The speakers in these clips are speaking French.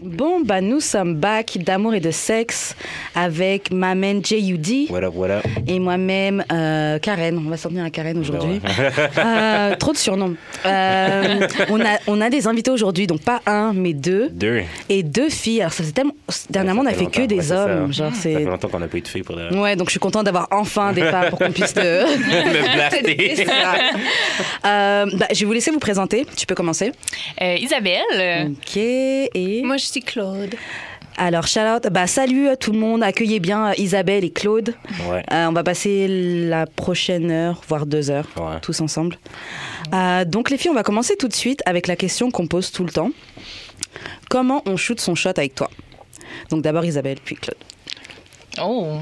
Bon, bah nous sommes back d'amour et de sexe avec ma man JUD Voilà, voilà. et moi-même euh, Karen. On va s'en tenir à Karen aujourd'hui. Euh, trop de surnoms. Euh, on, a, on a des invités aujourd'hui, donc pas un, mais deux. Deux. Et deux filles. Alors ça c'est tellement... Dernièrement, on Ça a fait fait que longtemps, ouais, des c'est ça. hommes. Genre, Ça fait c'est... longtemps qu'on n'a pas eu de filles pour le Ouais, donc je suis contente d'avoir enfin des femmes pour qu'on puisse te... me C'est blaster. ça. Euh, bah, je vais vous laisser vous présenter. Tu peux commencer. Euh, Isabelle. Ok. Et Moi, je suis Claude. alors, shout out. Bah, salut à tout le monde. Accueillez bien euh, Isabelle et Claude. Ouais. Euh, on va passer la prochaine heure, voire deux heures, Ouais. tous ensemble. Euh, donc, les filles, on va commencer tout de suite avec la question qu'on pose tout le temps. Comment on shoot son shot avec toi Donc, d'abord Isabelle, puis Claude. Oh.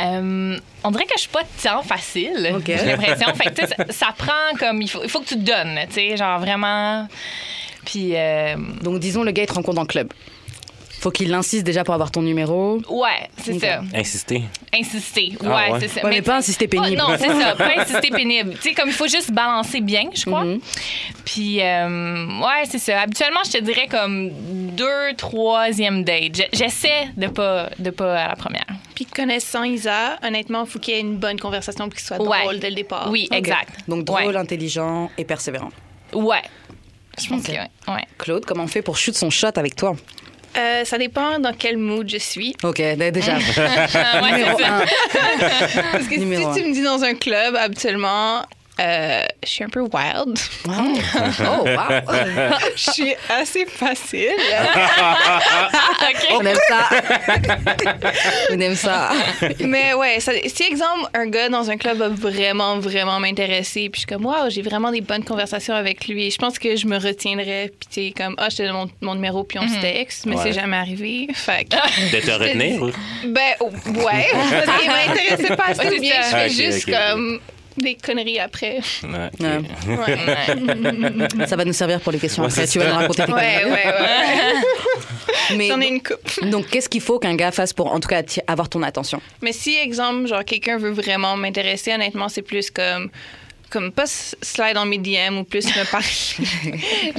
Euh, on dirait que je suis pas tant facile. Ok. J'ai l'impression. Fait que, tu sais, ça, ça prend comme. Il faut, il faut que tu te donnes, tu sais, genre vraiment. Puis, euh, Donc, disons, le gars, il te rencontre en club. Faut qu'il insiste déjà pour avoir ton numéro. ouais, c'est Ok. ça. Insister. Insister. Ouais, Ah ouais. c'est ça. Ouais, mais pas insister pénible. Pas- non, c'est ça. Pas insister pénible. Tu sais, comme il faut juste balancer bien, je crois. Mm-hmm. Puis, euh, ouais, c'est ça. Habituellement, je te dirais comme deux, troisième date. Je- J'essaie de pas, de pas à la première. Puis connaissant Isa, honnêtement, il faut qu'il y ait une bonne conversation pour qu'il soit Ouais. drôle dès le départ. Oui, Ok. exact. Donc, drôle, Ouais. intelligent et persévérant. Ouais. Je pense Ok. que oui. Ouais. Claude, comment on fait pour shoot son shot avec toi Euh, ça dépend dans quel mood je suis. Ok, d- déjà. Ah, Ah, ouais, numéro c'est ça. un. Parce que Numéro si un. tu me dis dans un club, habituellement, euh, je suis un peu wild. Wow. Oh, wow. je suis assez facile. Ah, On aime ça. On aime ça. Mais ouais, ça- si exemple, un gars dans un club va vraiment, vraiment m'intéresser, puis je suis comme, waouh, j'ai vraiment des bonnes conversations avec lui, je pense que je me retiendrais, puis tu sais, comme, ah, je te donne mon, mon numéro, puis on Mhm. se texte, mais Ouais. c'est jamais arrivé. Fait que. De te retenir. ou- Ben, oh, ouais. Parce qu'il m'intéressait pas Ouais, assez c'est bien. Je ça. fais Ah, ok, juste ok, ok. comme des conneries après. Ouais, ok. Ouais. Ouais, Ça va nous servir pour les questions Ouais, après. c'est Tu vas ça. nous raconter tes ouais, ouais. ouais. Mais J'en ai une coupe. donc, qu'est-ce qu'il faut qu'un gars fasse pour, en tout cas, atti- avoir ton attention Mais si, exemple, genre, quelqu'un veut vraiment m'intéresser, honnêtement, c'est plus comme. Comme pas s- slide dans mes DM ou plus me parler.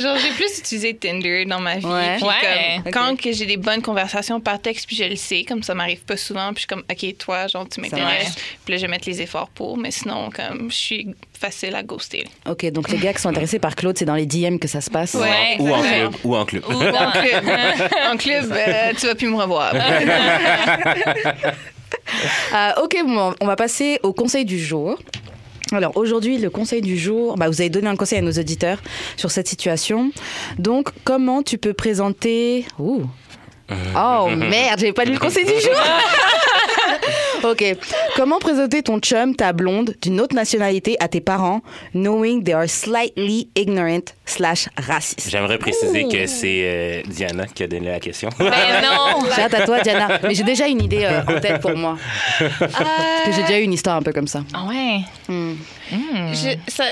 genre, j'ai plus utilisé Tinder dans ma vie. Ouais. Puis Ouais. comme, quand Ok. que j'ai des bonnes conversations par texte, puis je le sais, comme ça m'arrive pas souvent, puis je suis comme, OK, toi, genre, tu m'intéresses. Puis là, je vais mettre les efforts pour. Mais sinon, comme, je suis facile à ghoster. Ok, donc les gars qui sont intéressés par Claude, c'est dans les DM que ça se passe. Ouais, Ou en c'est club. Ou en club. ça. Ou dans- En club, en club euh, tu vas plus me revoir. Ouais. Euh, ok, bon, on va passer au conseil du jour. Alors aujourd'hui, le conseil du jour, bah, vous avez donné un conseil à nos auditeurs sur cette situation. Donc, comment tu peux présenter. Ouh. Oh merde, j'avais pas lu le conseil du jour! ok. Comment présenter ton chum, ta blonde, d'une autre nationalité à tes parents, knowing they are slightly ignorant slash racist? J'aimerais préciser que c'est euh, Diana qui a donné la question. Mais Ben, non. Shout à toi, Diana. Mais j'ai déjà une idée euh, en tête pour moi. Parce que j'ai déjà eu une histoire un peu comme ça. Ah ouais. Euh, Je- ça-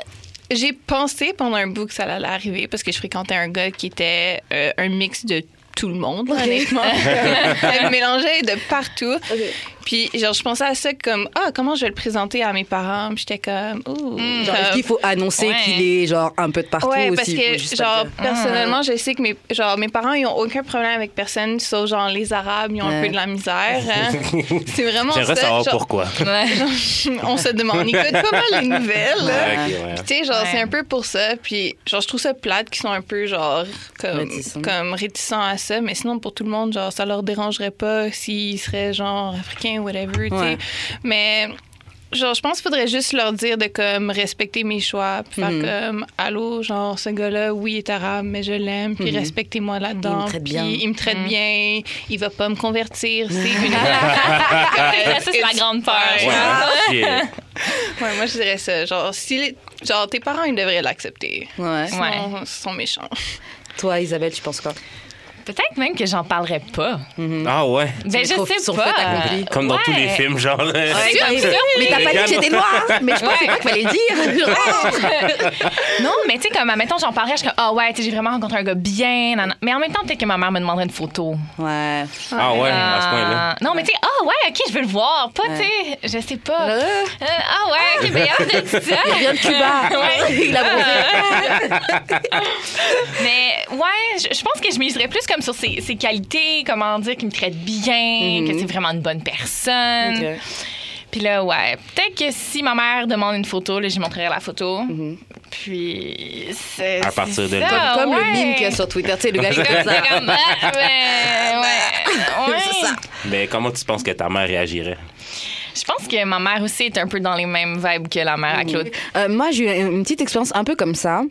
J'ai pensé pendant un bout que ça allait arriver parce que je fréquentais un gars qui était euh, un mix de tout le monde, honnêtement. Elle mélangeait de partout. Puis, genre, je pensais à ça comme, ah, comment je vais le présenter à mes parents? Puis j'étais comme, ouh. Genre, Est-ce qu'il faut annoncer Euh, Ouais. qu'il est genre un peu de partout Ouais, aussi parce faut que, juste genre, pas Mm. personnellement, je sais que mes, genre, mes parents, ils n'ont aucun problème avec personne, sauf, genre, les Arabes, ils ont un Ouais. peu de la misère. hein. C'est vraiment ça. J'aimerais savoir genre- pourquoi. on se demande. On écoute pas mal les nouvelles. hein? là. Ouais, ok, ouais. Puis, tu sais, genre, Ouais. c'est un peu pour ça. Puis, genre, je trouve ça plate qu'ils sont un peu, genre, comme Réticents. comme réticents à ça. Mais sinon, pour tout le monde, genre, ça leur dérangerait pas s'ils seraient, genre, africains ou whatever, tu sais. Ouais. Mais, genre, je pense qu'il faudrait juste leur dire de, comme, respecter mes choix. Puis faire Mhm. comme, allô, genre, ce gars-là, oui, il est arabe, mais je l'aime. Puis, Mhm. respectez-moi là-dedans. Il me traite Puis, bien. Il me traite Mhm. bien. Il va pas me convertir. C'est une. Ça, c'est la grande peur. Ah. Ouais, hein? shit. Ouais, moi, je dirais ça. Genre, si les- genre tes parents, ils devraient l'accepter. Ouais. Sinon, ils sont méchants. Bah, Toi, Isabelle, tu penses quoi Peut-être même que j'en parlerai pas. Ah ouais. Ben, je trop- sais sur pas. fait accompli. Euh, Comme dans tous les Ouais. films, genre. euh, là. Ouais, Mais- comme ça, oui. Mais t'as pas dit que j'étais noire Mais je pensais pas qu'il fallait le dire non, mais tu sais, comme, mettons, j'en parlerais, je suis comme, ah ouais, tu sais, j'ai vraiment rencontré un gars bien. nan, nan. Mais en même temps, peut-être que ma mère me demanderait une photo. Ouais. Ah ouais, à ce point-là. Ah, Non, mais tu sais, ah ouais, ok, je veux le voir. Pas, tu sais, je sais pas. Euh. Euh, ah ouais, ok, ben, il a l'air de ça. Il vient de Cuba Ouais. Euh, Il a bronzé Mais ouais, je je pense que je miserais plus comme sur ses, ses qualités, comment dire, qu'il me traite bien, que c'est vraiment une bonne personne. Mhm. Ok. Puis là, ouais, peut-être que si ma mère demande une photo, là, je lui montrerai la photo. Puis c'est À partir de c'est là. ça, Mhm. Comme le ah ouais. mime qu'il y a sur Twitter, tu sais, le gars qui Comme- fait ça. comme, ah, ben, ouais, ouais. C'est ça. Mais comment tu penses que ta mère réagirait? Je pense que ma mère aussi est un peu dans les mêmes vibes que la mère à Claude. Euh, moi, j'ai eu une petite expérience un peu comme ça.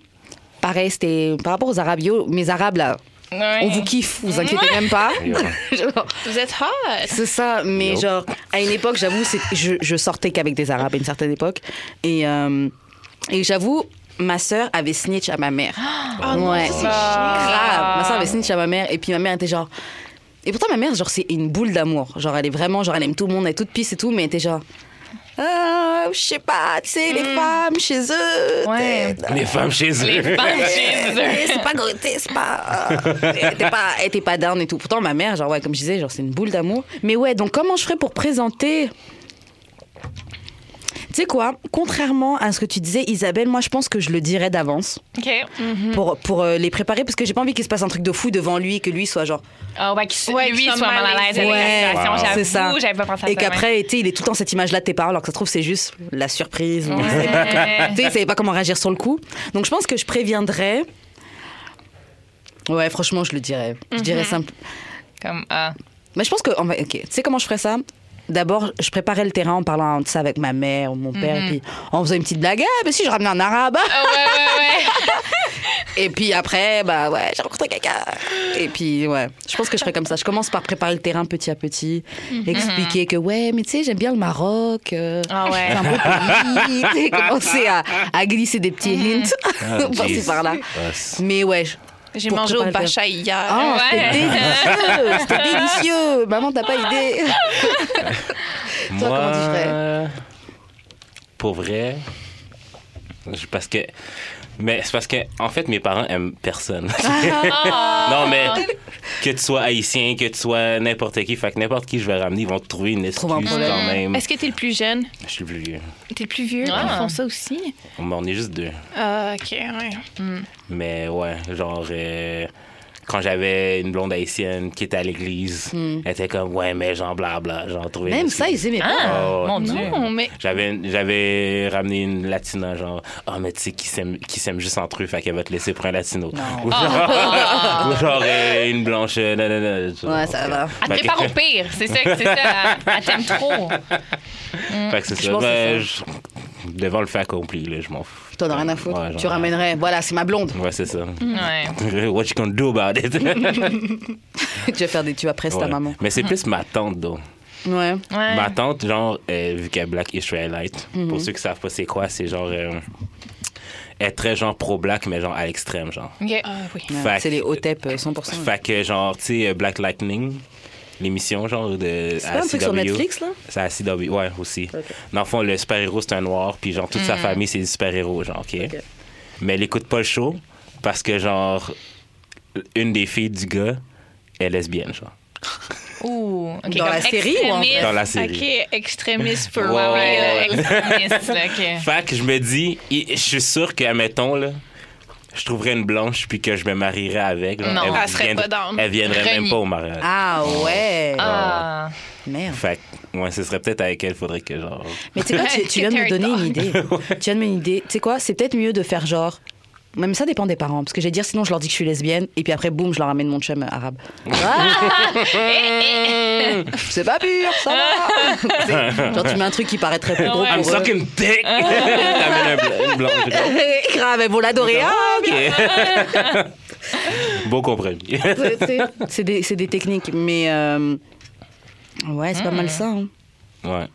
Pareil, c'était par rapport aux Arabios, mes Arabes là, Ouais. on vous kiffe, vous inquiétez même pas. Genre, Vous êtes hot! C'est ça, mais Yo. genre, à une époque, j'avoue, c'est- je, je sortais qu'avec des Arabes à une certaine époque. Et, euh, et j'avoue, ma sœur avait snitch à ma mère. ouais, c'est grave. Ma sœur avait snitch à ma mère, et puis ma mère était genre. Et pourtant, ma mère, genre, c'est une boule d'amour. Genre, elle est vraiment, genre, elle aime tout le monde, elle est toute pisse et tout, mais elle était genre. Ah, je sais pas, tu sais, les femmes chez eux. Ouais. t'es- Les femmes chez eux. Les femmes chez eux. c'est pas gros, t'es- c'est pas. euh, Elle était pas, elle était pas down et tout. Pourtant, ma mère, genre, ouais, comme je disais, genre, c'est une boule d'amour. Mais ouais, donc comment je ferais pour présenter. Tu sais quoi, contrairement à ce que tu disais, Isabelle, moi je pense que je le dirais d'avance OK. Hmm. pour, pour euh, les préparer parce que j'ai pas envie qu'il se passe un truc de fou devant lui et que lui soit genre. Ah ouais, qu'il Ouais, lui qu'il soit soit mal à l'aise malaisé. avec la situation. Wow. c'est ça. J'avoue, j'avais pas pensé à ça. Et qu'après, tu sais, il est tout le temps cette image-là de tes parents alors que ça se trouve c'est juste la surprise. ou- Ouais. Tu sais, il savait pas comment réagir sur le coup. Donc je pense que je préviendrais. Ouais, franchement, je le dirais. Mhm. Je dirais simple. Comme, ah. Mais je pense que, on va- ok, tu sais comment je ferais ça D'abord, je préparais le terrain en parlant de ça avec ma mère ou mon père, et puis on faisait une petite blague. Ah, ben si, je ramenais un arabe. Mhm. Ah ouais, ouais, ouais. Et puis après, bah ouais, j'ai rencontré quelqu'un. Et puis ouais, je pense que je ferais comme ça. Je commence par préparer le terrain petit à petit, Mhm. expliquer que ouais, mais tu sais, j'aime bien le Maroc. euh, Ah ouais. C'est un beau pays. Tu sais, commencer à, à glisser des petits Mhm. hints Ah, par-ci jeez. par-là. Ah, c'est- Mais ouais, je- J'ai Pour mangé au préparer le Pacha hier. Oh, Ouais. c'était délicieux, c'était délicieux. Maman, t'as pas idée. Toi, comment tu ferais Moi, Pour vrai, je- parce que. Mais c'est parce que, en fait, mes parents aiment personne. non, mais que tu sois haïtien, que tu sois n'importe qui, fait que n'importe qui je vais ramener, ils vont te trouver une excuse Trouve un quand problème. même. Est-ce que t'es le plus jeune? Je suis le plus vieux. T'es le plus vieux? Ah. Ils font ça aussi? On en est juste deux. Ah, ok, ouais. Mais ouais, genre, euh, quand j'avais une blonde haïtienne qui était à l'église, elle était comme, ouais, mais genre, blabla, genre, trouver. une Hmm. Même ça, excuse. ils aimaient pas. Ah, Oh, mon Dieu. Dieu. Non, mais. J'avais, une- j'avais ramené une latina, genre, ah, mais tu sais, qui s'aime, qui s'aime juste entre eux, fait qu'elle va te laisser pour un latino. Ou genre, ou genre, euh, une blanche, euh, non, non, non. Ah. Ouais, ça va. Elle te Fait Bah, que- prépare ah, au pire. C'est ça, c'est ça. Elle t'aime trop. Fait que c'est Je ça. pense que c'est Ben, je- devant le fait accompli, là, je m'en fous. T'en as rien à foutre. Ouais, genre, tu ramènerais. Voilà, c'est ma blonde. Ouais, c'est ça. Ouais. What you gonna do about it? tu vas faire des tu après c'est ta Ouais. maman. Mais c'est plus ma tante, donc. Ouais. Ouais. Ma tante, genre, euh, vu qu'elle est black Israelite, Mm-hmm. pour ceux qui savent pas c'est quoi, c'est genre. euh, elle est très genre pro-black, mais genre à l'extrême, genre. OK. Ah, oui. Ouais, Fait C'est que- les OTEP euh, 100%. Fait que, genre, tu sais, euh, Black Lightning, l'émission, genre, de. C'est pas un truc sur Netflix, là? C'est à CW, ouais, aussi. Dans le fond, le super-héros, c'est un noir, puis genre, toute Mm. sa famille, c'est des super-héros, genre, OK? Mais elle écoute pas le show, parce que, genre, une des filles du gars est lesbienne, genre, Ouh. OK, Dans comme la série ou en extrémiste. dans la série. Ok, extrémiste for Ouais, real. Ouais, là, Ouais. extrémiste, là, OK. Fait que je me dis, i- je suis sûr que, admettons, là, je trouverais une blanche puis que je me marierais avec. genre, Non. Elle serait viendra- pas down. Elle viendrait même Renie. pas au mariage. Ah ouais. Ah. Oh, Merde. Fait que, ouais, ce serait peut-être avec elle, faudrait que genre. Mais tu sais quoi, tu, tu viens de me donner une idée. Tu viens de me donner une idée. Tu sais quoi, c'est peut-être mieux de faire genre. Même ça dépend des parents, parce que j'ai dire sinon je leur dis que je suis lesbienne, et puis après boum, je leur amène mon chum arabe. Ah c'est pas pur, ça va Tu sais, Genre tu mets un truc qui paraît très plus gros I'm pour eux. sucking dick! T'amènes un bl- une blanche. genre. Eh, Grave, elle vaut l'adorer. Ah, Ok. Beau compromis. C'est- c'est- C'est des, c'est des techniques, mais euh, ouais, c'est pas mal ça. hein. De Ouais.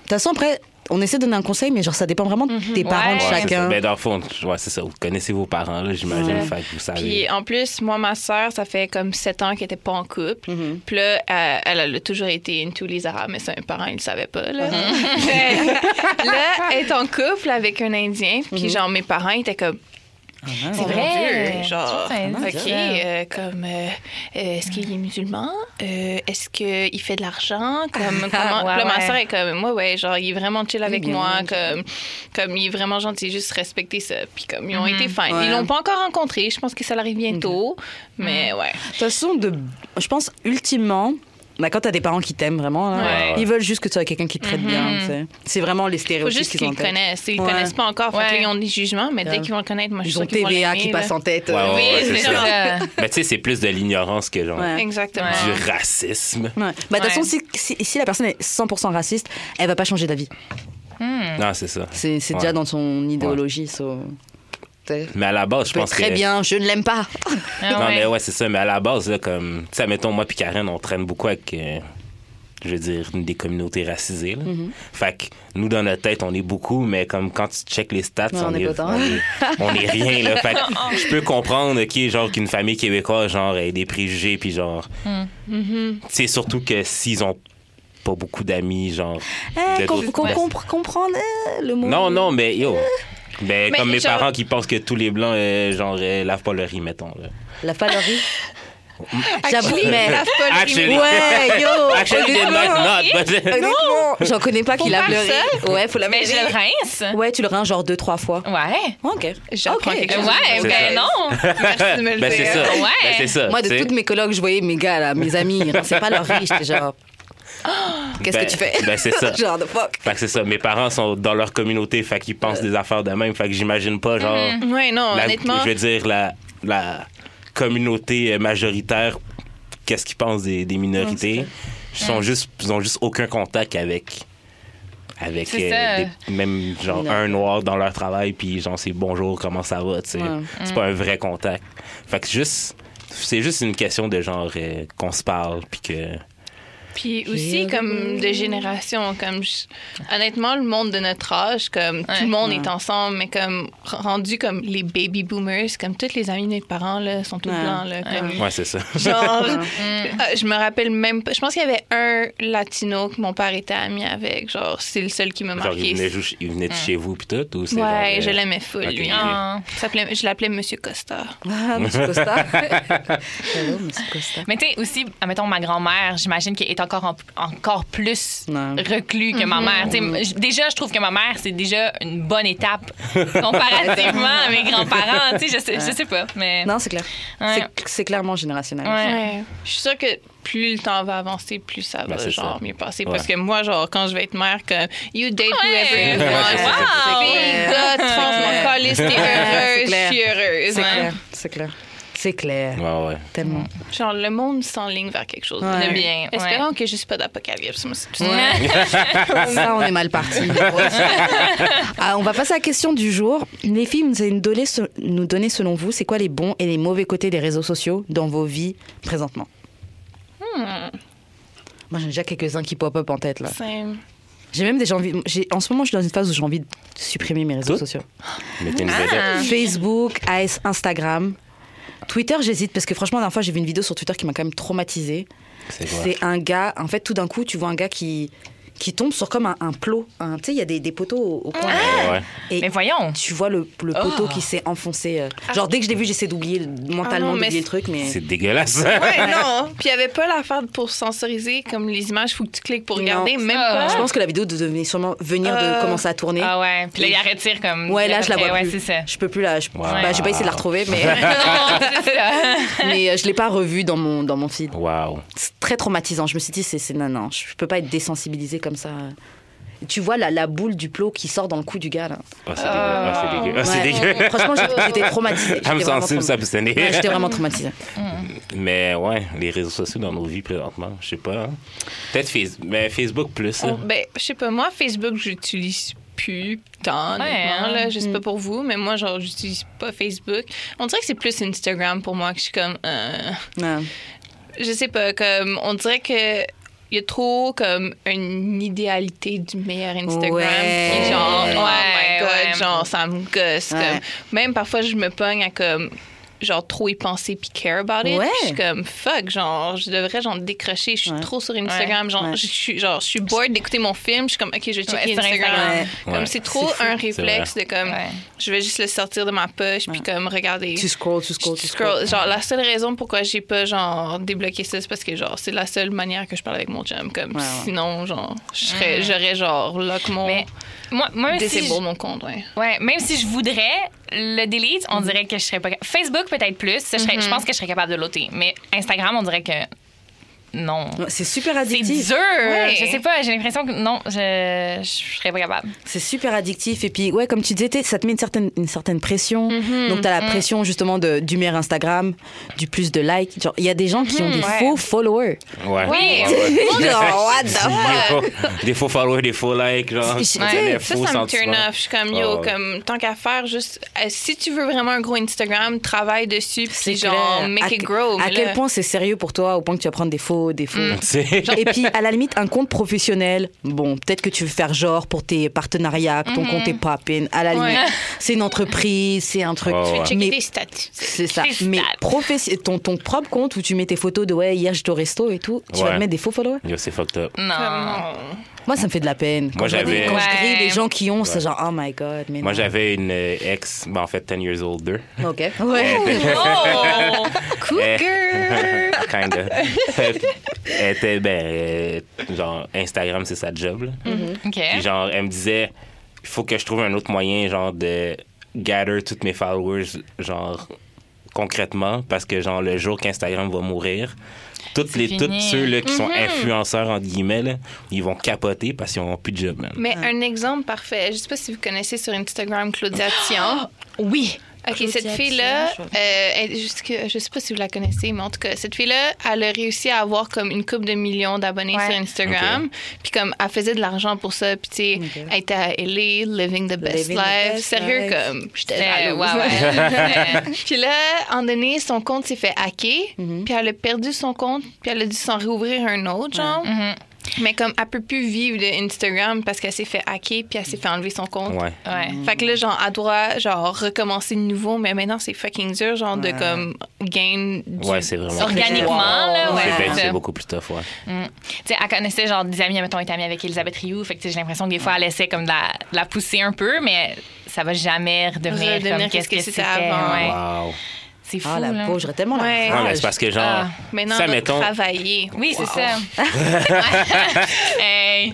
toute façon, après, on essaie de donner un conseil, mais genre, ça dépend vraiment des Mhm. parents de Ouais, Ouais, c'est ça. chacun. Ben, dans le fond, ouais, c'est ça. Vous connaissez vos parents, là, j'imagine. Ouais. Fait que vous savez. Puis en plus, moi, ma sœur, ça fait comme sept ans qu'elle était pas en couple. Mm-hmm. Mhm. Puis là, elle, elle, elle a toujours été into les Arabes, mais ça, mes parents, ils le savaient pas. Là. Mm-hmm. Mais là, elle est en couple avec un Indien. Puis genre, mes parents étaient comme... C'est Mm-hmm. Oh Mon vrai, Dieu, genre, c'est vrai, ok, c'est euh, comme, euh, euh, est-ce qu'il est musulman? Euh, est-ce qu'il fait de l'argent? Comme, comment- Ouais, Puis là, ma ouais. soeur est comme, moi, ouais, genre, il est vraiment chill avec bien, moi, comme, comme, il est vraiment gentil, juste respecter ça. Puis comme, ils ont Mhm. été fine. Mm-hmm. Ouais. Mm-hmm. Ils l'ont pas encore rencontré, je pense que ça l'arrive bientôt, mais ouais. De toute façon, de, je pense, ultimement, bah, quand t'as des parents qui t'aiment vraiment, là, Ouais. ils veulent juste que tu sois quelqu'un qui te traite bien. Mhm. tu sais. C'est vraiment les Faut stéréotypes juste qu'ils ont en qu'ils tête. le connaissent. Ils le Ouais. connaissent pas encore, fait que Ouais. là, ils ont des jugements, mais dès Grave. qu'ils vont le connaître, moi, je suis Ils sûre ont qu'ils vont TVA qui l'aimer, là. passe en tête. Ouais, ouais, Oui, ouais, c'est c'est ça. ça. Mais tu sais, c'est plus de l'ignorance que genre Ouais. Exactement. Ouais. du racisme. Ouais. Bah, de toute Ouais. façon, si, si- si la personne est 100% raciste, elle va pas changer d'avis. Non, c'est ça. C'est c'est Ouais. déjà dans son idéologie. so- Tu sais, Mais à la base, je je peux être pense très que. bien, je ne l'aime pas. Ah Non, ouais. mais ouais, c'est ça. Mais à la base, là, comme. Tu sais, mettons, moi puis Karen, on traîne beaucoup avec. euh, je veux dire, des communautés racisées. là. Mhm. Fait que nous, dans notre tête, on est beaucoup, mais comme quand tu checkes les stats, Ouais, on est pas tant. on, est, on est rien. Là. Fait que je peux comprendre qui genre qu'une famille québécoise, genre, ait des préjugés, puis genre. Mm. Mm-hmm. Tu sais, surtout que s'ils ont pas beaucoup d'amis, genre. Eh, de qu'on d'autres- qu'on Ben, compre- comprendre eh, le mot. Non, non, mais yo. Ben, Mais comme mes genre- parents qui pensent que tous les blancs, euh, genre, euh, lavent pas leur riz, mettons. là. La phalerie. J'avoue, Actually, mais. ils lavent pas le Actually. riz. Ouais, yo! Actually, they might not, but- Honnêtement, J'en connais pas qui Faut lave faire le riz. Ouais, faut la Mais je le rince. Ouais, tu le rinces genre deux, trois fois. Ouais. Ok. J'apprends Ok. quelque Euh, chose. Ouais, C'est ben ça. non. Merci de me le ben, c'est dire. ça. Ouais. Ben, c'est ça. Moi, de tu sais. toutes mes colocs, je voyais mes gars, là, mes amis, ils rinçaient pas leur riz. J'étais genre, Ah, qu'est-ce Ben- que tu fais ben, c'est ça. Genre, the fuck. Fait que c'est ça. Mes parents sont dans leur communauté, fait qu'ils pensent Euh. des affaires de même. Fait que j'imagine pas, genre. Mm-hmm. Ouais, non, la- honnêtement. Je veux dire, la, la communauté majoritaire, qu'est-ce qu'ils pensent des, des minorités? Ils, sont juste, ils ont juste aucun contact avec. Avec C'est euh, ça. des- même genre Non. un noir dans leur travail, puis genre c'est bonjour, comment ça va, tu sais. Ouais. C'est Mm. pas un vrai contact. Fait que juste, c'est juste une question de genre euh, qu'on se parle, puis que. Mm. Puis aussi, comme de génération, comme je- honnêtement, le monde de notre âge, comme tout Ouais. le monde Ouais. est ensemble, mais comme rendu comme les baby boomers, comme toutes les amies de mes parents là, sont tous Ouais. blancs. Là, comme, Ouais, c'est ça. Genre, Ah, je me rappelle même pas. Je pense qu'il y avait un latino que mon père était ami avec. Genre, c'est le seul qui m'a Genre, il marqué. Mm. venait, jou- il venait de chez vous, puis tout, ou c'est. genre, ouais, euh, je l'aimais full, ok. lui. Ah. Il s'appelait- Je l'appelais Monsieur Costa. Ah, monsieur Costa. Hello, monsieur Costa. Mais tu sais, aussi, admettons, ma grand-mère, j'imagine qu'elle est encore, en- encore plus Non. reclue que ma mère. Tu sais, Mm-hmm. m- j- déjà, je trouve que ma mère, c'est déjà une bonne étape comparativement à mes grands-parents. Tu sais, je sais, je sais pas, mais... Non, c'est clair. Ouais. C'est- C'est clairement générationnel. Ouais. Je suis sûre que plus le temps va avancer, plus ça va Ben, c'est genre ça. mieux passer. Ouais. Parce que moi, genre, quand je vais être mère, comme you date Ouais. whoever you want. Ouais. Wow. Fille, gars, trans, mon calice, t'es C'est heureuse, je clair. suis heureuse. C'est Ouais. clair. C'est clair. C'est clair. Ouais, ouais. Tellement. Genre, le monde s'enligne vers quelque chose Ouais. de Bien, ouais. bien. Espérons que je suis pas d'apocalypse. Moi, c'est tout ça. Ouais. Ça, on est mal parti. Ah, on va passer à la question du jour. Les filles, vous allez nous donner, se- nous donner, selon vous, c'est quoi les bons et les mauvais côtés des réseaux sociaux dans vos vies présentement Moi, j'en ai déjà quelques-uns qui pop-up en tête. là. C'est- J'ai même déjà envie. j'ai- En ce moment, je suis dans une phase où j'ai envie de supprimer mes réseaux Tout sociaux. Mais t'es une Ah! vedette. Facebook, AS, Instagram. Twitter, j'hésite parce que franchement, la dernière fois, j'ai vu une vidéo sur Twitter qui m'a quand même traumatisée. C'est quoi? C'est un gars, en fait, tout d'un coup, tu vois un gars qui, qui tombe sur comme un, un plot. un- Tu sais, il y a des, des poteaux au, au coin. Ouais. Et Mais voyons. tu vois le, le poteau qui s'est enfoncé. euh. Genre, dès que je l'ai vu, j'essaie d'oublier mentalement Ah non, mais d'oublier le truc, mais. C'est dégueulasse. Ouais, non. hein. Puis il n'y avait pas l'affaire pour censoriser comme les images, faut que tu cliques pour Non. regarder, même Ah. pas. Je pense que la vidéo devait sûrement venir de Euh, commencer à tourner. Ah ouais. Puis là, il la retire comme... Ouais, là, je la après. vois Ouais, plus. c'est ça. Je peux plus la. Je, Wow. bah, j'ai pas essayé de la retrouver, mais, Non, c'est ça. mais euh, je l'ai pas revue dans mon, dans mon feed. Wow. C'est très traumatisant. Je me suis dit, c'est, c'est- non, non, je peux pas être désensibilisée comme ça. Tu vois la, la boule du plot qui sort dans le cou du gars. Là. Oh, c'est dégueu. Oh, c'est Ah, Ouais. dégueu. Oh, c'est dégueu. Franchement, j'ai- j'étais traumatisée. Âme J'étais vraiment sensible, ça traumatisée. peut sonner. Ouais, j'étais vraiment traumatisée. Mais ouais, les réseaux sociaux dans nos vies présentement, je sais pas. hein. Peut-être Face- mais Facebook plus. hein. là. Oh, ben, je sais pas, moi, Facebook, j'utilise plus tant, honnêtement, Ouais, hein. là. Je sais pas pour vous, mais moi, genre, j'utilise pas Facebook. On dirait que c'est plus Instagram pour moi que je suis comme... euh, Ouais. je sais pas, comme... On dirait que... il y a trop comme une idéalité du meilleur Instagram. Ouais. Puis genre, oh my Ouais, god, ouais. genre, ça me gosse. Ouais. Comme, même parfois, je me pogne à comme, genre, trop y penser puis care about it. Ouais. Puis je suis comme, fuck, genre, je devrais, genre, décrocher. Je suis Ouais. trop sur Instagram. Genre, Ouais. je suis, genre, je suis bored d'écouter mon film. Je suis comme, OK, je vais checker Ouais, sur Instagram. Instagram. Ouais. Comme, Ouais. c'est trop un réflexe de comme, Ouais. je vais juste le sortir de ma poche puis comme, regarder. Tu scrolls, tu scrolls, Je tu scroll. scrolls. Genre, la seule raison pourquoi j'ai pas, genre, débloqué ça, c'est parce que, genre, c'est la seule manière que je parle avec mon chum. Comme, Ouais, ouais. sinon, genre, je serais- j'aurais, genre, lock mon... Mais moi, moi aussi, je- disable mon compte, ouais. Ouais, même si je voudrais le delete, on dirait que je serais pas capable. Facebook peut-être plus, ça, je, serais- Mm-hmm. je pense que je serais capable de l'ôter, mais Instagram, on dirait que non. Ouais, C'est super C'est addictif. dur. Ouais. Je sais pas, j'ai l'impression que non, je, je serais pas capable. C'est super addictif. Et puis, ouais, comme tu disais, t'es- ça te met une certaine, une certaine pression. Donc, t'as la pression, justement, de, du meilleur Instagram, du plus de likes. Genre, Il y a des gens qui ont des Ouais. faux followers. Ouais. Oui. Genre, Oh, what the fuck? des faux followers, des faux likes, genre. Je- Ouais. tu sais, Des Ça, faux ça me turn sentiments. off. Je suis comme, yo, Ah ouais. comme, tant qu'à faire, juste, euh, si tu veux vraiment un gros Instagram, travaille dessus, C'est puis genre, clair. make À- it grow. À mais quel là- point c'est sérieux pour toi, au point que tu vas prendre des faux, des faux. C'est- Et puis, à la limite, un compte professionnel, bon, peut-être que tu veux faire genre pour tes partenariats, que ton compte est pas à peine. À la Ouais. limite, c'est une entreprise, c'est un truc. Ouais, Oh, ouais. Checker Mais tes statuts. c'est ça. Cristal. Mais professe- ton, ton propre compte où tu mets tes photos de ouais, hier j'étais au resto et tout, tu vas Ouais. te mettre des faux followers. Yo, c'est fucked up. Non. Moi, ça me fait de la peine. Quand Moi, je vois des- j'avais- Quand je grille Ouais. les gens qui ont, c'est genre, oh my god, mais Moi, non. j'avais une euh, ex, ben, en fait, 10 years older. Ok. Ouais. Oh! Cool girl! Kinda. elle était, ben, euh, genre, Instagram, c'est sa job, là. Mm-hmm. OK. Puis genre, elle me disait, il faut que je trouve un autre moyen, genre, de gather toutes mes followers, genre, concrètement, parce que, genre, le jour qu'Instagram va mourir, toutes les, fini. tous ceux là, qui sont influenceurs, entre guillemets, là, ils vont capoter parce qu'ils n'auront plus de job, man. Mais un exemple parfait, je sais pas si vous connaissez sur Instagram Claudia Tian. Ah! Oui. OK, cette Claudia fille-là, Tian, euh, elle- jusque- je ne sais pas si vous la connaissez, mais en tout cas, cette fille-là, elle a réussi à avoir comme une coupe de millions d'abonnés Ouais. sur Instagram. Puis comme, elle faisait de l'argent pour ça. Puis tu sais, Ok. elle était à LA, living the best Living the life. best Sérieux, life. comme, j'étais Euh, jalouse. ouais, ouais. Puis là, à un moment donné, son compte s'est fait hacker. Puis elle a perdu son compte. Puis elle a dû s'en réouvrir un autre, genre. Mhm. Mais comme, elle peut plus vivre de Instagram parce qu'elle s'est fait hacker puis elle s'est fait enlever son compte. Ouais. Ouais. Fait que là, genre, elle doit, genre, recommencer de nouveau, mais maintenant, c'est fucking dur, genre, de, comme, gain du... Ouais, c'est vraiment. Organiquement, là, ouais. C'est c'est ben, ça. c'est beaucoup plus tough, ouais. Tu sais, elle connaissait genre des amis, mettons, elle était amie avec Elisabeth Rioux. Fait que tu sais, j'ai l'impression que des fois, elle essaie comme de la, de la pousser un peu, mais ça va jamais redevenir, Redevenir comme qu'est-ce que c'était avant. Ouais. Wow. C'est fou. Ah, la là. pauvre, j'aurais tellement Ouais. la Ouais, mais rage. c'est parce que, genre, Ah, Maintenant, ça, on doit mettons. travailler. Oui, c'est ça. hey.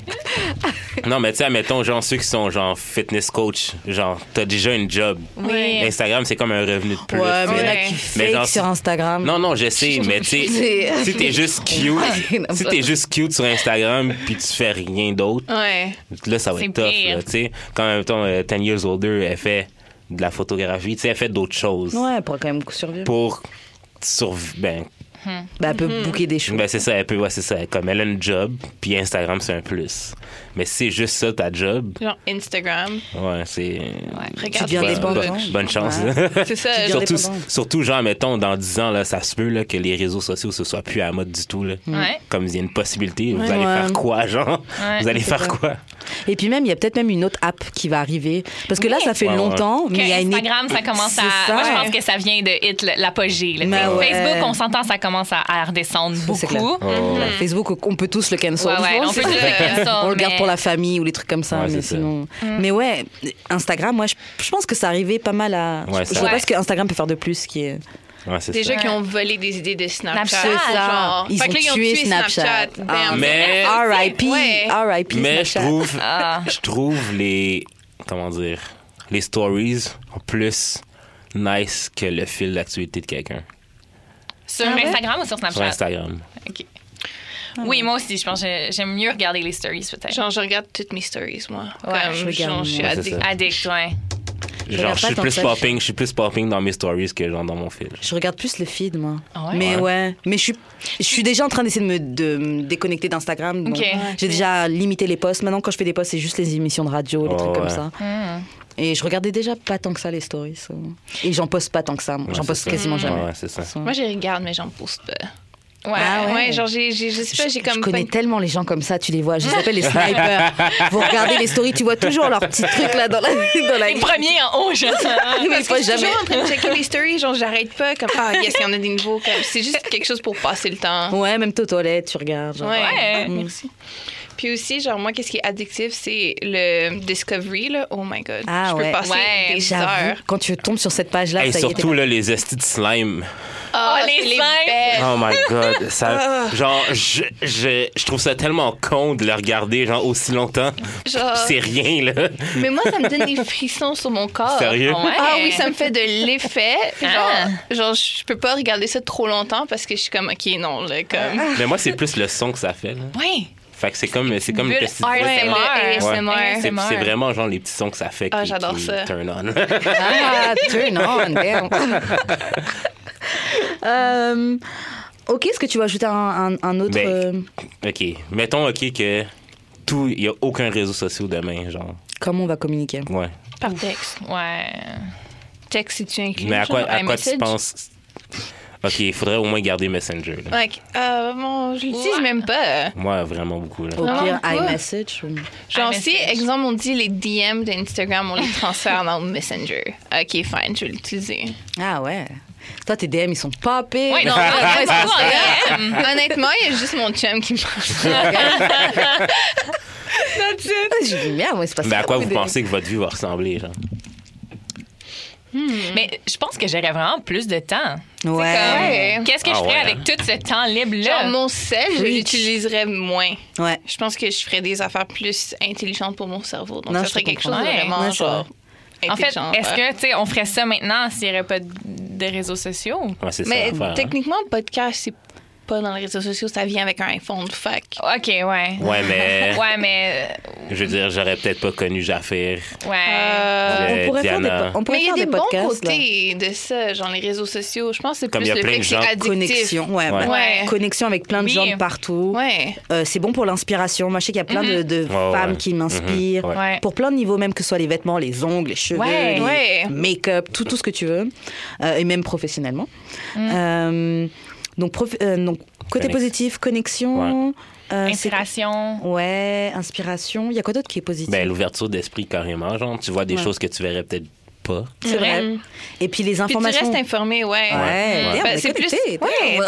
Non, mais tu sais, mettons, genre, ceux qui sont, genre, fitness coach, genre, t'as déjà une job. Oui. Instagram, c'est comme un revenu de plus. Ouais, mais il y en a Ouais. qui Mais fake genre, sur Instagram. Non, non, je sais, mais tu sais, C'est- si t'es juste cute, si t'es juste cute sur Instagram puis tu fais rien d'autre, Ouais. là, ça va C'est être tough, pire. là, tu sais. Quand, en même temps, euh, 10 years older, elle fait de la photographie, tu sais, elle fait d'autres choses Ouais, pour quand même survivre. pour survivre. Ben, Bah, elle peut booker des choses. ben, c'est ça, elle peut, ouais, c'est ça. Comme elle a une job, puis Instagram, c'est un plus. Mais si c'est juste ça, ta job, Genre, Instagram. ouais, c'est... Regarde deviens Facebook. dépendant. bonne, Bah, bonne chance. hein. Ouais. là. C'est ça, Tu genre, deviens- Surtout, dépendant. surtout, genre, mettons, dans 10 ans, là, ça se peut là, que les réseaux sociaux, ce soit plus à la mode du tout. Là. Mm. Ouais. Comme il y a une possibilité, vous Ouais. allez Ouais. faire quoi, genre? Ouais, vous allez c'est faire ça. quoi? Et puis même, il y a peut-être même une autre app qui va arriver. Parce que là, ça fait Ouais, ouais. longtemps, mais il y a Que une... Instagram, ça commence à. C'est ça. Moi, je pense que ça vient de hit le- l'apogée. là, tu sais. Ben ouais. Facebook, on s'entend, ça commence à, à redescendre c'est beaucoup. Mhm. Ouais, Facebook, on peut tous le cancel. Ouais, ouais, on peut tous le cancel, On le garde mais- pour Mhm. la famille ou les trucs comme ça. Ouais, mais, c'est ça. sinon... mais ouais, Instagram, moi, je, je pense que ça arrivait pas mal à. Ouais, je ça- je vois pas Ouais. ce que Instagram peut faire de plus. Qui est... Ouais, c'est Déjà ça. qui ont volé des idées de Snapchat. Snapchat, genre. ils Fait ont que là, ils ont tué tué Snapchat. Snapchat. Ah. Ben, Damn. Mais, RIP, Ouais. RIP. mais je Snapchat. trouve, Ah. je trouve les, comment dire, les stories plus nice que le fil d'actualité de quelqu'un Sur Ah ouais? Instagram ou sur sur Snapchat? Instagram. Ok. Oui, moi aussi, je pense que j'aime mieux regarder les stories, peut-être. Genre, je regarde toutes mes stories, moi. Ouais, Comme, je genre, regarde, je suis moi. Ouais, addict. c'est ça. Addict, ouais. regarde Genre, je pas suis tant plus ça. popping, je suis plus popping dans mes stories que genre dans mon fil. Je regarde plus le feed, moi. Ah ouais? Mais Ouais. ouais. Mais je suis, je suis déjà en train d'essayer de me, de me déconnecter d'Instgram. donc Ok. Ouais. J'ai déjà limité les posts. Maintenant, quand je fais des posts, c'est juste les émissions de radio, les Oh, trucs comme ouais. ça. Hmm. Et je regardais déjà pas tant que ça les stories. ça. Et j'en poste pas tant que ça. moi. Ouais, j'en c'est poste ça. quasiment Ouais, jamais. Ouais, c'est ça. Moi, je regarde, mais j'en poste pas. Ouais, Ah ouais. ouais. genre, j'ai, j'ai- je sais pas, j'ai Je- comme. je connais pas- tellement les gens comme ça, tu les vois. Je les appelle les snipers. Vous regardez les stories, tu vois toujours leurs petits trucs là dans la. Dans la... Les premiers en haut, je Oui, mais Parce que pas je suis jamais. toujours en train de checker les stories, genre, j'arrête pas, comme, ah, yes, il y en a des nouveaux. comme, c'est juste quelque chose pour passer le temps. Ouais, même t'es aux toilettes, tu regardes. genre. Ouais, Ouais. merci. Puis aussi, genre, moi, qu'est-ce qui est addictif, c'est le Discovery, là. Oh my God. Ah je ouais. peux passer Ouais, des heures. J'avoue, quand tu tombes sur cette page-là, Ah, Et ça y est, surtout, là, les estis de slime. Ah, Oh, les c'est les slimes. bêtes. Oh my God. Ça, Ah. genre, je, je, je trouve ça tellement con de le regarder, genre, aussi longtemps. Genre- C'est rien, là. Mais moi, ça me donne des frissons sur mon corps. Sérieux? Ouais. Ah oui, ça me fait de l'effet. Genre, Ah. genre, je peux pas regarder ça trop longtemps parce que je suis comme, OK, non, là, comme... Mais moi, c'est plus le son que ça fait, là. Oui. Fait que c'est comme, c'est comme Bulle qu'est-ce que tu disais, ASMR. c'est- Ouais, le ASMR. Ouais. C'est ASMR. c'est vraiment genre les petits sons que ça fait qui, Ah, j'adore qui ça. turn on. Ah, turn on, damn. Euh, ok, est-ce que tu veux ajouter un, un- un autre. Mais- euh, OK. Mettons, OK, que tout, il n'y a aucun réseau social demain, genre. comment on va communiquer Ouais. Par texte. Ouais. Mm. Texte, si tu inclus, Mais à quoi, genre, à quoi tu iMessage. penses? OK, il faudrait au moins garder Messenger, là. Like, euh, bon, je l'utilise Ouais. même pas. Moi, vraiment beaucoup, là. Au Vraiment pire, Ah, quoi? iMessage ou- Genre, si, iMessage. exemple, on dit les DM d'Instagram, on les transfère dans Messenger. OK, fine, je vais l'utiliser. Ah ouais. Toi, tes DM, ils sont papés. Ouais, non, Ah, ouais, c'est ouais, c'est pas ça. Mm. Honnêtement, il y a juste mon chum qui me parle. J'ai dit, merde, ouais, c'est pas Mais ça, à quoi oui, vous des- pensez que votre vie va ressembler, genre? Mais je pense que j'aurais vraiment plus de temps. Ouais. Ouais. Qu'est-ce que Ah je ferais ouais, avec hein. tout ce temps Genre, libre-là? mon sel, je Preach. l'utiliserais moins. Ouais. Je pense que je ferais des affaires plus intelligentes pour mon cerveau. Donc, Non, ça je te serait quelque chose comprends. de Ouais, vraiment, ouais, c'est genre, En fait, intelligent, est-ce ouais. que, tu sais, on ferait ça maintenant s'il n'y aurait pas de- de réseaux sociaux? Ouais, c'est ça. Mais l'affaire, hein. techniquement, le podcast, c'est pas dans les réseaux sociaux, ça vient avec un iPhone. Fuck. OK, ouais. Ouais, mais Ouais, mais. je veux dire, j'aurais peut-être pas connu Jaffer. Ouais. Euh, On pourrait faire des, Diana. po- on pourrait Mais il y a faire des, des bons podcasts. là. côtés de ça, genre les réseaux sociaux. Je pense que c'est Comme il plus y a le plein fait de que c'est gens- addictif. Connexion, ouais, ouais. Ouais. Connexion avec plein de Oui. gens de partout. Ouais. Euh, c'est bon pour l'inspiration. Moi, je sais qu'il y a plein de, Mhm. de Ouais, femmes ouais. qui m'inspirent. Mhm, ouais. Ouais. Pour plein de niveaux, même que ce soit les vêtements, les ongles, les cheveux, Ouais. les Ouais. make-up, tout, tout ce que tu veux. Euh, et même professionnellement. Mhm. Euh, donc, prof- euh, donc, côté Connexion. positif, connexion. euh, c'est- Inspiration. Ouais, inspiration. Il y a quoi d'autre qui est positif Ben, l'ouverture d'esprit, carrément, genre. Tu vois des Ouais. choses que tu verrais peut-être pas. C'est vrai. Mm. Et puis les Puis tu informations. restes informé, ouais. Ouais, damn, Ben, on est c'est plus- connectés, damn. Ouais, Wow.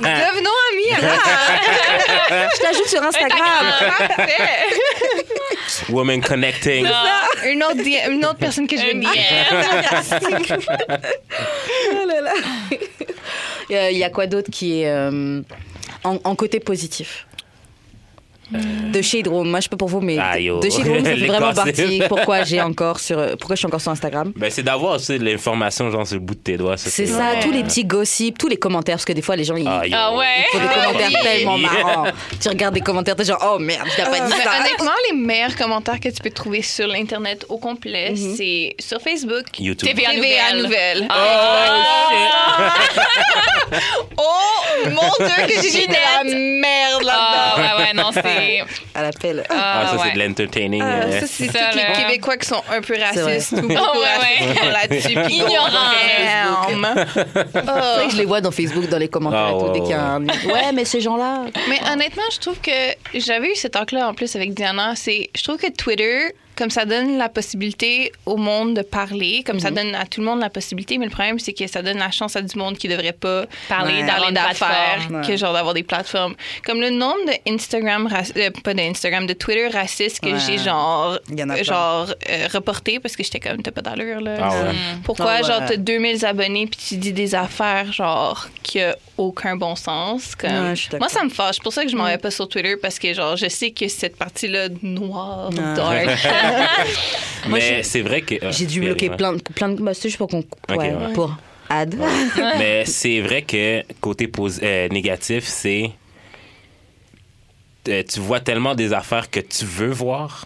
Devenons amis, alors. Je t'ajoute sur Instagram. Parfait. Woman connecting. une, autre DM une autre personne que je veux Une dire. Oh là là. Il y a- il y a quoi d'autre qui est euh, en, en côté positif de Shade Room, moi je peux pour vous, mais Euh. Ah, yo. de Shade Room, ça fait Les vraiment gossips. partie. Pourquoi j'ai encore sur, pourquoi je suis encore sur Instagram Ben, c'est d'avoir aussi de l'information, genre, sur le bout de tes doigts. C'est ça, vraiment- tous les petits gossips, tous les commentaires, parce que des fois les gens ils Ah, yo. Ah ouais? font des Ah, commentaires oui. tellement marrants. Tu regardes des commentaires, t'es genre oh merde, je n'ai Euh, pas dit ça. Mais Euh, ben, honnêtement, les meilleurs commentaires que tu peux trouver sur l'Internet au complet, Mm-hmm. c'est sur Facebook, YouTube. TVA TVA Nouvelles. Nouvelles. Oh, Ah, Oh mon Dieu, que j'ai dit de la merde là-dedans. Ah, ouais, ouais, non, c'est. À l'appel. Ah, Ah, ça, ouais. c'est de l'entertaining. Ah, euh, ça, c'est tous Ça, les là. Québécois qui sont un peu racistes ou beaucoup Ah, ouais, racistes ouais. qui sont là-dessus. puis Ignorants. Damn. C'est vrai Oh. que je les vois dans Facebook, dans les commentaires, et Ah, tout, ouais, dès qu'il y a un. ouais. Ouais, mais ces gens-là. Mais honnêtement, je trouve que j'avais eu cet arc-là en plus avec Diana. C'est, je trouve que Twitter, comme ça donne la possibilité au monde de parler, comme Mhm. ça donne à tout le monde la possibilité, mais le problème, c'est que ça donne la chance à du monde qui devrait pas Parler Ouais. d'avoir parler une d'affaires, plateforme. que genre d'avoir des plateformes. Comme le nombre de Instagram, rac- euh, pas d'Instagram, de Twitter racistes que Ouais. j'ai genre, Il y en a euh, plein. genre euh, reporté parce que j'étais comme, t'as pas d'allure là. Ah ouais. Pourquoi, Ah ouais. genre, t'as 2000 abonnés puis tu dis des affaires, genre, qui a aucun bon sens? Comme... Ouais, je suis d'accord. Moi, ça me fâche. C'est pour ça que je m'en vais pas sur Twitter parce que, genre, je sais que cette partie-là, noire, Ouais. dark. Moi, mais c'est vrai que. ah, J'ai dû y aller, bloquer ouais. plein de. Plein de bah, c'est juste pour qu'on. ouais, ouais. pour ad. Mais c'est vrai que côté posi- euh, négatif, c'est. euh, tu vois tellement des affaires que tu veux voir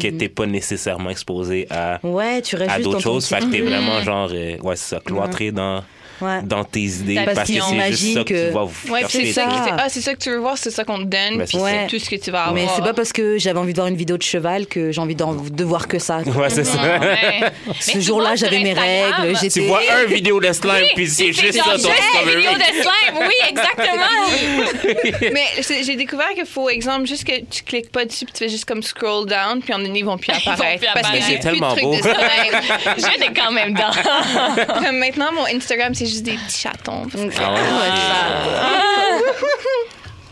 que t'es pas nécessairement exposé à, Ouais, tu restes à juste dans d'autres ton choses. petit Fait que t'es truc. vraiment genre. euh, ouais, c'est ça, cloîtré dans Ouais. Ah. dans tes idées Parce parce, que qu'ils c'est juste imaginent ça que- qui va vous Ouais, faire puis c'est péter. ça, qui ça. fait, ah, c'est ça que tu veux voir, c'est ça qu'on te donne, Ben, c'est puis ça. c'est tout ce que tu vas avoir. Ah, Mais c'est pas parce que j'avais envie de voir une vidéo de cheval que j'ai envie d'en- de voir que ça. Ouais, c'est ça. Ouais. Mais Ce tu jour-là, vois sur j'avais mes Instagram, règles, Tu j'étais vois un vidéo de slime, Ah, puis c'est juste ça ton J'ai story. vidéo de slime, oui, exactement. Mais c'est- j'ai découvert qu'il faut, exemple, juste que tu cliques pas dessus, puis tu fais juste comme scroll down, puis en donné, ils vont plus vont apparaître. plus parce que apparaître. C'est j'ai plus de tellement trucs beau. de slime. Je l'ai quand même dans. Comme euh, maintenant, mon Instagram, c'est juste des petits chatons. parce que- Ah ouais? Ah.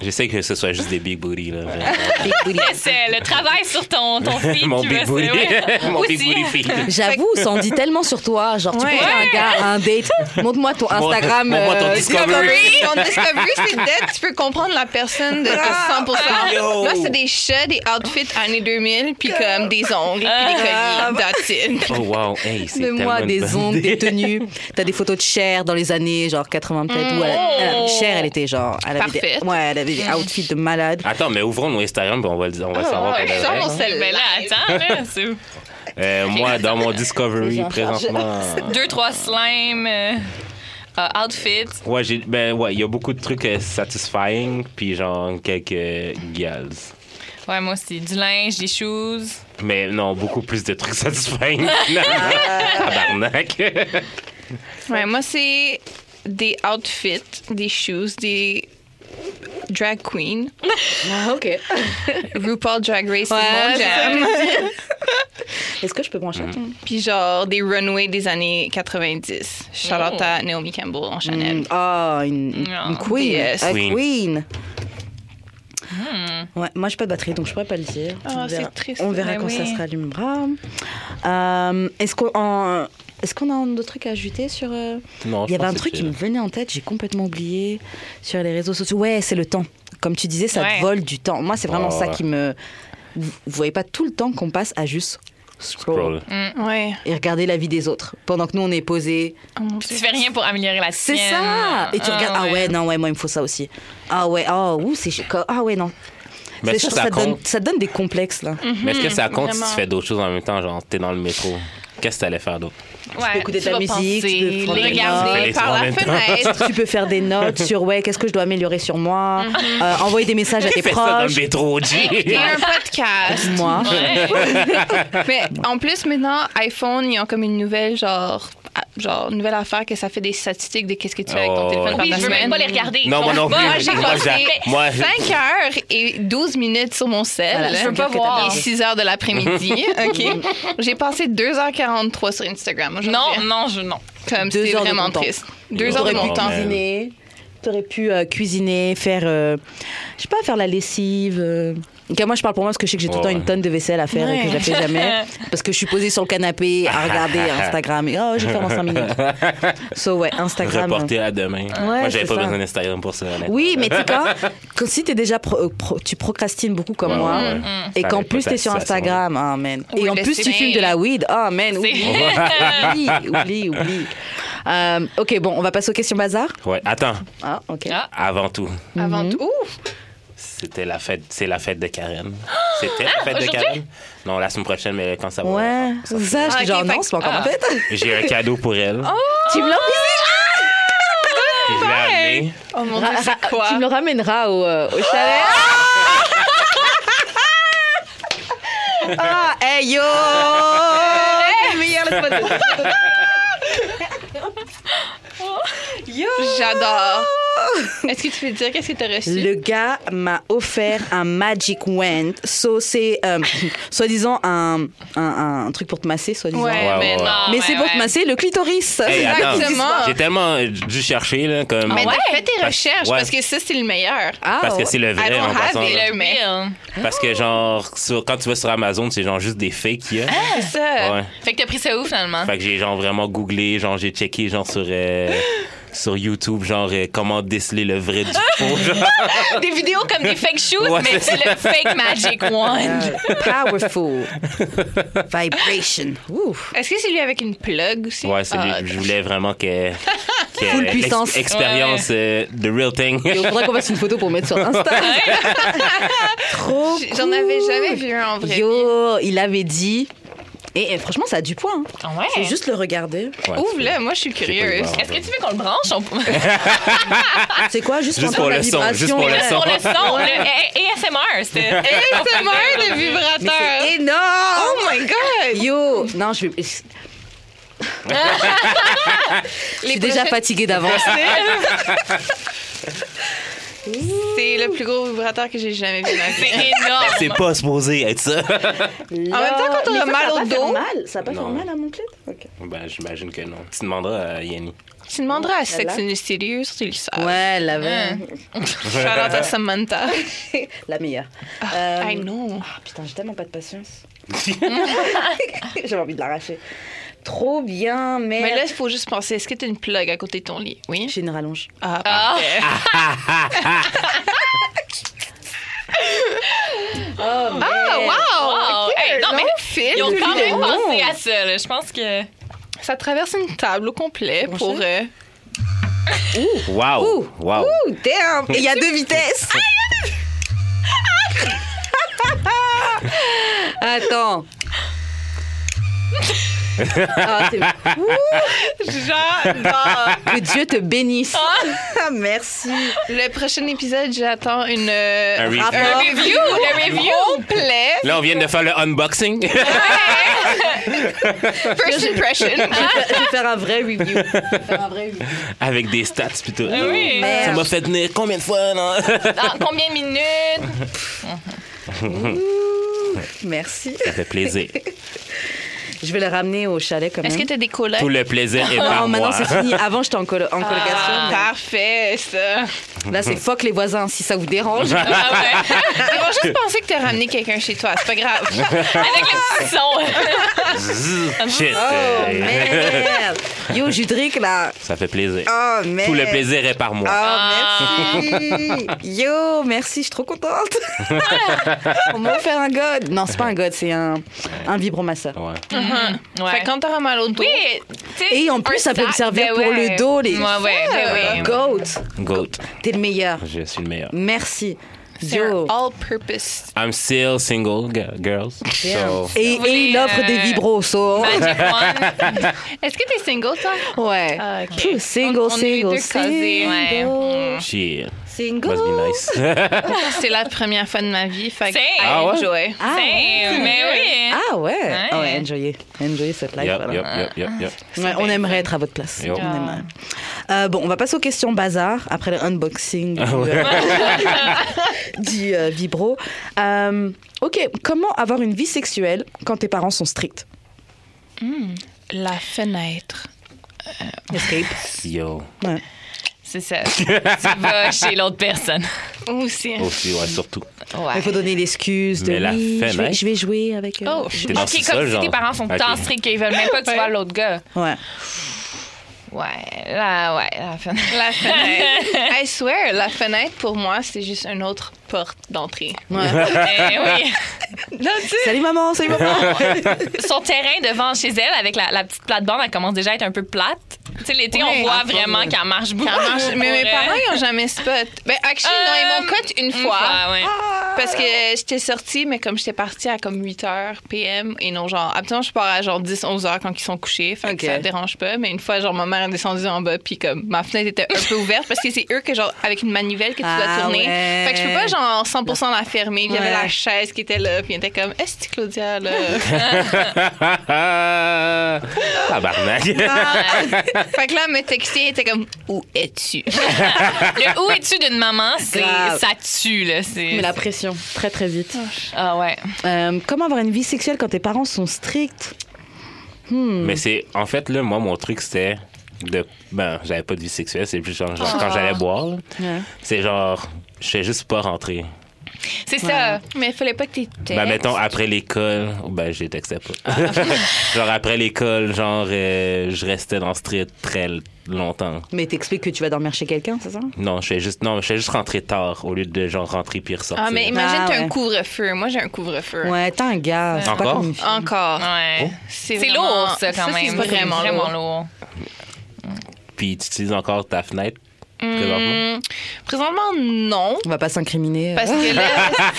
J'essaie que ce soit juste des big booty, là. vraiment. C'est le travail sur ton, ton feed. Mon tu big vois, booty. c'est- ouais. Mon big Aussi. booty feed. J'avoue, ça en dit tellement sur toi. Genre, tu Ouais. prends un gars à un date. Montre-moi ton Instagram. euh, montre-moi ton Discord. Ah, Discovery. Ton bah Discovery, c'est dead. Tu peux comprendre la personne de Ah, à 100%. Yo. Moi, c'est des chats, des outfits années 2000, puis comme des ongles, puis des Ah. colliers. That's it. Oh, wow. Hey, c'est de tellement moi une des bonne ongles, idée. des tenues. T'as des photos de Cher dans les années genre 80 peut-être. où elle, elle- Cher, elle était genre, elle avait, des, Parfaite. ouais, elle avait des outfits de malade. Attends, mais ouvrons nos Instagram, puis on va, le dire- on va Oh, le savoir. ouais, pour de ça, vrai. on sait. Mais Ben là, attends, là, c'est Euh, moi, dans mon Les Discovery, gens présentement... deux, trois slimes, euh, euh, outfits. Ouais, j'ai... Ben, ouais, il y a beaucoup de trucs euh, satisfying, puis genre quelques gals. Ouais, moi aussi. Du linge, des shoes. Mais non, beaucoup plus de trucs satisfying. Tabarnak. Ouais, moi, c'est des outfits, des shoes, des drag queen. Ah, ok. RuPaul Drag Race, Ouais, c'est mon c'est ça, jam. Est-ce que je peux Mm. brancher ton- Puis genre des runways des années 90. Shout out Oh. à Naomi Campbell en Chanel. Mm, Ah, une, Non. une queen. Yes. Hmm. A Queen. queen. Ouais, moi, j'ai pas de batterie, donc je pourrais pas le dire. Ah, On c'est verra- triste, On verra mais quand ça oui. se rallumera. Euh, Est-ce qu'on en- est-ce qu'on a d'autres trucs à ajouter sur... euh, Non, Il je y avait pense un que truc c'est qui me venait en tête, j'ai complètement oublié sur les réseaux sociaux. Ouais, c'est le temps. Comme tu disais, ça Ouais. te vole du temps. Moi, c'est vraiment Ouais, ça Oh, ouais. qui me. Vous vous voyez pas tout le temps qu'on passe à juste scroll, Scroll. Ouais. et regarder la vie des autres pendant que nous on est posé. Oh mon Puis Dieu. tu fais rien pour améliorer la C'est sienne. ça. Et tu regardes. Ah ouais, non ouais, moi il me faut ça aussi. Ah ouais, ah ouh, c'est chic. Ah ouais non. Mais C'est- je ça, trouve ça que te donne, compte. ça te donne des complexes là. Mhm, Mais est-ce que ça compte si vraiment. tu fais d'autres choses en même temps, genre t'es dans le métro? Qu'est-ce que t'allais faire d'autre? Ouais, peux écouter de la vas musique, tu peux penser, prendre des regarder. notes. Regardez par la Fais les trois en fenêtre. tu peux faire des notes sur ouais, qu'est-ce que je dois améliorer sur moi. euh, envoyer des messages à tes Fais ça dans le proches. métro, G! Et un podcast. Moi. Mais en plus, maintenant, iPhone, ils ont comme une nouvelle, genre, ah, genre, une nouvelle affaire que ça fait des statistiques de qu'est-ce que tu fais avec ton Oh, téléphone ouais. par Oui, la je veux même semaine. pas les regarder. Non, moi non plus. Moi, j'ai Moi, passé j'a- moi- 5 heures et 12 minutes sur mon sel. Voilà, Je veux pas Quelqu'un voir. Il est 6 heures de l'après-midi, OK? J'ai passé 2h43 sur Instagram aujourd'hui. Non, non, je non. Comme Deux c'est heures de vraiment ton temps. triste. Deux heures T'aurais de pu mon temps. man. cuisiner. T'aurais pu euh, cuisiner, faire, euh, je sais pas, faire la lessive. euh. En tout cas, moi, je parle pour moi parce que je sais que j'ai tout le temps Ouais. une tonne de vaisselle à faire et que je la fais jamais. Parce que je suis posée sur le canapé à regarder Instagram et oh, je vais faire en 5 minutes. So, ouais, Instagram. Reporter à demain. moi, j'avais c'est pas ça. besoin d'Instagram pour ça. honnêtement. Oui, mais tu sais quoi Quand- Si t'es déjà pro- euh, pro- tu procrastines beaucoup comme Ouais, moi, ouais, ouais. et Ça qu'en arrête plus pas t'es sur ta situation. Instagram, ah, man. Oui, et en le plus tu streaming. fumes de la weed, ah man, oublie, oublie, oublie, oublie. Euh, ok, bon, on va passer aux questions bazar. Ouais, attends, Ah, ok. Ah. avant tout, Avant tout. Ouh! c'était la fête, c'est la fête de Karen. C'était la fête de aujourd'hui? Karen? Non, la semaine prochaine, mais quand ça va. Ouais, c'est ça, Ah, j'étais ok, genre fait non, que- Ah, c'est pas encore ma ah. fête. J'ai un cadeau pour elle. Tu me l'as puis je l'ai amené. Oh mon dieu, c'est quoi? Tu me le ramèneras au, euh, au chalet. Ah, hey yo! T'es meilleur, laisse-moi te dire. J'adore. Est-ce que tu peux dire qu'est-ce que t'as reçu? Le gars m'a offert un Magic Wand. So, c'est euh, soi-disant un, un, un truc pour te masser, soi-disant. Ouais, ouais, Ah, ouais. Eh, Mais c'est pour te masser le clitoris. Hey, attends, Exactement. Ah j'ai tellement euh, dû chercher, là, comme. Mais ouais? t'as fait tes Parce- recherches Ah ouais. parce que ça, c'est le meilleur. Ah, Parce que ouais. c'est le vrai I don't en have passant. it, là. là. Mais- hein? Parce que, genre, sur- quand tu vas sur Amazon, c'est genre juste des fakes qu'il y a. C'est ça. Ouais. Fait que t'as pris ça où finalement? Fait que j'ai genre vraiment googlé, genre j'ai checké genre sur euh, sur YouTube genre euh, comment déceler le vrai du faux. genre. Des vidéos comme des fake shoes, Ouais, mais c'est c'est le fake magic wand. Powerful. Vibration. Ouh. Est-ce que c'est lui avec une plug aussi? Ah, Ouais, c'est lui, je voulais vraiment que que Full l'ex- puissance. expérience euh, the real thing. Il faudrait qu'on fasse une photo pour mettre sur Insta. Trop J'en avais cool. jamais vu un en vrai. Yo, il avait dit Et, et franchement, ça a du poids. hein. Ah ouais. Faut juste le regarder. Ouais, Ouvre tu là, moi je suis peux- tu peux le curieuse. voir. Est-ce que tu veux qu'on le branche? On... pour C'est quoi Juste, Ah. Juste entendre pour la le son, vibration. juste pour le Ouais. son. le son, le eh, ASMR, c'était. Et c'est mort le Mais vibrateur. c'est énorme Oh my god! Yo Non, je vais... Je suis déjà fatiguée d'avance. C'est le plus gros vibrateur que j'ai jamais vu. dans ma vie. C'est énorme. C'est pas supposé être ça. En même temps, quand on a mal au dos- Ça va pas Non. faire mal à mon clit ben, j'imagine que non. Tu demanderas à Yanni. Tu demanderas à Sex and the City, eux, ils le savent. Ouais, la, vraie- Shout out à Samantha. la meilleure. Euh, I know. Ah, putain, j'ai tellement pas de patience. J'avais envie de l'arracher. Trop bien, mais... Mais là, il faut juste penser, est-ce que t'as une plug à côté de ton lit? Oui. J'ai une rallonge. Ah, Ah. Oh, Ah, wow! Wow. ok, Hey, non, long mais film. Ils ont quand même Non. pensé à ça. là. Je pense que. Ça traverse une table au complet Bon pour... chef. euh, Wow! Ouh. Wow! Ouh, damn Et il y a deux vitesses Ah, Attends. Ah, c'est- J'adore! que Dieu te bénisse. Ah. Merci. le prochain épisode, j'attends une... euh, Un review. Ah, un review! Le review! complet! Là, on vient de faire le unboxing. First impression! Je vais faire- je vais faire un vrai review. Je vais faire un vrai review. Avec des stats pis tout. Ah oui. Ça m'a fait tenir combien de fois, non? Dans Ah, combien de minutes? Merci. Ça fait plaisir. Je vais le ramener au chalet quand même. Ah, Est-ce que t'as des collègues? Tout le plaisir est non, par Oh, maintenant moi. c'est fini. Avant, j'étais en, colo- en Ah, colocation. Parfait, ça. mais Là, c'est fuck les voisins si ça vous dérange. Ah ouais. Ils vont juste penser que t'as ramené quelqu'un chez toi. C'est pas grave. Avec le petit son. Shit. Oh merde. Yo, Judric là. Ça fait plaisir. Oh merde. Tout le plaisir est par moi. Oh, merci! Yo, merci, je suis trop contente! On m'a offert un god! Non, c'est pas un god, c'est un, un vibromasseur. Ouais. Ouais. Fait que quand t'auras mal au dos, Oui, tu sais, Et en plus, un ça peut me sac, servir ben pour ouais. le dos, les. Ouais, ouais, ben oui. Goat! Goat. T'es le meilleur. Je suis le meilleur. Merci. c'est un Yo. all-purpose. I'm still single, gu- girls. So, Et, et il offre euh, des vibros, so. Magic one. Est-ce que t'es single, toi? Ouais. Ah, ok. Phew, Single, On- on est single, deux single. casés, ouais. shit. Single. Must be nice. C'est la première fois de ma vie. Fait que C'est- I Ah ouais? enjoy. Ah, ouais. Same, mais oui. Ah ouais. Ouais. Ah ouais, enjoyez. Enjoyez cette life. Yup, voilà. yup, yup, yup, yup. Ouais, on aimerait être à votre place. Yo. On Ah. aimerait. Euh, bon, on va passer aux questions bazar après le unboxing du, Ah euh, du, euh, vibro. Euh, ok, comment avoir une vie sexuelle quand tes parents sont stricts La fenêtre. Escape. Yo. C'est ça. tu vas chez l'autre personne. Aussi. Aussi, Oh, ouais, surtout. Ouais. Il faut donner l'excuse de Mais la hein. oui, je, vais, fenêtre. je vais jouer avec. eux. Oh. Je- T'es dans Ok, ce comme sol, si genre. tes parents sont Ok. tant stricts qu'ils veulent même pas que tu vois l'autre gars. Ouais. Ouais, là, ouais, la fin. La fenêtre. I swear, la fenêtre, pour moi, c'est juste une autre porte d'entrée. Ouais. Eh oui. salut maman, salut maman. Son terrain devant chez elle, avec la, la petite plate-bande, elle commence déjà à être un peu plate. Tu sais, l'été, Ouais. on voit Ah, vraiment ouais. qu'elle marche beaucoup. Ça marche. Mais mes Pour, euh, parents, ils ont jamais spot. Ben, actually, non, ils m'ont cut une fois. ouais. Ah, Parce que j'étais sortie, mais comme j'étais partie à comme 8 h PM, et non, genre, habituellement, je pars à genre 10, 11 h quand ils sont couchés, fait Ok. que ça dérange pas. Mais une fois, genre, ma mère est descendue en bas, puis comme ma fenêtre était un peu ouverte, parce que c'est eux que, genre, avec une manivelle que tu Ah dois tourner. ouais. Fait que je peux pas, genre, 100 la fermer. Puis il y avait Ouais. la chaise qui était là, puis elle était comme, est-ce que Claudia, là? Tabarnak. fait que là, elle me textait, elle était comme, où es-tu? Le où es-tu d'une maman, c'est Grave. ça tue là, c'est Mais la pression, très très vite. Ah ouais. Euh, comment avoir une vie sexuelle quand tes parents sont stricts Mm. Mais c'est. En fait, là, moi, mon truc, c'était. De, ben, j'avais pas de vie sexuelle, c'est plus genre, genre quand j'allais boire. là, Ah. Ouais. C'est genre, je sais juste pas rentrer. C'est ça. mais il fallait pas que tu Ben, mettons, après l'école, ben, je les textais pas. genre, après l'école, genre, euh, je restais dans le street très l- longtemps. Mais t'expliques que tu vas dormir chez quelqu'un, c'est ça Non, je fais juste, non, je fais juste rentrer tard au lieu de, genre, rentrer puis ressortir. Ah, mais imagine, t'as ouais. un couvre-feu. Moi, j'ai un couvre-feu. Ouais, t'as un gars. c'est Pas Encore comme une fille. Encore. Ouais. Oh. C'est Ah, vraiment- lourd ça quand même. C'est vraiment, vraiment lourd. lourd. Puis tu utilises encore ta fenêtre Présentement? Hum, présentement, non. On va pas s'incriminer. euh. Parce que là, Ah,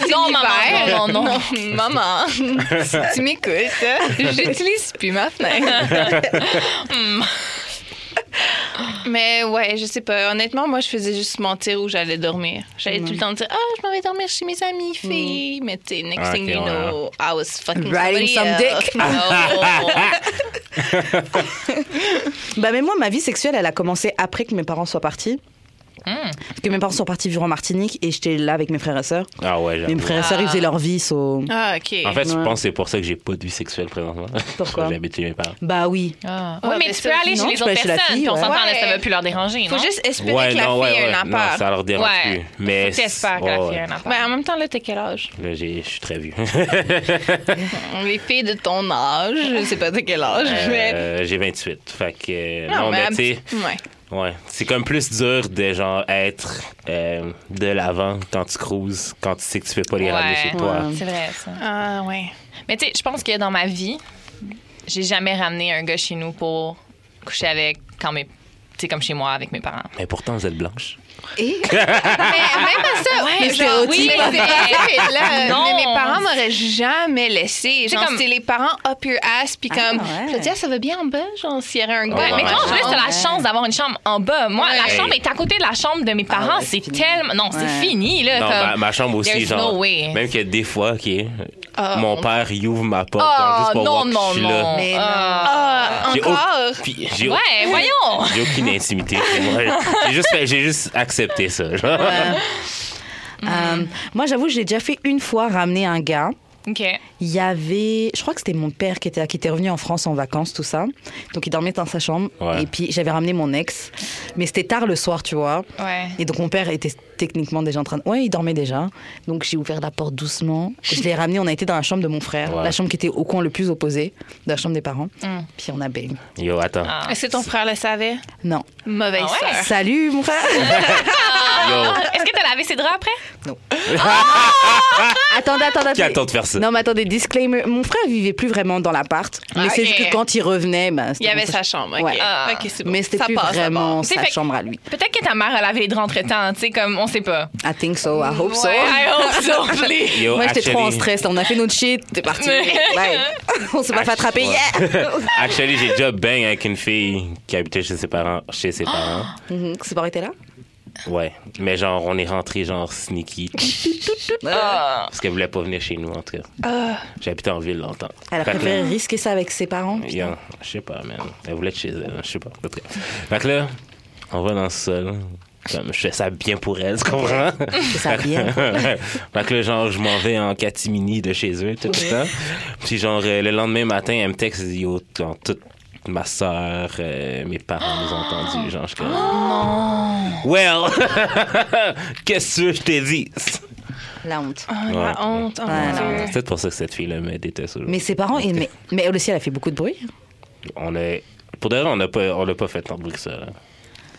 c'est Non, maman, l'hiver. non, non, non. maman, si tu m'écoutes, hein? j'utilise plus ma fenêtre. Hum. Hmm. Mais ouais, je sais pas. Honnêtement, moi, je faisais juste mentir où j'allais dormir. J'allais Mm. tout le temps dire, ah, je m'en vais dormir chez mes amis, filles. Mais tu sais, next Ah, thing ok, you ouais. know, I was fucking Riding somebody some else. dick. No. Bah, mais moi, ma vie sexuelle, elle a commencé après que mes parents soient partis. Hmm. Parce que mes parents sont partis vivre en Martinique et j'étais là avec mes frères et sœurs. Ah ouais, j'avoue. Mes frères et sœurs, ils faisaient leur vie, so- ah, OK. En fait, je Ouais. pense que c'est pour ça que j'ai pas de vie sexuelle présentement. Pourquoi J'habite chez mes parents. Bah oui. Ah. Ouais, Ouais, mais mais tu ça, peux aller non, tu chez les peux autres aller chez la personnes, fille, puis on ouais. s'entend, là, Ouais. ça va plus leur déranger, Faut non? juste espérer Ouais, que la non, fille ouais, ait ouais. un Non, appart. ça leur dérange Ouais. plus. Mais T'espères que la ouais, fille a un Mais appart. Ben, en même temps, là, t'as quel âge? ouais. Là, j'ai- je suis très vieux. Les filles de ton âge, je sais pas de quel âge, mais... Euh, j'ai 28. Fait que. euh, Non, mais, un tu petit- sais. Ouais. Ouais. C'est comme plus dur de genre être euh, de l'avant quand tu cruises, quand tu sais que tu fais pas les Ouais. ramener chez toi. Ouais. C'est vrai, ça. Ah, ouais. Mais tu sais, je pense que dans ma vie, j'ai jamais ramené un gars chez nous pour coucher avec quand mes. Tu sais, comme chez moi, avec mes parents. Mais pourtant, vous êtes blanche. Mais même à ça, Les genre, stéréotypes. oui, mais c'est- c'est là, Non. mais mes parents m'auraient jamais laissé. Genre, comme- c'était les parents up your ass, puis Ah, comme, ouais. je te dis, ah, ça va bien en bas, genre, s'il y avait un gars. Oh, Ouais, ouais, mais quand je ouais. laisse genre, la chance d'avoir une chambre en bas, moi, la Ouais. chambre est à côté de la chambre de mes parents, Ah ouais, c'est c'est fini. tellement. Non, Ouais. c'est fini, là. Non, comme- ma, ma chambre aussi, There's genre. no way. Même que des fois, OK, Ah, mon mon- père, il ouvre ma porte genre, Oh, juste pour non, voir que non, je suis non. là. Mais Ah. Ah, J'ai encore? au- Puis j'ai au- Ouais, voyons! j'ai aucune intimité. chez moi. J'ai juste, fait- j'ai juste accepté ça. genre. Euh, moi, j'avoue, j'ai déjà fait une fois ramener un gars. OK. Il y avait, je crois que c'était mon père qui était, qui était revenu en France en vacances, tout ça. Donc il dormait dans sa chambre. Ouais. Et puis j'avais ramené mon ex. Mais c'était tard le soir, tu vois. Ouais. Et donc mon père était techniquement déjà en train de... Ouais, il dormait déjà. Donc j'ai ouvert la porte doucement. Je l'ai ramené, on a été dans la chambre de mon frère. Ouais. La chambre qui était au coin le plus opposé de la chambre des parents. Mm. Puis on a baigné. Yo, attends. Ah. Est-ce que ton frère le savait? Non. Mauvaise Ah ouais? Ah. sœur. Salut mon frère Yo. Est-ce que t'as lavé ses draps après? Attendez, attendez, Ah, attendez. Qui attend de faire ça? Non mais attendez, disclaimer, mon frère vivait plus vraiment dans l'appart. Mais Ah, c'est ok. juste que quand il revenait, bah, Il y avait sa chambre, ok. Ouais. Ah. Ok, c'est bon. Mais c'était Ça plus passe, ça vraiment passe. C'est sa fait- chambre à lui. Peut-être que ta mère a lavé les draps entre temps, tu sais, comme on sait pas. I think so, I hope so. Ouais, I hope so, please. Yo, Moi, j'étais trop en actually- stress. là. On a fait notre shit, t'es parti. Bye. On s'est pas fait attraper. Ouais. Yeah. Actually, j'ai déjà bang avec une fille qui habitait chez ses parents. Chez ses parents. Mhm. C'est pas arrêté là Ouais. Mais genre, on est rentré genre sneaky. Parce qu'elle voulait pas venir chez nous, en tout cas. J'habitais en ville longtemps. Elle a Fait que là, préféré risquer ça avec ses parents. yo, je sais pas, man. Elle voulait être chez elle, je sais pas. En tout cas. Fait que là, on va dans le sol. Comme je fais ça bien pour elle, tu comprends? C'est ça bien. fait que là, genre, je m'en vais en catimini de chez eux tout le temps. Puis genre, euh, le lendemain matin, elle me texte, elle dit, yo, genre, toute ma soeur, euh, mes parents nous ont entendus. Genre, je suis comme... Non! Well! Qu'est-ce que tu veux que je t'ai dit? La honte. Ah, Ouais. la honte. oh Ouais, mon non. Dieu. C'est peut-être pour ça que cette fille-là me déteste aujourd'hui. Mais ses parents, et- mais, mais elle aussi, elle a fait beaucoup de bruit. On a... Pour de vrai, on n'a pas, on l'a pas fait tant de bruit que ça. là.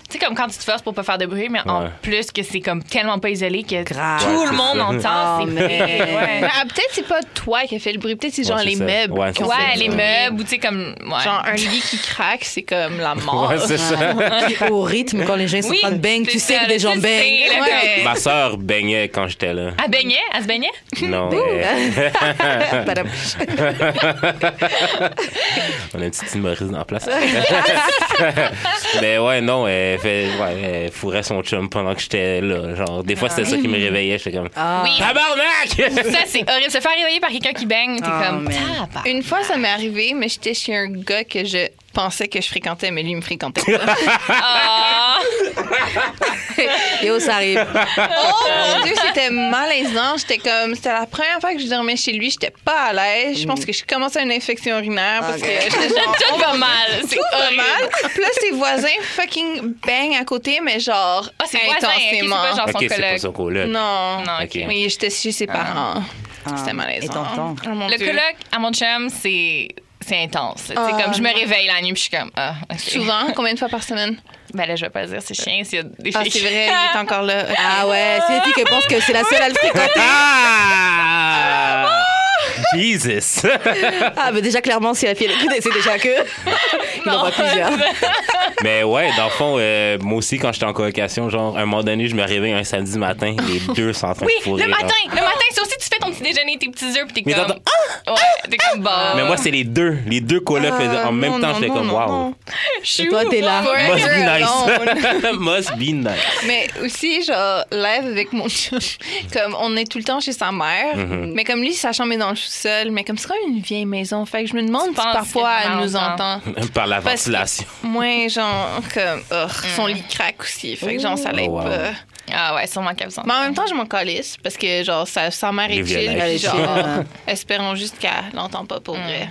Tu sais, comme quand tu te forces pour pas faire de bruit, mais Ouais. en plus que c'est comme tellement pas isolé que Grave. tout Ouais, le c'est monde ça. entend. Oh, c'est mais- ouais. Mais, ah, peut-être c'est pas toi qui as fait le bruit, peut-être c'est genre Ouais, c'est les ça. meubles. Ouais, qui c'est ont Ouais, fait ça. le les bruit. meubles ou tu sais, comme. Ouais. Genre un lit qui craque, c'est comme la mort. Oh, Ouais, c'est ça. Puis Au rythme, quand les gens sont en Oui, train de bang, c'est tu sais ça, que des tu gens sais, bang. là, Ouais. comme- Ma soeur baignait quand j'étais là. Elle baignait? Elle se baignait? Non, euh, Madame. on a une petite humoriste en place. Mais ouais, non, elle, fait, ouais, elle fourrait son chum pendant que j'étais là. Genre, des fois, c'était ça qui me réveillait. J'étais comme, Ah. Oui. tabarnak! Ça, c'est horrible. Se faire réveiller par quelqu'un qui baigne, t'es Oh, comme. man. tabarnak. Une fois, ça m'est arrivé, mais j'étais chez un gars que je pensais que je fréquentais, mais lui, il me fréquentait pas. Ah! Yo, ça arrive. oh mon Dieu, c'était malaisant. J'étais comme, c'était la première fois que je dormais chez lui, j'étais pas à l'aise. Je Mm. pense que je commençais une infection urinaire parce que j'étais genre, Tout va mal. C'est tout va horrible. mal. Puis là, ses voisins fucking bang à côté, mais genre, Ah, c'est voisin, ok, c'est intensément. pas genre son ok, c'est pas coloc. son coloc. Non. Non, Ok. ok. Mais j'étais chez Ah. ses parents. C'était Ah, malaisant. Et t'entends. Oh, mon Le Dieu. coloc à mon chum, c'est. C'est intense. là. Ah. C'est comme je me réveille la nuit puis je suis comme ah ok. Souvent, combien de fois par semaine? Ben là je vais pas dire c'est chien s'il y a des Ah, c'est filles- vrai, il est encore là. Ok. Ah ouais, c'est les filles qui pensent que c'est la seule à le fréquenter. Ah! Jesus! Ah, mais déjà, clairement, si la fille elle écoute, elle sait déjà que. Il en voit plusieurs. Mais ouais, dans le fond, euh, moi aussi, quand j'étais en colocation, genre, un moment donné, je me réveille un samedi matin, les deux sont en train Oui, de fourrer. le genre. matin, le matin, c'est aussi tu fais ton petit déjeuner, tes petits œufs, puis t'es Mais comme. ah! t'entends, ah! Ouais, t'es comme bah. Mais moi, c'est les deux. Les deux colocs Ah, faisaient en même non, temps, non, j'étais non, comme, non, wow. non. c'est toi, t'es là. Forever Must be alone. nice. Must be nice. Mais aussi, genre, live avec mon chum. Comme, on est tout le temps chez sa mère. Mhm. Mais comme lui, sa chambre est dans le sous-sol. Mais comme c'est quand même une vieille maison. Fait que je me demande si penses parfois qu'il y a elle nous longtemps. entend. Par la Parce que- ventilation. Moins, genre, comme, oh, son lit craque aussi. Fait que, genre, ça l'aide Oh, wow. pas. Ah ouais, sûrement qu'elle s'en. Mais en même temps, je m'en calisse. Parce que, genre, sa, sa mère est Live your chill. life. puis Elle est genre, chill. espérons juste qu'elle l'entend pas pour vrai.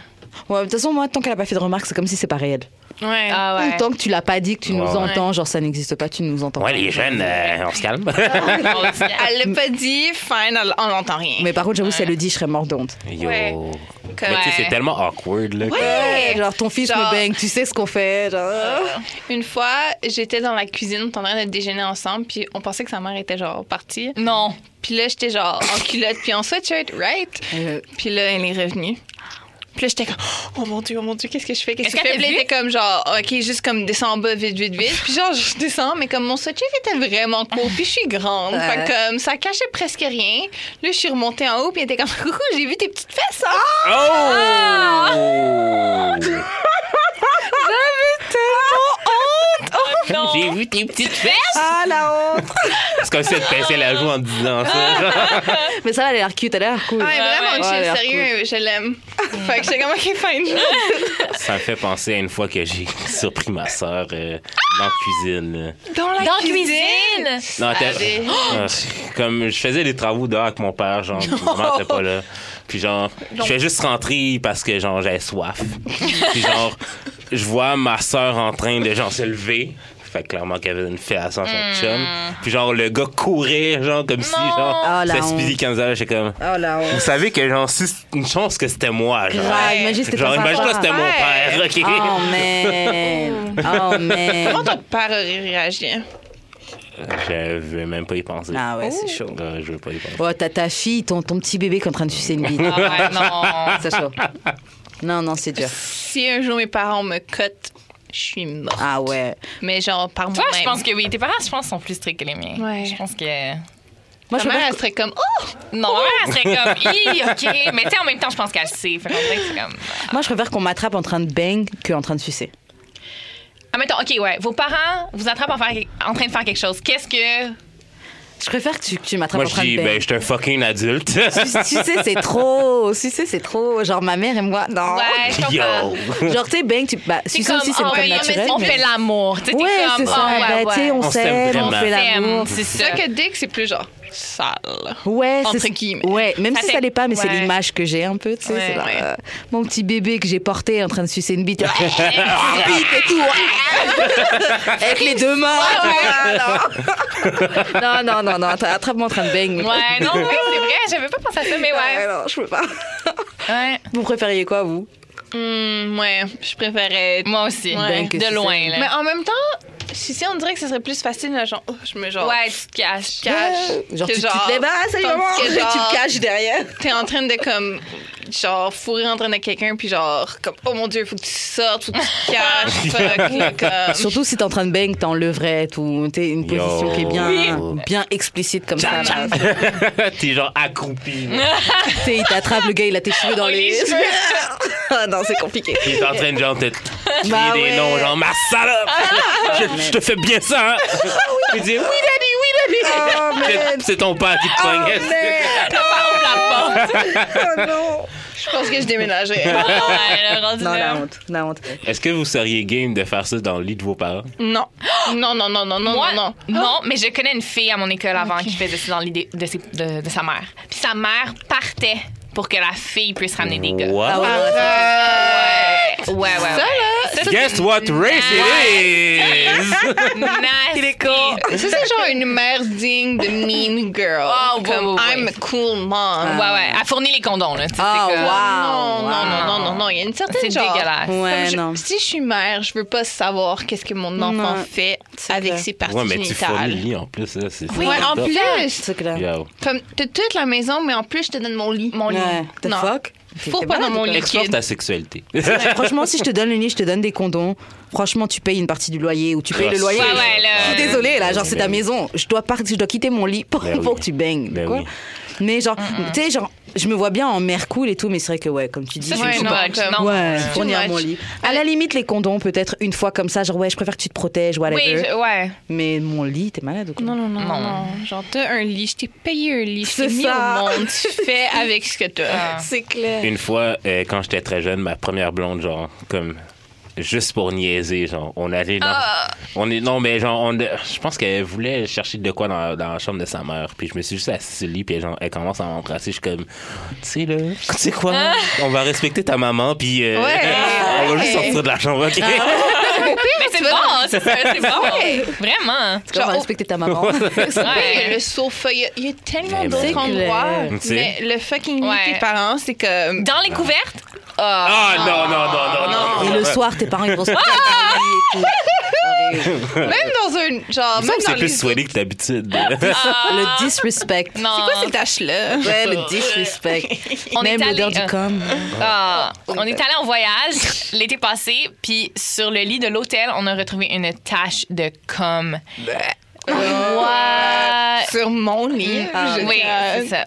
Ouais, de toute façon, moi, tant qu'elle a pas fait de remarques, c'est comme si c'est pas réel. Ouais. Ah ouais. Tant que tu l'as pas dit, que tu nous Ouais, ouais. entends, genre ça n'existe pas, tu nous entends. Ouais, pas. les jeunes, euh, on se calme. On dit, ah, Elle l'a pas dit, fine, elle- on n'entend rien. Mais par contre, j'avoue, si elle le dit, je serais mort de honte. Yo. Ouais. Mais tu sais, c'est Ouais. tellement awkward, là. Ouais. Eh, Genre, ton fils me Genre- euh, bang, tu sais ce qu'on fait. Genre... Une fois, j'étais dans la cuisine, on était en train de déjeuner ensemble, puis on pensait que sa mère était genre partie. Non. Puis là, j'étais genre en culotte, puis en sweatshirt, right? Euh, Puis là, elle est revenue. Puis là, j'étais comme, oh mon dieu, oh mon dieu, qu'est-ce que je fais? Qu'est-ce Est-ce que je fais? qu'elle t'a Puis là, vu? elle était comme genre, ok, juste comme descends en bas, vite, vite, vite. Puis genre, je descends, mais comme mon sweatshirt était vraiment court, puis je suis grande. Ouais. Fait que, comme ça cachait presque rien. Là, je suis remontée en haut, puis elle était comme, coucou, j'ai vu tes petites fesses. Ah! Oh! Oh, Non. J'ai vu tes petites fesses! Ah la honte C'est comme si elle te pinçait la joue en disant Ah! ça. Mais ça, elle a l'air cute, elle a l'air cool. Ouais, Ah, vraiment, Ah, ouais. je suis Ouais, elle a l'air sérieux, je l'aime. Mm. Fait que j'étais comme, ok, fine. Ça me fait penser à une fois que j'ai surpris ma soeur dans la cuisine. là. Dans la Dans la cuisine. Non, t'as- Allez. Ah, comme je faisais des travaux dehors avec mon père, genre, puis maman était pas là. Puis genre, je fais juste rentrer parce que genre j'avais soif. puis genre, je vois ma soeur en train de genre se lever. Fait que clairement qu'elle avait une fête à son chum. Puis genre le gars courait genre comme si genre Ah, la c'était honte. Speedy Gonzales, j'étais comme Oh la honte. vous savez que genre si c'est une chance que c'était moi genre. Grave, imagine c'était Genre ton imagine que papa. c'était mon père, OK. Oh man. Oh Comment man. ton père aurait réagi? Je veux même pas y penser. Ah ouais, c'est chaud. Ouais, je veux pas y penser. Oh, t'as ta fille, ton, ton petit bébé qui est en train de sucer une bite. Ah ouais, non. C'est chaud. Non, non, c'est dur. Si un jour mes parents me cotent, je suis morte. Ah ouais. Mais genre, par Toi, moi-même. je pense que oui. Tes parents, je pense, sont plus stricts que les miens. Ouais. Je pense que. Moi, Ta je me mère, mets elle serait comme, oh! Non, elle serait comme, Hi, OK. Mais tu sais, en même temps, je pense qu'elle sait. Fait qu'on dirait que c'est comme. Moi, je préfère qu'on m'attrape en train de bang qu'en train de sucer. Ah, mettons, OK, ouais. Vos parents vous attrapent en, faire- en train de faire quelque chose. Qu'est-ce que. Je préfère que tu, que tu m'attrapes Moi en je train de dis bang. ben je suis un fucking adulte. Su- Sucer, c'est trop. Sucer, c'est trop. Genre, ma mère et moi, non. Ouais, je comprends. Yo. Genre, tu sais, bang, tu. Bah, C'est sucer comme, aussi, c'est ah une ouais, femme mais naturelle. on mais- fait l'amour. Tu sais, t'es Ouais, c'est comme, ça. ah, Bah, ouais, tu sais, ouais. on On s'aime s'aime, on vraiment. fait T'aimes, l'amour. c'est C'est ça. ça que Dick, c'est plus genre, sale. Ouais, Entre c'est- guillemets. Ouais, même Ça si fait- ça l'est pas, mais c'est ouais. l'image que j'ai un peu, tu sais. Ouais, c'est genre, ouais. euh, mon petit bébé que j'ai porté en train de sucer une bite. Bite et tout. Avec les deux mains. non. non, non, non, non, t'as- attrape-moi en train de bang. Ouais, non, oui, c'est vrai. J'avais pas pensé à ça, mais ouais. Ouais, non, je peux pas. Ouais. Vous préfériez quoi, vous Hum, ouais, je préférais. Moi aussi. Ouais. Ben que De si loin, c'est- là. Mais en même temps, si, si on dirait que ce serait plus facile, là, genre, oh, je me genre. Ouais, tu te caches. Cache. Euh, Genre, que tu, tu te lèves, ah, salut tandis maman, que tu genre, me caches derrière. T'es en train de comme, genre, fourrer en train de quelqu'un, puis genre, comme, oh mon dieu, faut que tu sortes, faut que tu te caches, fuck, là, comme. Surtout si t'es en train de bang, t'es en levrette ou t'es une Yo. position qui est bien, Oui. bien explicite comme ça. là. T'es genre accroupi. là. Tu sais, il t'attrape, le gars, il a tes cheveux dans Oh, les. les cheveux. ah non, c'est compliqué. Puis il est en train de genre te crier Bah des ouais. Ah, noms, genre ma salope! je, je te fais bien ça! hein. Il dit oui, daddy, oui, daddy! Oh, C'est- C'est ton père qui te poignait. Oh Je pense que je déménagerais. Ouais, le rendu Non, là. la honte, la honte. Est-ce que vous seriez game de faire ça dans le lit de vos parents? Non. Non, non, non, non, non, Moi, non, Oh. non. non, mais je connais une fille à mon école avant qui faisait ça dans l'idée de, ses- de- de sa mère. Puis sa mère partait pour que la fille puisse ramener des gars. What? Ah ouais, Euh, Ouais, ouais, ouais. Ça, là, ça, Guess what race it is? Nasty. Ça, c'est genre une mère digne de Mean Girl. Ah, ouais, Comme, ouais, ouais. I'm a cool mom. Ouais, ouais. Elle fournit les condoms, là. tu sais, Ah, c'est comme- Non, wow. non, wow. non, non, non, non. Il y a une certaine C'est genre- dégueulasse. Comme Ouais, je- non. si je suis mère, je veux pas savoir qu'est-ce que mon enfant Non, fait c'est avec clair. ses parties Ouais, mais tu génitales. fournis en plus. là, c'est Oui, en Yo. plus, C'est clair. Yo. comme t'as toute la maison, mais en plus, je te donne mon lit. Mon lit. Ouais. The Non. fuck? Faut T'es pas dans malade, mon toi. lit. Explore kid. ta sexualité. Ouais, Franchement, si je te donne le lit, je te donne des condoms. Franchement, tu payes une partie du loyer ou tu payes le loyer. Ouais, ouais, Je là. suis désolée, là, genre, c'est ta Ben oui. maison. Je dois partir, je dois quitter mon lit pour, Ben oui. pour que tu baignes. Ben quoi. oui. Mais genre, tu sais, genre, je me vois bien en mer cool et tout, mais c'est vrai que, ouais, comme tu dis, Ça, je c'est Ouais, suis too non, much. comme- Non. Ouais, Too fournir much. mon lit. À la limite, les condoms, peut-être une fois comme ça, genre, ouais, je préfère que tu te protèges, whatever. Oui, je- ouais. Mais mon lit, t'es malade ou quoi? Non, non, non, Non. non, non. Genre, t'as un lit, je t'ai payé un lit, je C'est t'ai mis au ça. monde, tu fais avec ce que t'as. Ah. C'est clair. Une fois, euh, quand j'étais très jeune, ma première blonde, genre, comme, juste pour niaiser, genre, on allait dans. Ah. On est, non, mais genre, on, je pense qu'elle voulait chercher de quoi dans, dans la chambre de sa mère. Puis je me suis juste assis sur le lit, puis genre, elle commence à m'embrasser. Je suis comme, tu sais, là, tu sais quoi, on va respecter ta maman, puis euh, Ah. Ouais. Ah. on va juste Ouais. sortir de la chambre, ok? Mais c'est bon, c'est c'est bon. Vraiment. Genre, Genre, respecter ta maman. Ouais, Ouais. le sofa, il y a- il y, a tellement Mais d'autres oui. endroits. Tu sais. Mais le fucking lit Ouais. tes parents, c'est comme. Dans les couvertes? Ah. Ah, non, non, non, non, non. et le soir, tes parents, ils vont se prendre dans le lit et tout. Horrible. Même dans un. Genre, Il me semble que même dans c'est plus les. Ah. C'est sweaty que d'habitude. Le disrespect. Ah. Non. quoi ces taches-là? Ouais, le disrespect. On Même est allé- l'odeur du euh, com. Ah, Oh, on est allé en voyage l'été passé, puis sur le lit de l'hôtel, on a retrouvé une tache de com. Ben. What? Sur mon lit. Ah. je Mm-hmm. Oui, dirais. c'est ça.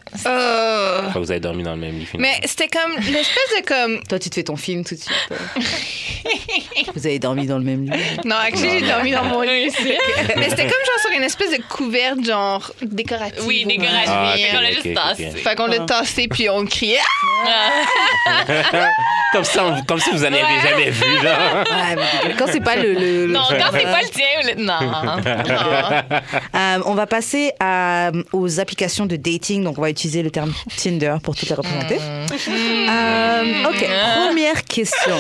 Oh. Vous avez dormi dans le même lit, finalement. Mais c'était comme l'espèce de comme. Toi, tu te fais ton film tout de suite. Vous avez dormi dans le même lit. Non, actually, j'ai dormi dans mon lit ici. Mais c'était comme genre sur une espèce de couverte, genre décorative. Oui, ou- dégueulasse. Ah, ok, on l'a ok, juste ok. tassé. Fait qu'on l'a tassé puis on criait. Comme, si on- comme si vous n'en avez jamais vu, là. Ouais, mais dégueulasse. quand c'est pas le. le- le- Non, quand c'est pas le tien, le- non. Euh, on va passer à, aux applications de dating. Donc, on va utiliser le terme Tinder pour toutes les représenter. Euh, ok, première question.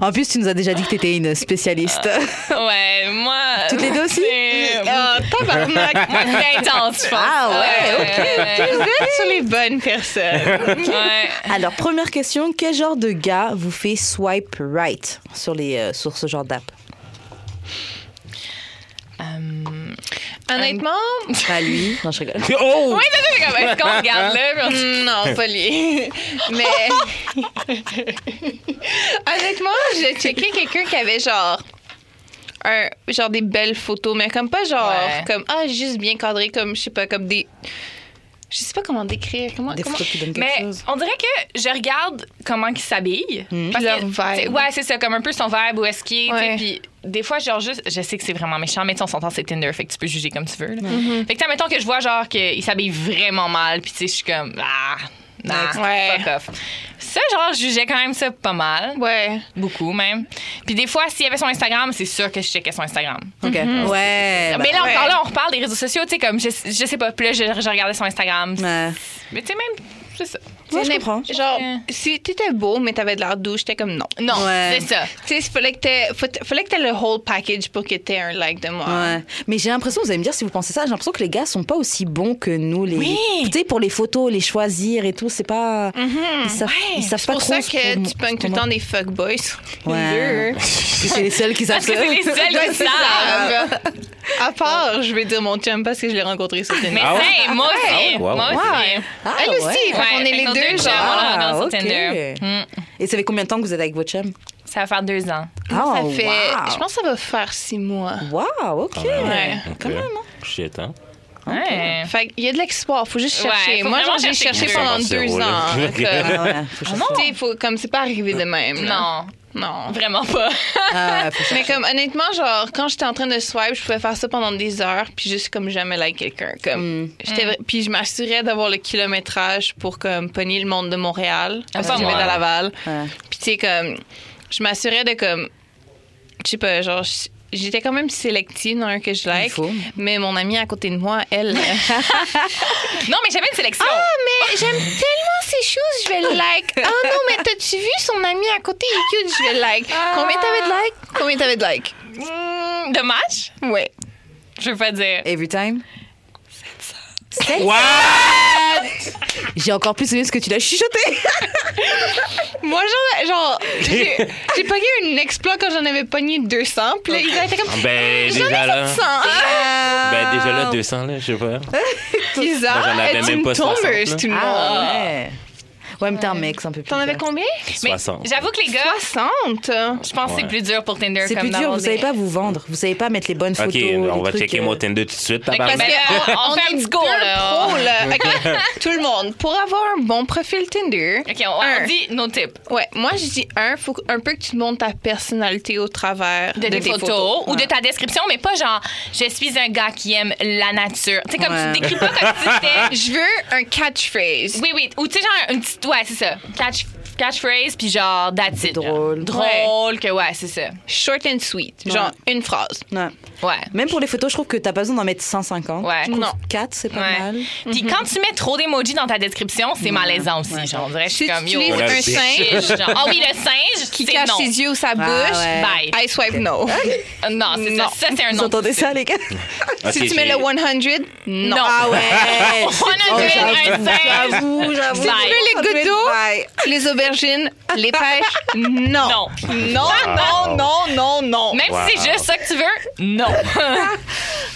En plus, tu nous as déjà dit que tu étais une spécialiste. Ouais, moi. Toutes les deux aussi? c'est- Ah, tabarnak! Moi, c'est intense, je pense. Ah ouais, ouais, Vous êtes sur les bonnes personnes. ok. Ouais. Alors, première question. Quel genre de gars vous fait swipe right sur, les, euh, sur ce genre d'app Hum, Honnêtement, Pas lui. Non, je rigole. Oh! ça fait comme, Est-ce qu'on regarde là? Ah. puis on se dit, Mm, non, pas lui. Mais. Honnêtement, j'ai checké quelqu'un qui avait genre. Un, genre des belles photos, mais comme pas genre. Ouais. Comme, ah, juste bien cadré, comme, je sais pas, comme des. Je sais pas comment décrire. Comment. Des comment... photos qui donnent quelque Mais chose. on dirait que je regarde comment il s'habille. Parce Hmm. Leur que, vibe. t'sais, Ouais, c'est ça, comme un peu son vibe, où est-ce qu'il est. t'sais, Ouais. Puis des fois, genre, juste, je sais que c'est vraiment méchant, mais t'sais, on s'entend, c'est Tinder, fait que tu peux juger comme tu veux. là. Fait que, t'sais, mettons que je vois, genre, qu'il s'habille vraiment mal, puis tu sais, je suis comme, ah, nah, Ouais. fuck off. Ça, genre, je jugeais quand même ça pas mal, Ouais. beaucoup même. Puis des fois, s'il y avait son Instagram, c'est sûr que je checkais son Instagram. Ok. Ouais. bah, mais là, ouais. encore là, on reparle des réseaux sociaux, tu sais, comme, je, je sais pas, plus, je, je regardais son Instagram. ouais. Mais tu sais, même, c'est ça. Ouais, je T'sais, comprends. Genre, Ouais. si t'étais beau, mais t'avais de l'air doux, j'étais comme non. Non, Ouais. c'est ça. Tu sais, fallait que t'aies faut- fallait que t'aies le whole package pour que t'aies un like de moi. Ouais. Mais j'ai l'impression, vous allez me dire si vous pensez ça, j'ai l'impression que les gars sont pas aussi bons que nous. Les... Oui. Tu sais, pour les photos, les choisir et tout, c'est pas. Ils savent, ils savent Mhm. C'est pas pour trop. ça se que promo- tu pognes tout le comment- temps des fuckboys. sur hein. Ouais. Tinder. C'est les seuls qui savent Parce que c'est les ça. seuls qui Ouais, Ben, c'est savent. ça. À part, je vais dire mon chum parce que je l'ai rencontré sur Tinder. Mais Ah ouais? hey, moi aussi. ouais? Moi aussi. Ouais. Ah, Elle aussi, ouais. fait qu'on Ouais, est fait les qu'on est deux, deux genre. chums. on l'a Ah, dans ok. Tinder. Hmm. Et ça fait combien de temps que vous êtes avec votre chum Ça va faire deux ans. Ah, Ça Oh, fait, wow. je pense que ça va faire six mois. Wow, ok. Ouais. Ok. Quand même, hein. Shit, hein? Ouais. Fait qu'il y a de l'espoir, faut juste Ouais, chercher. faut Moi, vraiment genre, j'ai chercher cherché que pendant deux. deux ans. Ça va, Comme, c'est Ah ouais, faut chercher. tu sais, faut- comme c'est pas arrivé de même. là. Non, Non. vraiment pas. Ah ouais, faut chercher. Mais comme honnêtement, genre quand j'étais en train de swipe, je pouvais faire ça pendant des heures, puis juste comme jamais like quelqu'un. Comme j'étais vra- puis je m'assurais d'avoir le kilométrage pour comme pogner le monde de Montréal parce pas que j'avais moi. à Laval. Ouais. Puis tu sais comme je m'assurais de comme je sais pas genre j- j'étais quand même sélective dans un que je like. faut. Mais mon amie à côté de moi, elle Non, mais j'avais une sélection. mais j'aime tellement ces choses, je vais le like. Ah non, mais t'as-tu As-tu vu son ami à côté? Il est cute. Je vais like. Ah. Combien t'avais de like? Combien t'avais de like? Hmm, de match? Ouais. Je veux pas dire. Every time. Wow! J'ai encore plus aimé ce que tu l'as chuchoté. Moi, genre, genre j'ai j'ai pogné un exploit quand j'en avais pogné 200. Puis là, il était comme. Ben, J'en ai déjà là. 700. Ben, déjà là, 200, là, je sais pas. Bizarre. Moi, j'en avais Eh, tu même me pas 60, tombes, là. tout le monde. Ah ouais. Ouais, mais t'es un mec, c'est un peu plus. T'en avais dur. combien? Mais 60. j'avoue que les gars, 60. je pense que Ouais. c'est plus dur pour Tinder. C'est comme plus dur, d'avoir vous savez des- pas vous vendre, vous savez pas mettre les bonnes Ok, photos. les on va trucs, checker euh, mon Tinder tout de suite. Parce tabarnak. Mais que on- on fait un est petit go, deux là. pros, là. Fait que tout le monde, pour avoir un bon profil Tinder, Ok, on, on un. dit nos tips. Ouais, moi je dis un, faut un peu que tu montes ta personnalité au travers De, tes photos, ou de ta description, mais pas genre je suis un gars qui aime la nature. Tu sais, comme Ouais. tu décris pas comme si c'était Je veux un catchphrase. Oui, oui. Ou tu sais, genre, une petite. Ouais, c'est ça. Catch, catchphrase, puis genre, that's it. là. Drôle. Drôle, que ouais, c'est ça. Short and sweet, Ouais. genre une phrase. ouais. Ouais. Même pour les photos, je trouve que t'as pas besoin d'en mettre 150. Ouais. Je trouve Non. Mhm. 4, c'est pas Ouais. mal. Puis quand tu mets trop d'emojis dans ta description, c'est malaisant aussi. Ouais. Genre, on dirait, que je Si suis tu comme yo. utilises Voilà, un bitch. singe Genre, Ah oui, le singe, qui c'est cache non. Ah, ses yeux ou sa bouche, ouais. Bye. I swipe no. Euh, Non, c'est ça. Non. Ça, c'est un Vous nom. entendez ça, les gars Ok, si tu mets j'ai- le 100, non. Non. Ah ouais On a Oh, fait un singe. J'avoue, j'avoue. Bye. Tu veux les gouttes d'eau, les aubergines, les pêches, non. Non. Non, Ah. non, non, non, non. Même Wow. si c'est juste ça que tu veux, non.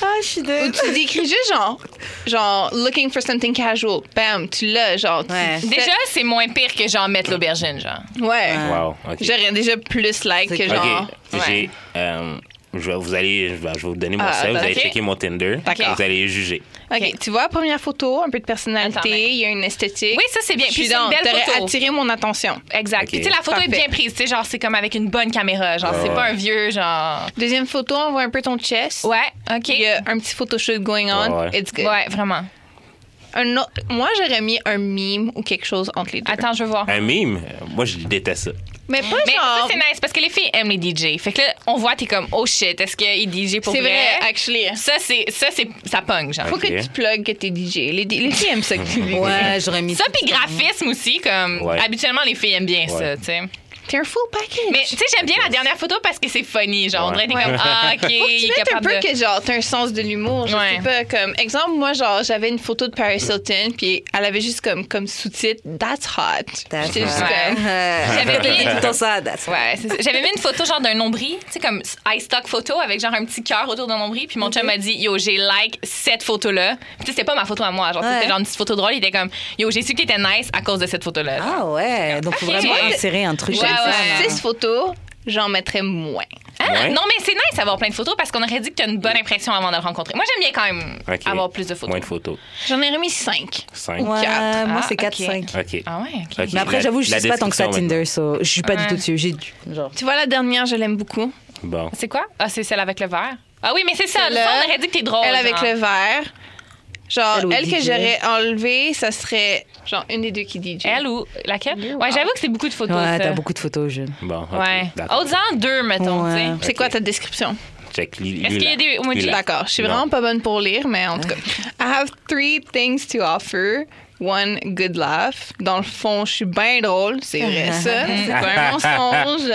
Ah, je suis Ou désolée. tu décris juste genre, genre, looking for something casual. Bam, tu l'as, genre. tu- Ouais. Déjà, c'est moins pire que genre mettre l'aubergine, genre. Ouais. Wow, ok. J'aurais déjà plus like que C'est genre. Ok, j'ai. euh, je vais vous allez, je vais, je vais vous donner mon Ah, sel, vous attends, allez ok. checker mon Tinder, D'accord. vous allez juger. OK, tu vois, première photo, un peu de Attends, mais- personnalité, il y a une esthétique. Oui, ça, c'est bien. Je Puis suis c'est une dans, belle t'aurais photo. attiré mon attention. Exact. Ok. Puis, tu sais, la photo Parfait. est bien prise. Tu sais, genre, c'est comme avec une bonne caméra. Genre, c'est Ouais. pas un vieux, genre. Deuxième photo, on voit un peu ton chest. Ouais, OK. Il y a un petit photoshoot going on. Ouais, ouais. It's good. Ouais, vraiment. Un autre- moi, j'aurais mis un meme ou quelque chose entre les deux. Attends, je veux voir. Un mime, euh, moi je déteste ça. mais pas Mais ça, genre. c'est nice parce que les filles aiment les DJ. Fait que là, on voit, t'es comme, oh shit, est-ce qu'il DJ pour C'est vrai? vrai, actually. Ça, c'est, ça, c'est, ça pogne, genre. Faut Ok. que tu plugues que t'es DJ. Les, les filles aiment ça que tu dis. Ouais, j'aurais mis Ça, puis graphisme aussi, comme, Ouais. habituellement, les filles aiment bien ça, Ouais. tu sais. T'es un full package. Mais, tu sais, j'aime bien la dernière photo parce que c'est funny, genre, on Ouais. dirait, t'es comme, ah, OK, Faut que il tu est mettes un capable peu de... que genre t'as un sens de l'humour, je Ouais. sais pas comme exemple moi genre j'avais une photo de Paris Hilton puis elle avait juste comme comme sous-titre That's hot. J'étais juste Ouais. comme J'avais hein. tout bien- le temps ça, that's it. Ouais, c'est ça. J'avais mis une photo genre d'un nombril, tu sais, comme I stock photo avec genre un petit cœur autour d'un nombril. Puis mon chum m'a dit, yo, j'ai like cette photo-là. Puis tu sais, c'était pas ma photo à moi. Genre, Ouais. c'était genre une petite photo drôle. Il était comme, yo, j'ai su que t'étais nice à cause de cette photo-là. Ah ouais, donc faut Ok. vraiment Ouais. insérer un truc Ouais, comme ça. ouais. là. six photos, j'en mettrais moins. Ah, Ouais. Non, mais c'est nice d'avoir plein de photos parce qu'on aurait dit que t'as une bonne impression avant de le rencontrer. Moi, j'aime bien quand même Ok. avoir plus de photos. Moins de photos. J'en ai remis cinq. Cinq. Ouais, quatre. moi Ah, c'est 4 ok. 5. Ok. Ah ouais, ok. Ok. Mais après La- j'avoue, je la sais pas tant que ça description, Tinder, so je suis pas du Ouais. tout dessus, j'ai du- genre Tu vois la dernière, je l'aime beaucoup. Bon. C'est quoi? Ah, c'est celle avec le verre. Ah oui, mais c'est ça. Celle-là, ça, on aurait dit que t'es drôle. elle avec genre. le verre. Genre Elle au elle, que DJ. j'aurais enlevée, ça serait genre une des deux qui DJ. Elle ou laquelle? Ouais, j'avoue que c'est beaucoup de photos. Ouais, ça. t'as beaucoup de photos jeune. Bon. ok, Ouais. D'accord. Oh, disons deux, mettons, Ouais. tu sais. C'est Ok. quoi ta description? Check. li- Est-ce lui, qu'il y a là. des emojis? Lui, là. D'accord, je suis Non. vraiment pas bonne pour lire, mais en tout cas. I have three things to offer. One good laugh. Dans le fond, je suis bien drôle, c'est vrai ça. C'est pas un mensonge.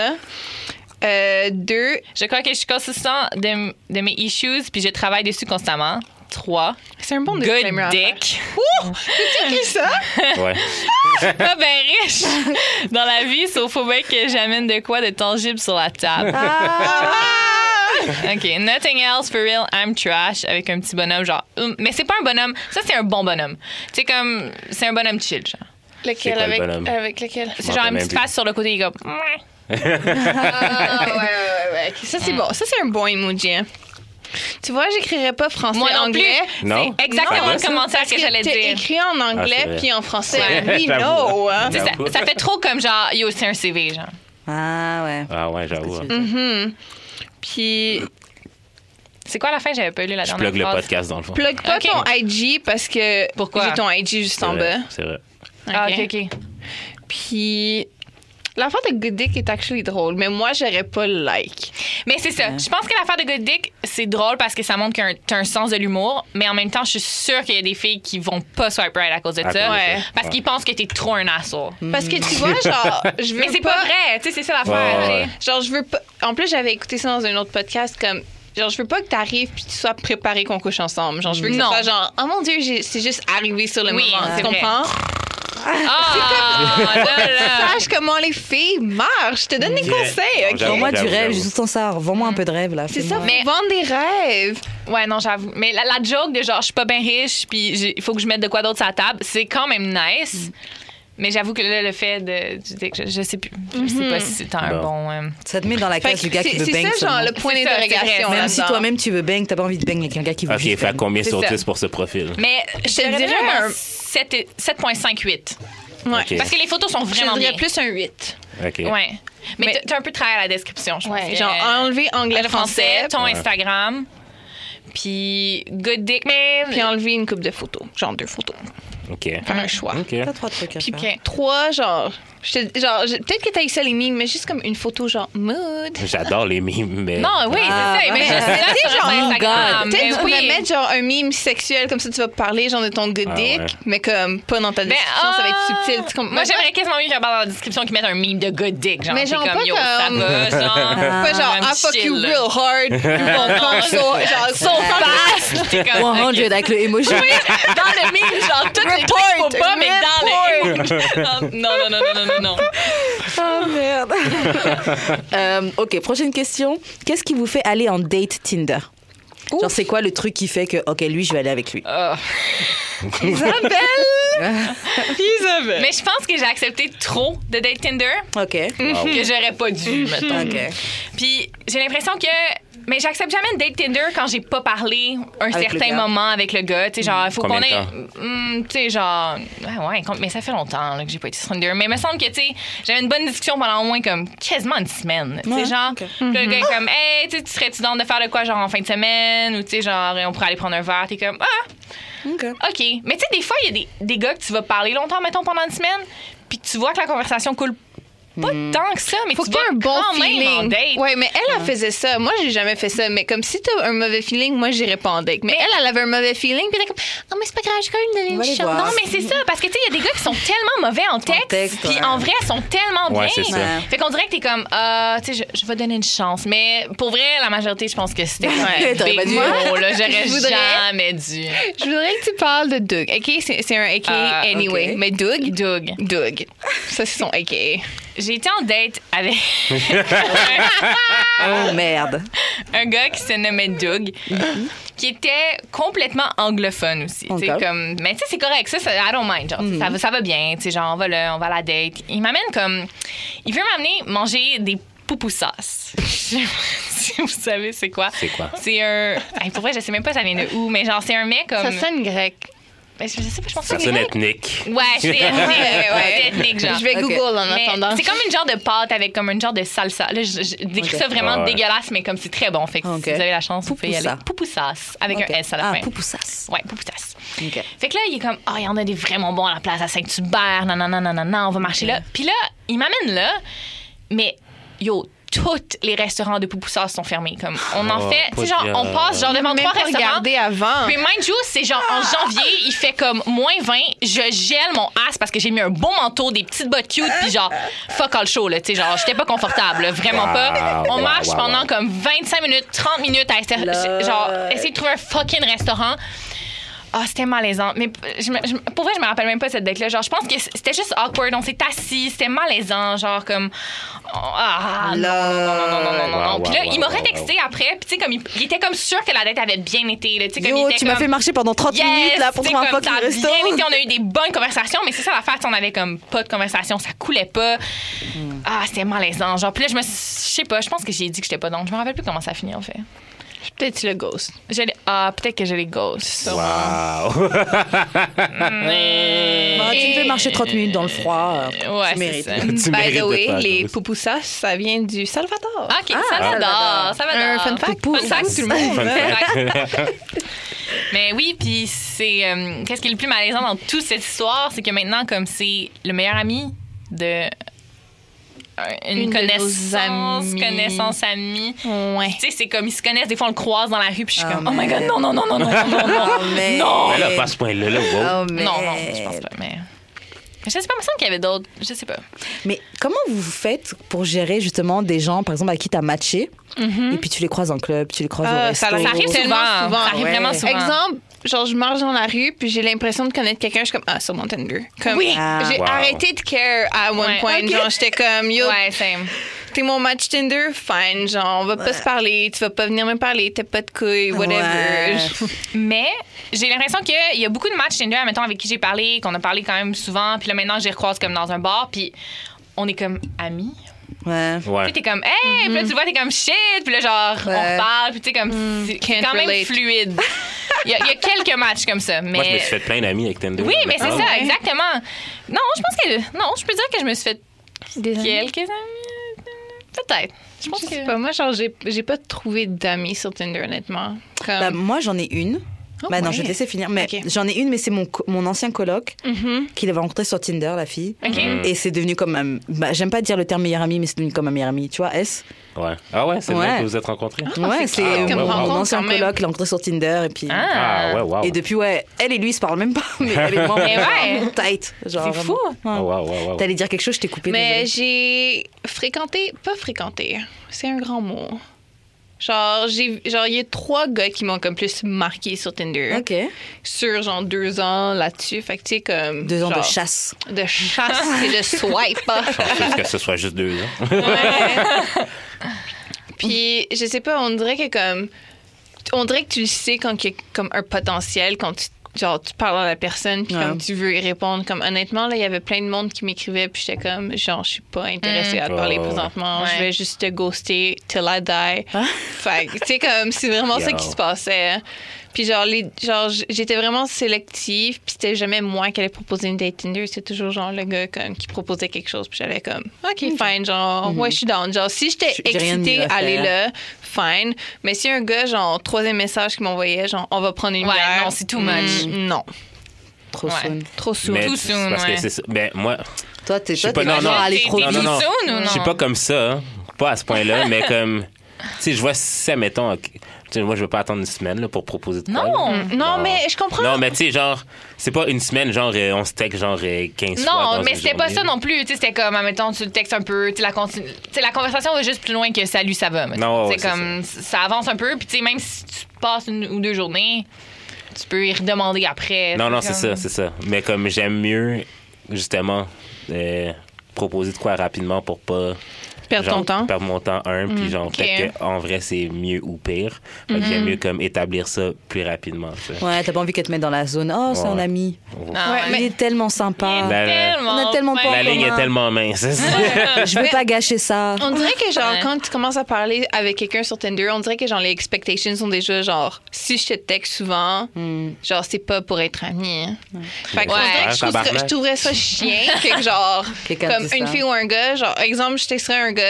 Euh, deux, Je crois que je suis consistant de, m- de mes issues, puis je travaille dessus constamment. Trois. c'est un bon Good disclaimer à dick. faire. Qui ça? Ouais. Pas bien riche dans la vie, sauf faut bien que j'amène de quoi de tangible sur la table. Ah! OK. Nothing else for real, I'm trash. Avec un petit bonhomme, genre. hum. Mais c'est pas un bonhomme. Ça, c'est un bon bonhomme. C'est comme. C'est un bonhomme chill, genre. Lequel quoi le avec, bonhomme? avec lequel? C'est m'en genre une rappelle petite même face sur le côté, il est comme. Mouah. Ah, ouais, ouais, ouais. ok. Ça, c'est bon. Ça, c'est un bon emoji. hein. Hmm. Tu vois, j'écrirais pas français, Moi non anglais. plus. Non. C'est exactement Non, le commentaire que, j'allais T'as dire. écrit en Ah, c'est anglais vrai. puis en français. Ouais. Oui, J'avoue. no. hein. Tu sais, J'avoue. Ça, ça fait trop comme genre, yo, c'est un CV, genre. Ah ouais. Ah ouais, j'avoue. Mm-hmm. hein. Puis C'est quoi la fin? J'avais pas lu la Je dernière plug le phrase. podcast dans le fond. Plug pas Ok. ton IG parce que Pourquoi? j'ai ton IG juste C'est en vrai, bas. C'est vrai. Ah, Ok. OK, OK. Puis L'affaire de Good Dick est actually drôle, mais moi, j'aurais pas le like. Mais c'est ça. Je pense que l'affaire de Good Dick, c'est drôle parce que ça montre que t'as un sens de l'humour, mais en même temps, je suis sûre qu'il y a des filles qui vont pas swipe right à cause de À cause ça. de ça. Ouais. Parce Ouais. qu'ils pensent que t'es trop un asshole. Parce que tu vois, genre, je veux Mais c'est pas vrai, tu sais, c'est ça l'affaire. Ouais, tu sais. ouais. Genre, je veux pas. En plus, j'avais écouté ça dans un autre podcast comme. Genre, je veux pas que t'arrives puis que tu sois préparé qu'on couche ensemble. Genre, je veux que Non. ça soit genre, oh mon Dieu, j'ai- c'est juste arrivé sur le Oui, moment. c'est Tu vrai. comprends? Ah, là, là. Sache comment les filles marchent. Je te donne des Yeah. conseils, OK? J'avoue. Vends-moi du J'avoue, rêve, j'avoue. j'ai tout le temps ça. Vends-moi un peu de rêve, là. C'est ça, fais-moi. mais vendre des rêves. Ouais, non, j'avoue. Mais la, la joke de genre, je suis pas bien riche, puis j'ai- il faut que je mette de quoi d'autre sur la table, c'est quand même nice. Mais j'avoue que là, le fait de. Tu dis que je, je sais plus. Je sais pas si c'est un Bon. bon. euh, Ça te met dans la Fait case du que gars qui C'est veut c'est bang. ça, genre, le seulement. point C'est ça, c'est d'interrogation. vrai. Même si là-dedans. toi-même tu veux bang, t'as pas envie de bang avec un gars qui veut Ok, juste fait à bang. combien sur C'est ça. 10 pour ce profil? Mais je te dirais dirais un- un 7 et- 7,58. Ouais. Ok. Parce que les photos sont Je vraiment te bien. dirais plus un 8. Ok. Ouais. Mais, Mais- t'as- t'as un peu travaillé à la description, je pense. Ouais, que- genre, enlever anglais le français, français, ton Ouais. Instagram, puis good dick. Mais. puis enlever une coupe de photos. Genre, deux photos. Ok. Faire Mm. un choix. Ok. T'as trois trucs à Puis faire. trois, genre, je te- genre je- peut-être que t'as eu ça les mimes, mais juste comme une photo, genre, mood. J'adore les mimes, mais. Non, oui, Ah, c'est ça. Mais ouais. je suis là C'est sur genre, Instagram. mais Peut-être que tu pourrais oui. mettre genre un mime sexuel, comme ça tu vas parler genre de ton good Ah, dick, ouais. mais comme pas dans ta Ben, description, ça va ah, être subtil. Tu comprends? Moi, j'aimerais quasiment mieux qu'il y ait dans la description qu'ils mettent un meme de good dick. Genre, Mais t'es genre, comme, pas yo, ça comme- va, genre. Pas genre, comme I fuck you Ah, chill. real hard, you won't come, so, genre, so fast. Fast! T'es comme, 100 ok. avec le emoji. Dans le meme, genre, tout les trucs faut pas, mais dans le... Non, non, non, non, non, non, non. Oh merde. Euh, ok, prochaine question. Qu'est-ce qui vous fait aller en date Tinder Genre, c'est quoi le truc qui fait que, ok, lui, je vais aller avec lui Ah. Isabelle. Mais je pense que j'ai accepté trop de date Tinder Ok. Wow. que j'aurais pas dû, mettons. Ok. Puis j'ai l'impression que. Mais j'accepte jamais une date Tinder quand j'ai pas parlé un Avec le certain gars. moment avec le gars. Tu sais, genre, il faut Combien qu'on de ait. temps? Hmm, tu sais, genre. Ouais, ouais, com- mais ça fait longtemps là, que j'ai pas été sur Tinder. Mais il me semble que, tu sais, j'avais une bonne discussion pendant au moins comme quasiment une semaine. Tu sais, Ouais, genre. ok. Mm-hmm. puis là, le gars est comme, hey, tu sais, tu serais-tu dans de faire de quoi, genre, en fin de semaine? Ou, tu sais, genre, on pourrait aller prendre un verre. T'es comme, ah, Ok. OK. Mais tu sais, des fois, il y a des, des gars que tu vas parler longtemps, mettons, pendant une semaine, puis tu vois que la conversation coule pas Hmm. tant que ça, mais Faut tu qu'il y ait vas un bon quand même en feeling. Oh, date. Ouais, mais elle, elle faisait ça. Moi, j'ai jamais fait ça. Mais comme si t'as un mauvais feeling, moi, j'irais pas en date. Mais elle, elle avait un mauvais feeling, puis elle était comme, oh, mais c'est pas grave, j'ai quand même donné On va une les chance. voir. Non, mais c'est ça, parce que tu sais, il y a des gars qui sont tellement mauvais en texte, texte, puis ouais. en vrai, ils sont tellement bien. Ouais, c'est ça. Ouais. Fait qu'on dirait que t'es comme, ah, tu sais, je, je vais donner une chance. Mais pour vrai, la majorité, je pense que c'était Ouais, ouais, t'aurais big pas dû. no, là. J'aurais Je voudrais- jamais dû. Je voudrais que tu parles de Doug. AK, c'est c'est un AK Ah, anyway. ok. Mais Doug, Doug. Doug. Ça, c'est son AK. J'ai été en date avec Oh merde. un gars qui se nommait Doug, qui était complètement anglophone aussi. Tu sais, Ok. Comme, mais tu sais, c'est correct. Ça, ça, I don't mind. Genre, Mm. ça, va, ça va bien. Tu sais, genre, on va là, on va à la date. Il m'amène comme. Il veut m'amener manger des poupoussas. Je sais pas si vous savez, c'est quoi? C'est quoi? C'est un. Hey, pour vrai, je sais même pas ça vient de où, mais genre, c'est un mec comme. Ça sonne grec. Ben, je je sais pas, je pense que c'est. Personne ethnique. Ouais, c'est ethnique. ouais. C'est ethnique, genre. Je vais Ok. Google en Mais attendant. C'est comme une genre de pâte avec comme une genre de salsa. Là, je, je décris Ok. ça vraiment Ah ouais. dégueulasse, mais comme c'est très bon. Fait que Ok. si vous avez la chance, vous pouvez y aller. Poupoussa. Poupoussas, avec Ok. un S à la ah, fin. poupoussas. Ouais, poupoussas. Ok. Fait que là, il est comme, ah, il y en a des vraiment bons à la place à Saint-Hubert, non, non, non, non, non, non, on va marcher là. Puis là, il m'amène là, mais yo, tous les restaurants de poupoussas sont fermés. Comme, on en Oh, fait, tu sais, genre, pas on de- passe genre devant Même trois pas restaurants. regarder avant. Puis mind you, c'est genre en janvier, il fait comme moins 20, je gèle mon ass parce que j'ai mis un bon manteau, des petites bottes cute, puis genre fuck all show, là, tu sais, genre j'étais pas confortable, là, vraiment Wow, pas. On wow, marche wow, pendant wow. comme 25 minutes, 30 minutes à essayer, Lol. genre essayer de trouver un fucking restaurant. Ah, c'était malaisant. Mais je me- je- pour vrai, je me rappelle même pas cette date-là. Genre, je pense que c'était juste awkward. On s'est assis, c'était malaisant. Genre, comme. Ah, non, non, non, non, non, non, non. Wow, Puis là, wow, il wow, m'aurait wow, texté après. Puis, tu sais, comme il, il était comme sûr que la date avait bien été. Là, tu sais, comme Yo, il était tu m'as comme, fait marcher pendant 30 Yes, minutes là pour tu sais, trouver un comme fucking ça a resto. bien été, on a eu des bonnes conversations, mais c'est ça l'affaire, tu sais, on avait comme pas de conversation, ça coulait pas. Hmm. Ah, c'était malaisant. Genre, puis là, je me suis- je sais pas, je pense que j'ai dit que j'étais pas donc, je me rappelle plus comment ça a fini en fait. Peut-être tu le ghost. Je l'ai- ah, peut-être que je les ghost. Wow. Bah, tu me fais marcher 30 minutes dans le froid. euh, Ouais, tu mérites. c'est ça. Tu By mérites the de way, faire les ghost. pupusas, ça vient du Salvador. OK, Salvador, Salvador. Un fun fact. Ah. Fun fact, tout le monde. Fun Mais oui, puis c'est. euh, Qu'est-ce qui est le plus malaisant dans toute cette histoire? C'est que maintenant, comme c'est le meilleur ami de euh, une, Une de connaissance, nos amies. connaissance amie. Ouais. Tu sais, c'est comme ils se connaissent. Des fois, on le croise dans la rue, puis je suis Ah, comme, oh my man. god, non, non, non, non, non, non, non. Oh, mais... Non. Mais là, pas à ce point-là, là, wow. Oh, mais... Non, non, je pense pas, mais. Je sais pas, il me semble qu'il y avait d'autres. Je sais pas. Mais comment vous faites pour gérer justement des gens, par exemple, à qui t'as matché, et puis tu les croises en club, tu les croises au Ah, resto. ça Ça arrive arrive souvent. tellement souvent, Ça arrive ouais. vraiment souvent. Exemple, genre, je marche dans la rue, puis j'ai l'impression de connaître quelqu'un. Je suis comme, ah, sur mon Tinder. Comme, Oui. Ah. J'ai Wow. arrêté de care à one Ouais. point. Ok. Genre, j'étais comme, yo, Ouais, same. t'es mon match Tinder, fine. Genre, on va pas se parler, tu vas pas venir me parler, t'as pas de couilles, whatever. Ouais. Mais j'ai l'impression qu'il y a beaucoup de matchs Tinder, mettons, avec qui j'ai parlé, qu'on a parlé quand même souvent. Puis là, maintenant, je les recroise comme dans un bar. Puis on est comme amis. Ouais. Ouais. Puis t'es comme, hey! Puis Mhm. là, tu le vois, t'es comme shit. Puis là, genre, Ouais. on parle. Puis t'es comme, c'est can't quand même relate. fluide. Il y, a il y a quelques matchs comme ça. Mais... Moi, je me suis fait plein d'amis avec Tinder. Oui, mais c'est Ah, ça, ouais. exactement. Non, je pense que. Non, je peux dire que je me suis fait quelques amis. Peut-être. Je pense Je sais que. pas, moi, genre, j'ai j'ai pas trouvé d'amis sur Tinder, honnêtement. Comme, Bah, moi, j'en ai une. Euh. Oh, bah, non, ouais. je vais te laisser finir. Mais Ok. j'en ai une, mais c'est mon, co- mon ancien coloc qui l'avait rencontré sur Tinder, la fille. Ok. Mhm. Et c'est devenu comme. un- Bah, J'aime pas dire le terme meilleur ami, mais c'est devenu comme un meilleur ami. Tu vois, S Ouais. Ah ouais, c'est le mec Ouais. que vous êtes rencontrés. Ouais, c'est cool comme mon rencontre, ancien quand même. coloc, l'a rencontré sur Tinder. Et puis. Ah. Ah ouais, wow. Et depuis, ouais, elle et lui, ils se parlent même pas. Mais elle est vraiment Mais ouais. tight. genre, C'est vraiment. fou. Ah, wow, wow, wow. T'allais dire quelque chose, je t'ai coupé. Mais désolée. j'ai fréquenté, pas fréquenté, c'est un grand mot. Genre, j'ai, genre, il y a trois gars qui m'ont comme plus marqué sur Tinder. Ok. Sur genre deux ans là-dessus. Fait que tu sais, comme. Deux ans de genre, chasse. De chasse et de swipe. Parce que ce soit juste deux ans. Ouais. Puis, je sais pas, on dirait que comme. On dirait que tu le sais quand il y a comme un potentiel, quand tu. Genre, tu parles à la personne, puis Ouais. comme tu veux y répondre. Comme, honnêtement, là, il y avait plein de monde qui m'écrivait, puis j'étais comme, genre, je suis pas intéressée à te Ouais, parler ouais, ouais. présentement. Ouais. Je vais juste te ghoster till I die. Fait que, tu sais, comme, c'est vraiment ça Yo. qui se passait. hein. Puis, genre, les, genre j- j'étais vraiment sélective, puis c'était jamais moi qui allais proposer une date Tinder. C'était toujours, genre, le gars comme, qui proposait quelque chose, puis j'allais comme, OK, fine, genre, ouais, je suis down. Genre, si j'étais J'ai- j'ai rien de excitée mieux à à aller faire. là, fine. Mais si un gars, genre, troisième message qu'il m'envoyait, genre, on va prendre une Ouais, bière. non, c'est too much. Mm, non, Trop Ouais. soon. trop soon. Mais Too soon, parce ouais. que c'est ça. Ben, moi, Toi, t'es Je toi, sais pas, t'es non, genre non. allée trop Non, vite. non, non. soon ou non? je suis pas comme ça. hein. Pas à ce point-là, mais comme. Tu sais, je vois ça, mettons. ok, Tu sais, moi, je veux pas attendre une semaine là, pour proposer de quoi, Non. là. Bah. Non, mais je comprends. Non, mais tu sais, genre, c'est pas une semaine, genre, euh, on se tech, genre, euh, 15 fois. Non, mais c'était pas ça non plus. Tu sais, c'était comme, admettons, tu le textes un peu, tu sais, la, continu- tu sais, la conversation va juste plus loin que salut, ça va. mettons. Non, ouais, Tu ouais, sais, comme, ça. avance un peu, puis tu sais, même si tu passes une ou deux journées, tu peux y redemander après. Non, non, comme- c'est ça, c'est ça. Mais comme j'aime mieux, justement, euh, proposer de quoi rapidement pour pas. Perdre genre, ton temps. Perdre mon temps, un, Mm, puis genre, ok. fait que, en vrai, c'est mieux ou pire. Fait que Mm-hmm. j'aime mieux, comme, établir ça plus rapidement, tu sais. Ouais, t'as pas envie qu'elle te mette dans la zone. Oh, c'est Ouais. un ami. Ah, Ouais, ouais. mais- Il est tellement Il est sympa. La- tellement on a tellement fin. pas La ligne commun. est tellement mince. Je veux pas gâcher ça. On dirait que genre Ouais. quand tu commences à parler avec quelqu'un sur Tinder, on dirait que genre les expectations sont déjà genre si je te texte souvent, genre c'est pas pour être ami. hein. Fait que on Ouais. dirait que Ouais, je, trouve ça- tabarnak. je trouverais ça chien que genre Quelqu'un comme dise ça. une fille ou un gars, genre exemple je texterais un gars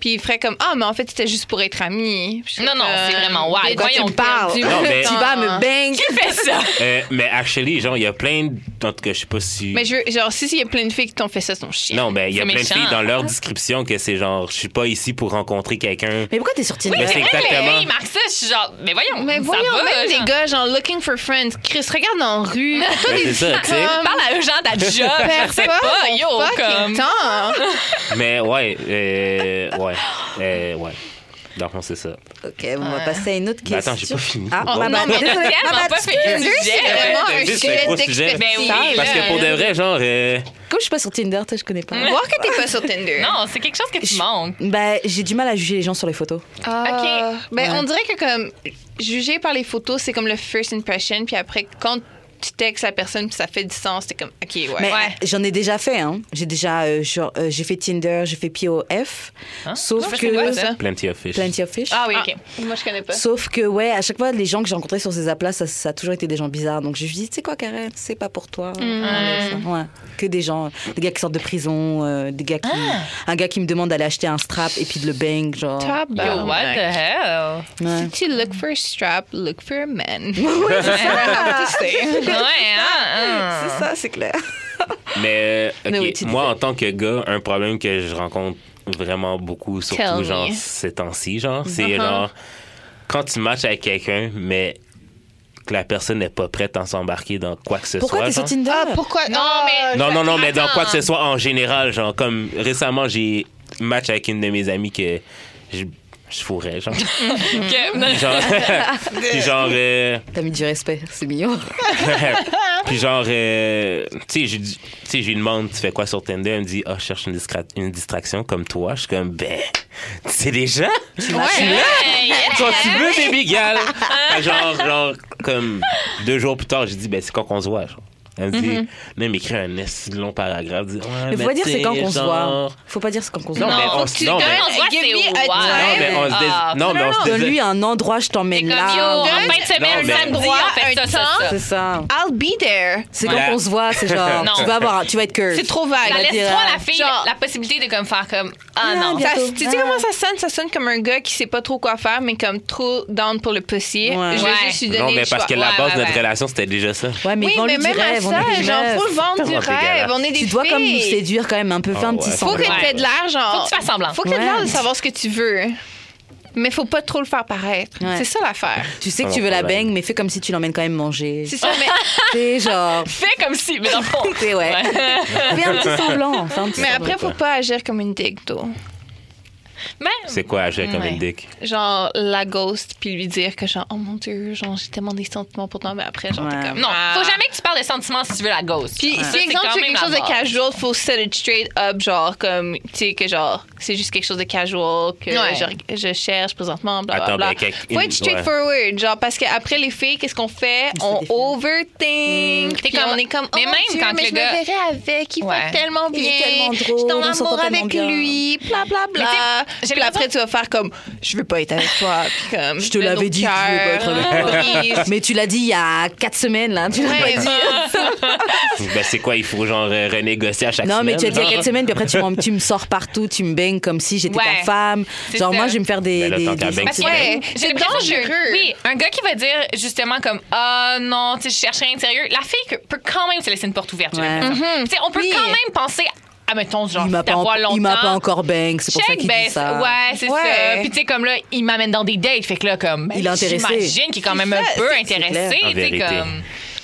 puis il ferait comme ah mais en fait c'était juste pour être ami. Puis je Non, serais non, comme, euh, c'est vraiment bitch, wild. tu Voyons, me parles. perdu. Non, mais- Tu vas me bang. Qui fait ça? Euh, mais actually, genre, il y a plein de... En tout cas, je sais pas si... Mais je veux- genre si s'il y a plein de filles qui t'ont fait ça sont chiens. Non, mais il y a C'est plein méchant. de filles dans leur description que c'est genre, je suis pas ici pour rencontrer quelqu'un. Mais pourquoi t'es sur Tinder Mais c'est vrai, exactement- Les marque ça, je suis genre, mais voyons, Mais ça Ben, voyons, va, même genre. des gars, genre, looking for friends. Chris, regarde dans la rue. Toi, Ben, c'est des ça, filles tu sais. comme- Parle à eux, genre, ta job. Perds Je sais pas, ton yo, fucking comme. temps. Mais ouais, euh, ouais, euh, ouais. Dans le fond, c'est ça. Ok, on va passer à une autre Mais question. attends, j'ai pas fini. Ah, Bon. bah, bah, Mais t'as désolée. Ah, tellement bah, pas fait le Tinder, c'est sujet. vraiment ouais, un c'est un sujet gros sujet. d'expertise. Ben oui, là, Parce que pour de vrai, genre, euh, Comme je suis pas sur Tinder, tu sais, je connais pas. Voir que t'es pas sur Tinder. Mm. Non, c'est quelque chose que tu Je- manques. Bah, j'ai du mal à juger les gens sur les photos. Ah, Ben, Ouais. on dirait que comme juger par les photos, c'est comme le first impression, puis après quand tu textes la personne, puis ça fait du sens, t'es comme ok, ouais. Mais Ouais. j'en ai déjà fait, hein. J'ai déjà, euh, genre, euh, j'ai fait Tinder, j'ai fait POF. Sauf Non, je connais que. pas ça. plenty of fish. Plenty of fish. Ah oui, ok. Ah, moi je connais pas. Sauf que, ouais, à chaque fois, les gens que j'ai rencontrés sur ces apps-là, ça, ça a toujours été des gens bizarres. Donc, je me suis dit, tu sais quoi, Karen, c'est pas pour toi. Ouais, ça. Ouais. Que des gens, des gars qui sortent de prison, euh, des gars qui. Un gars qui me demande d'aller acheter un strap et puis de le bang, genre. Ah, Yo, what the hell? Ouais. Si tu look for a strap, look for a man. Ouais, c'est ça. Ouais, hein, hein. C'est ça, c'est clair. Mais, euh, Mais ok, oui, tu moi, en tant que gars, un problème que je rencontre vraiment beaucoup, surtout Tell me. genre ces temps-ci, genre. C'est Uh-huh. genre quand tu matches avec quelqu'un, mais que la personne n'est pas prête à s'embarquer dans quoi que ce Pourquoi t'es soit. sur genre. Tinder Ah, pourquoi? Non, Ah, mais- Non, non, non, mais dans Attends. quoi que ce soit en général, genre, comme récemment, j'ai match avec une de mes amies que je, je fourrais, genre. Que- non, genre puis genre, euh, T'as mis du respect, c'est mignon. Ah, puis genre, euh, tu sais, je lui dis- tu sais, je lui demande, tu fais quoi sur Tinder? Elle me dit, ah, je cherche une, discra- une distraction comme toi. Je suis comme, ben, tu sais déjà? ouais, yeah. Toi, tu veux des bigales? Fait Ben, genre, genre, comme deux jours plus tard, j'ai dit, ben, c'est quand qu'on se voit, genre. Elle me dit, là, elle m'écrit un esti long paragraphe. Dit, ouais, Mm-hmm. Mais faut ben, pas dire tu c'est quand sais, qu'on se genre, voit. Faut pas dire c'est quand qu'on se Non, voit. mais Non, on faut se- que tu non, donnes, mais- on se voit, Give c'est me a au time. Non, mais on se dés- Ah, non, mais on se dés- Donne-lui un endroit, je C'est t'emmène comme, là. yo, en Donne- fin de semaine, Non, mais- samedi, Droit, on fait un ça, ça, temps. ça. C'est ça. I'll be there. C'est Ouais. quand on se voit, c'est genre, Non. tu vas avoir, un- tu vas être curve. C'est trop vague. Ça Elle a laisse dit, trop euh, la fille genre- la possibilité de comme faire comme ah Ah, non. bien. Ça- Bientôt. tu sais comment ça sonne? Ça sonne comme un gars qui sait pas trop quoi faire, mais comme trop down pour le possier. Ouais. Je vais Ouais. juste lui donner Non, mais le parce choix. que la Ouais, base de ouais, notre ouais. relation, c'était déjà ça. Ouais, mais oui, vends-lui mais du même rêve, on à est ça, des genre, meufs. faut le vendre du Tellement rêve. dégueulasse. On est des Tu dois filles. comme nous séduire quand même un peu, Ah faire un petit ouais. Faut que semblant. tu aies de l'air, genre. Faut que tu fasses semblant. Faut que t'aies de Ouais. l'air de savoir ce que tu veux. Mais faut pas trop le faire paraître. Ouais. C'est ça l'affaire. Tu sais que Pas tu mon veux la problème. bang, mais fais comme si tu l'emmènes quand même manger. C'est ça, mais, C'est genre, Fais comme si, mais dans le fond. c'est ouais. Fais un petit semblant. fais un petit mais semblant. après, faut pas agir comme une dick, though. Mais C'est quoi agir comme Ouais. une dick? Genre, la ghost, puis lui dire que, genre, oh mon Dieu, genre, j'ai tellement des sentiments pour toi, mais après, genre, Ouais. t'es comme. non, Ah. faut jamais que tu parles de sentiments si tu veux la ghost. Puis Ça, si exemple quand c'est même quelque la chose de base. casual, faut set it straight up, genre comme tu sais que genre c'est juste quelque chose de casual que Ouais. je, je cherche présentement, bla Attends, bla bla. ben, quelque- faut une- être straightforward, genre parce qu'après les filles, qu'est-ce qu'on fait se On défile. overthink. T'es puis comme- on est comme, oh mais mon même Dieu, quand mais le je gars- me verrais avec, il Ouais. va tellement Il bien, est tellement je suis drôle, en on s'entend amour tellement avec bien. lui, bla bla Mais t'sais, j'ai bla. Puis l'impression- après tu vas faire comme, je veux pas être avec toi, puis comme Je te de nos l'avais dit que je voulais pas être avec cœurs. Oui, Mais tu l'as dit il y a 4 semaines, là. Tu l'as Ouais, pas dit. Ben, c'est quoi? Il faut genre euh, renégocier à chaque Non, mais semaine? tu as dit il y a genre? 4 semaines, puis après, tu, m'en- tu me sors partout, tu me bangs comme si j'étais Ouais. ta femme. C'est Genre, ça. moi, je vais me faire des. Ben là, des, tant qu'à des bang, sentiments. tu Ouais, J'ai c'est l'impression que- dangereux. Oui, un gars qui va dire justement comme ah non, tu sais, je cherche rien de sérieux. La fille que- peut quand même se laisser une porte ouverte. j'ai Ouais. l'impression. Tu sais, on peut Mm-hmm. Oui. quand même penser à mettons genre Il m'a pas, d'avoir en- longtemps. il m'a pas encore bang, c'est pour ça Check, qu'il ben, dit ça. Ouais, c'est Ouais. ça. Puis tu sais comme là, il m'amène dans des dates, fait que là comme ben, Il est intéressé. J'imagine qu'il est quand même un C'est ça, peu c'est- c'est intéressé, clair. En tu sais vérité. comme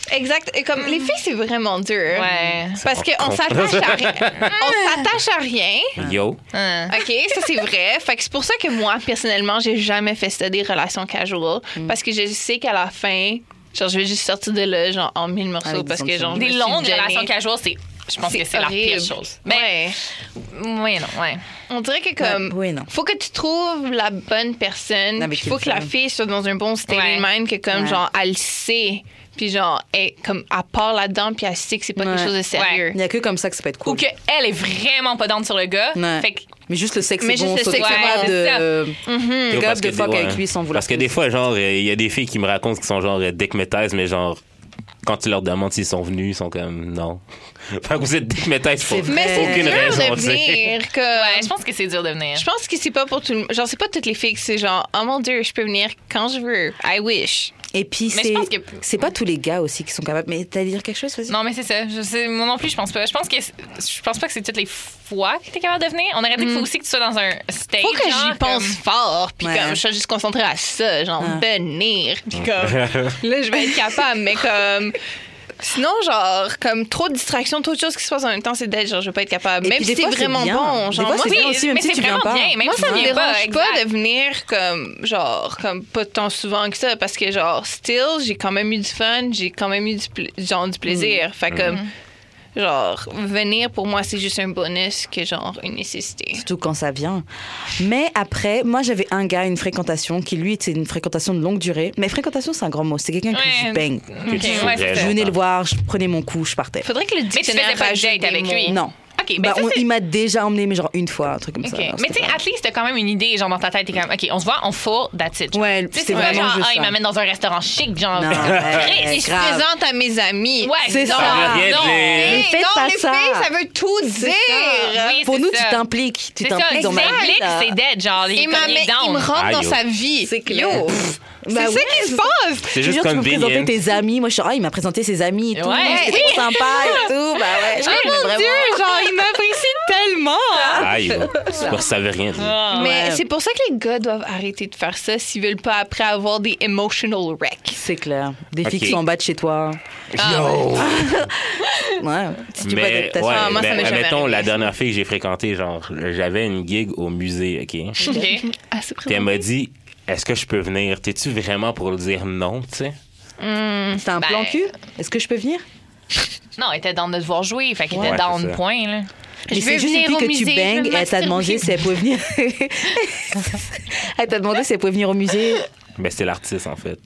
Exact. Et comme les filles, c'est vraiment dur. ouais. Parce qu'on s'attache à rien. On s'attache à rien. Yo. Hein. OK, ça c'est vrai. Fait que c'est pour ça que moi, personnellement, j'ai jamais fait ça des relations casual. Mm. Parce que je sais qu'à la fin, genre, je vais juste sortir de là, genre, en mille morceaux. Ah, Avec des parce que, genre, je Des me suis longues gênée. relations casual, c'est je pense que c'est la pire horrible. chose. Mais Ouais. oui non, ouais. On dirait que comme Ouais, oui, non. faut que tu trouves la bonne personne, Avec puis qui faut le que la faire. fille soit dans un bon state Ouais. of mind que comme Ouais. genre elle sait, puis genre elle, comme à part là-dedans puis elle sait que c'est pas Ouais. quelque chose de sérieux. Il n'y a que comme ça que ça peut être cool. Ou que elle est vraiment pas dente sur le gars. Ouais. Fait que Mais juste le sexe, Mais c'est juste bon. le sauf sexe, qu'il y a ouais, pas c'est de... Mm. Yo, Grab parce de que fuck des- avec ouais. lui sans vouloir. Parce que des fois, genre, euh, il y a des filles qui me racontent qu'ils sont genre euh, dick métaise, mais genre, quand tu leur demandes s'ils sont venus, ils sont comme non. fait que vous êtes dick métaise pour C'est vrai. Mais c'est Aucune dur raison, de tu sais. venir que ouais, je pense que c'est dur de venir. Je pense que c'est pas pour tout le monde. Genre, c'est pas toutes les filles que c'est genre, oh mon dieu, je peux venir quand je veux. I wish. Et puis, Mais je c'est pense que- c'est pas tous les gars aussi qui sont capables. Mais t'as à dire quelque chose, vas-y Non, mais c'est ça. Je sais, moi non plus, je pense pas. Je pense que c'est- je pense pas que c'est toutes les fois que t'es capable de venir. On aurait dit Mm. qu'il faut aussi que tu sois dans un stage. Faut que genre, j'y pense comme- fort, puis Ouais. Ah. comme je suis juste concentrée à ça, genre venir, puis comme là je vais être capable, mais comme sinon genre comme trop de distractions, trop de choses qui se passent en même temps, c'est d'être genre je vais pas être capable, Et même puis, si des c'est fois, c'est vraiment bien. bon, Des genre fois, moi, c'est Oui, bien aussi, même mais si c'est tu viens vraiment pas. bien. Même moi si ça tu me viens pas, dérange pas, exact. de venir comme genre comme pas tant souvent que ça parce que genre still j'ai quand même eu du fun, j'ai quand même eu du pla- genre du Mm. plaisir, fait comme genre venir pour moi c'est juste un bonus que genre une nécessité. Surtout quand ça vient. Mais après, moi j'avais un gars, une fréquentation, qui lui était une fréquentation de longue durée. Mais fréquentation, c'est un grand mot. C'est quelqu'un qui Ouais. je bang. Ok, tu ouais, fourrais, c'est Je ça. genre. venais le voir, je prenais mon coup, je partais. Faudrait que le Mais tu dictionnaire faisais pas de rajoute date des avec lui. mots. Non. Ok, ben Bah, ça, on- c'est- il m'a déjà emmené, mais genre une fois, un truc comme Ok. ça. Alors, Mais tu c'était sais, pas at least, t'as quand même une idée, genre, dans ta tête, t'es comme, OK, on se voit, on fourre, that's it. genre. Ouais, Tu sais, c'était c'est pas vraiment genre, juste ah, il ça. m'amène dans un restaurant chic, genre. Non, Christ, ouais, je- grave. présente à mes amis. Ouais, C'est non, ça. Rien dire. non. Mais Hey, faites non, pas les ça. filles, ça veut tout dire. Oui, Pour c'est nous, ça. tu t'impliques. Tu C'est ça, t'impliques dans ma c'est vie. lick, là. c'est dead, genre, il est Il, comme, m'a- il est il me down. rentre Ah, dans yo. sa vie. C'est clair. Yo. Pff, Ben C'est bah ça ouais, qui se c'est- passe. C'est Je te juste jure, tu comme hein. me présentais tes amis. Moi, je suis ah, il m'a présenté ses amis et tout. Ouais. C'était trop sympa et tout. Bah ouais, je Ah, l'aimais mon vraiment. Dieu, genre, il m'apprécie tellement. Aïe, c'est pas ça veut rien dire. Mais Ouais. c'est pour ça que les gars doivent arrêter de faire ça s'ils veulent pas après avoir des emotional wrecks. C'est clair. Des filles Ok. qui sont en bas de chez toi. Yo! Ouais. Si tu veux pas Mais, ouais, d'adaptation. Ah, moi, ça mais m'est jamais admettons, arrivé. la dernière fille que j'ai fréquentée, genre, j'avais une gig au musée, OK? OK. Ah, c'est Puis elle m'a dit, est-ce que je peux venir? T'es-tu vraiment pour le dire non, tu sais? T'as un Ben- plan cul Est-ce que je peux venir Non, elle était dans de devoir jouer. Fait qu'elle Ouais, était dans c'est le ça. point, là. Mais Je c'est veux juste une venir fille au que musée, tu je bangs veux et elle t'a masturber. demandé si elle pouvait venir. elle t'a demandé si elle pouvait venir au musée. Ben, c'est l'artiste, en fait.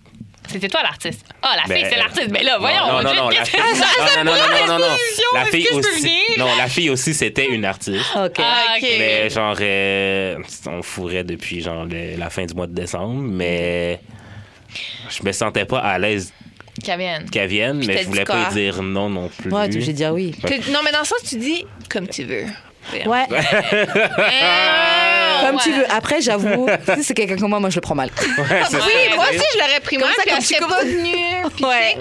C'était toi l'artiste. Ah, la Ben, fille, c'est l'artiste. Mais là, Non, voyons. Non, non, Dieu, non, la qu'est-ce fille. que- Non, non, non, non, non, non, non. La Est-ce fille que je peux aussi. venir? Non, la fille aussi, c'était une artiste. Ok. Ah, Ok. ok. Mais genre, euh, on fourrait depuis genre le- la fin du mois de décembre, mais je me sentais pas à l'aise Kevin. qu'elle vienne, Puis mais t'as je dit voulais pas quoi? dire non non plus. Ouais, t'es obligé de dire oui. Que- non, mais dans le sens, tu dis comme tu veux. Ouais, Ah, comme tu ouais. veux. Après, j'avoue, si c'est quelqu'un comme moi, moi, je le prends mal. Ouais, c'est ça. Ah, Oui, moi aussi, je l'aurais pris mal. ça, puis quand elle tu serait commences- pas venue. Puis Ouais. tu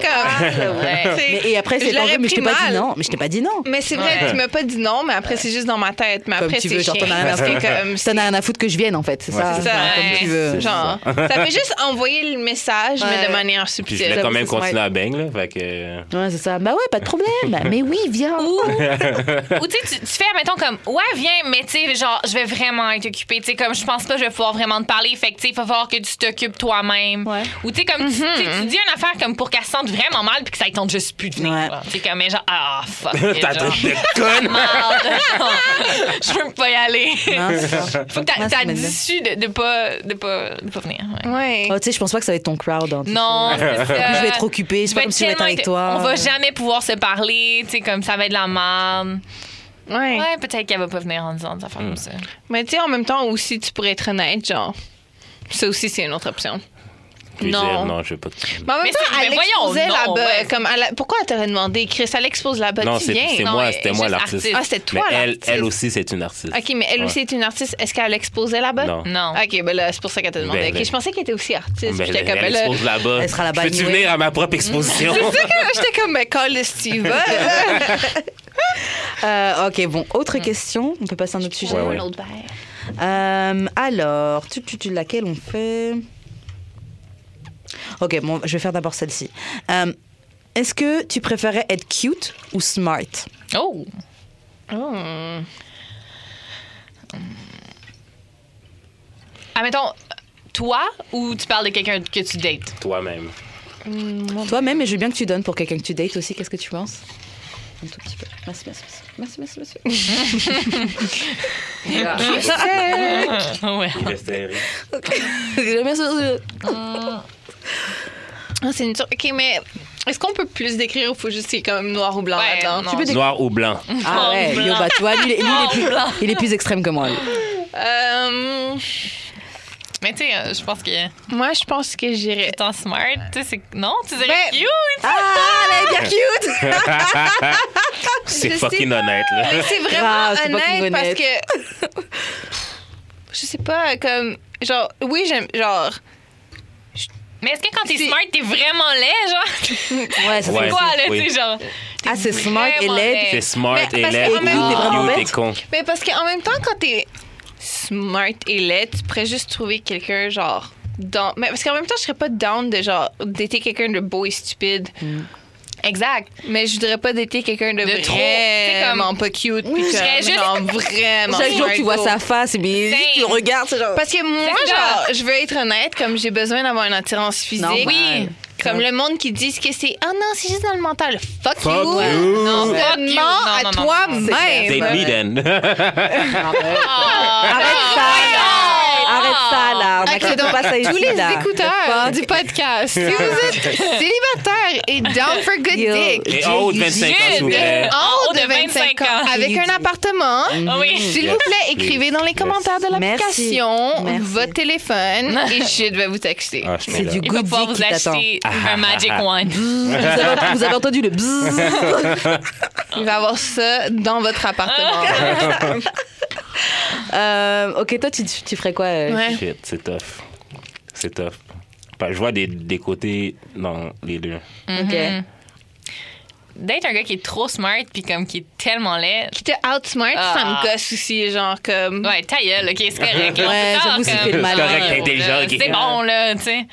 sais, comme- Ouais. tu sais, Mais- et après, c'est l'aurais dangereux, mais je t'ai pris pas dit mal. non. Mais je t'ai pas dit non. Mais c'est vrai, Ouais. tu m'as pas dit non, mais après, c'est juste dans ma tête. Mais Comme après, tu c'est veux, genre, chiant, t'en as rien à parce que foutre. comme Ça n'a rien à foutre que je vienne, en fait. C'est Ouais, ça, c'est ça, genre, comme ouais. tu veux. C'est Genre, ça fait juste envoyer le message, mais Ouais. de manière Puis je voulais subtile. quand même c'est ça, ouais. continuer à bang, là, fait que. Ouais, c'est ça. Bah ouais, pas de problème. Mais oui, viens. Ou tu sais, tu- tu fais, mettons, comme, ouais, viens, mais tu sais, genre, je vais vraiment être occupée. Tu sais, comme, je pense pas, je vais pouvoir vraiment te parler. Fait que, tu sais, il va falloir que tu t'occupes toi-même. Ouais. Mm-hmm. Ou tu sais, comme, tu- tu sais, tu dis une affaire comme pour qu'elle se sente vraiment mal puis que ça ne tente juste plus de venir. Ouais. là. Tu sais, comme, mais genre, ah, fuck. T'as genre, trop de conne! Marde. Je veux pas y aller. Non, c'est ça. Faut que t'a- Ah, c'est t'as une bonne déçu de, de, pas, de, pas, de pas venir. ouais. Ouais. Oh, tu sais, je pense pas que ça va être ton crowd. hein, tu Non, c'est ça. Je vais être occupée, c'est Je pas vais comme si je vais être tellement avec toi. On va jamais pouvoir se parler, tu sais, comme ça va être de la merde. Oh. Ouais. Ouais, peut-être qu'elle va pas venir en disant des affaires comme ça. Mais tu sais, en même temps, aussi, tu pourrais être honnête, genre. Ça aussi, c'est une autre option. Puis Non. dire non, je veux pas. Mais en même Mais temps, c'est- mais elle voyons, exposait non, là-bas. ouais. Comme elle a- Pourquoi elle t'aurait demandé, Chris? Elle expose là-bas, Non, Bah, tu c'est c'est viens. non, moi, elle c'était est moi juste l'artiste. artiste. Ah, c'était toi, Mais elle, l'artiste. elle aussi, c'est une artiste. OK, mais elle aussi est une artiste. Est-ce qu'elle exposait là-bas? Non. Non. OK, ben là, c'est pour ça qu'elle t'a demandé. Ben, OK, ben. je pensais qu'elle était aussi artiste. Ben, J'étais elle, comme, ben elle là... expose là-bas. Elle sera là-bas Peux-tu anyway. venir à ma propre exposition? C'est que J'étais comme, ben, call Steve. Euh, ok, bon, autre question. On peut passer à un autre sujet. Ouais, ouais. autre verre. Euh, alors, tu, tu, tu, laquelle on fait Ok, bon, je vais faire d'abord celle-ci. Euh, Est-ce que tu préférais être cute ou smart Oh! Oh. Ah, mettons, toi ou tu parles de quelqu'un que tu dates? Toi-même. Toi-même, et je veux bien que tu donnes pour quelqu'un que tu dates aussi. Qu'est-ce que tu penses Un tout petit peu. Merci, merci, merci, merci, merci. merci. ouais. Il restait rien. Merci, merci. Ah, c'est une sur- OK, mais est-ce qu'on peut plus décrire ou faut juste c'est comme noir ou blanc Ouais, là-dedans? non. Tu peux décrire- Noir ou blanc? Ah ouais, blanc. yo, bah, tu vois, lui, il est- lui, il, est plus, il est plus extrême que moi. lui. Euh, Mais tu sais, euh, je pense que moi, je pense que j'irais. étant smart, tu sais, c'est. Non, tu dirais Ben- cute! Ah, elle est bien cute C'est Je fucking honnête, là. Mais c'est vraiment Ah, c'est pas honnête fucking parce honnête. que. je sais pas, comme. Genre, oui, j'aime. Genre. Mais est-ce que quand t'es C'est- smart, t'es vraiment laid, genre? Ouais, ça Ouais. fait Quoi, là, oui. tu sais, genre? Ah, c'est smart et Vraiment laid. laid. T'es smart Mais et parce laid qu'en ou même temps- cute et con. Mais parce qu'en même temps, quand t'es smart et laid, tu pourrais juste trouver quelqu'un, genre. Dans... Mais parce qu'en même temps, je serais pas down de genre d'été quelqu'un de beau et stupide. Exact. Mais je voudrais pas d'été quelqu'un de, De trop. C'est vraiment comme- pas cute. Oui. Puis Je serais comme, juste- genre, vraiment. Chaque jour, smart tu vois beau. sa face, mais Same. tu le regardes, c'est genre. Parce que moi, C'est ça. genre, je veux être honnête, comme j'ai besoin d'avoir une attirance physique. Normal. Oui. Comme le monde qui dit que c'est Ah non, c'est juste dans le mental. Fuck, Fuck you. you. Non, Fuck fuck you. Non, à non, non, toi-même. C'est Date me then. Arrête ça, là. Arrête ça, là. On n'accepte pas ça ici, Tous les là. écouteurs Fuck. du podcast, si vous êtes célibataire et down for good Yo. dick, Et haut de 25 ans, s'il vous plaît. en haut de 25 ans, avec un appartement, Ah oui. S'il Yes, vous plaît, yes, écrivez dans les yes. commentaires de Merci. l'application Merci. votre téléphone et je vais vous texter. Ah, je suis C'est là. du Il va good pouvoir dick vous qui t'attend. acheter un Magic Wand. Vous avez, vous avez entendu le bzzz. Il va avoir ça dans votre appartement. Ah. Euh, ok, toi, tu, tu ferais quoi euh, Ouais. Shit, c'est tough. C'est tough. Mhm. Ben, Je vois des, des côtés dans les deux. Ok. date un gars qui est trop smart puis comme qui est tellement laid. Qui te outsmart, ça Ah. me gosse aussi, genre comme. Ouais, ta gueule, ok, c'est correct. là, on Ouais, peut j'avoue, faire c'est fait le comme- euh, malin. C'est correct, intelligent, ok. C'est bon, là, tu sais.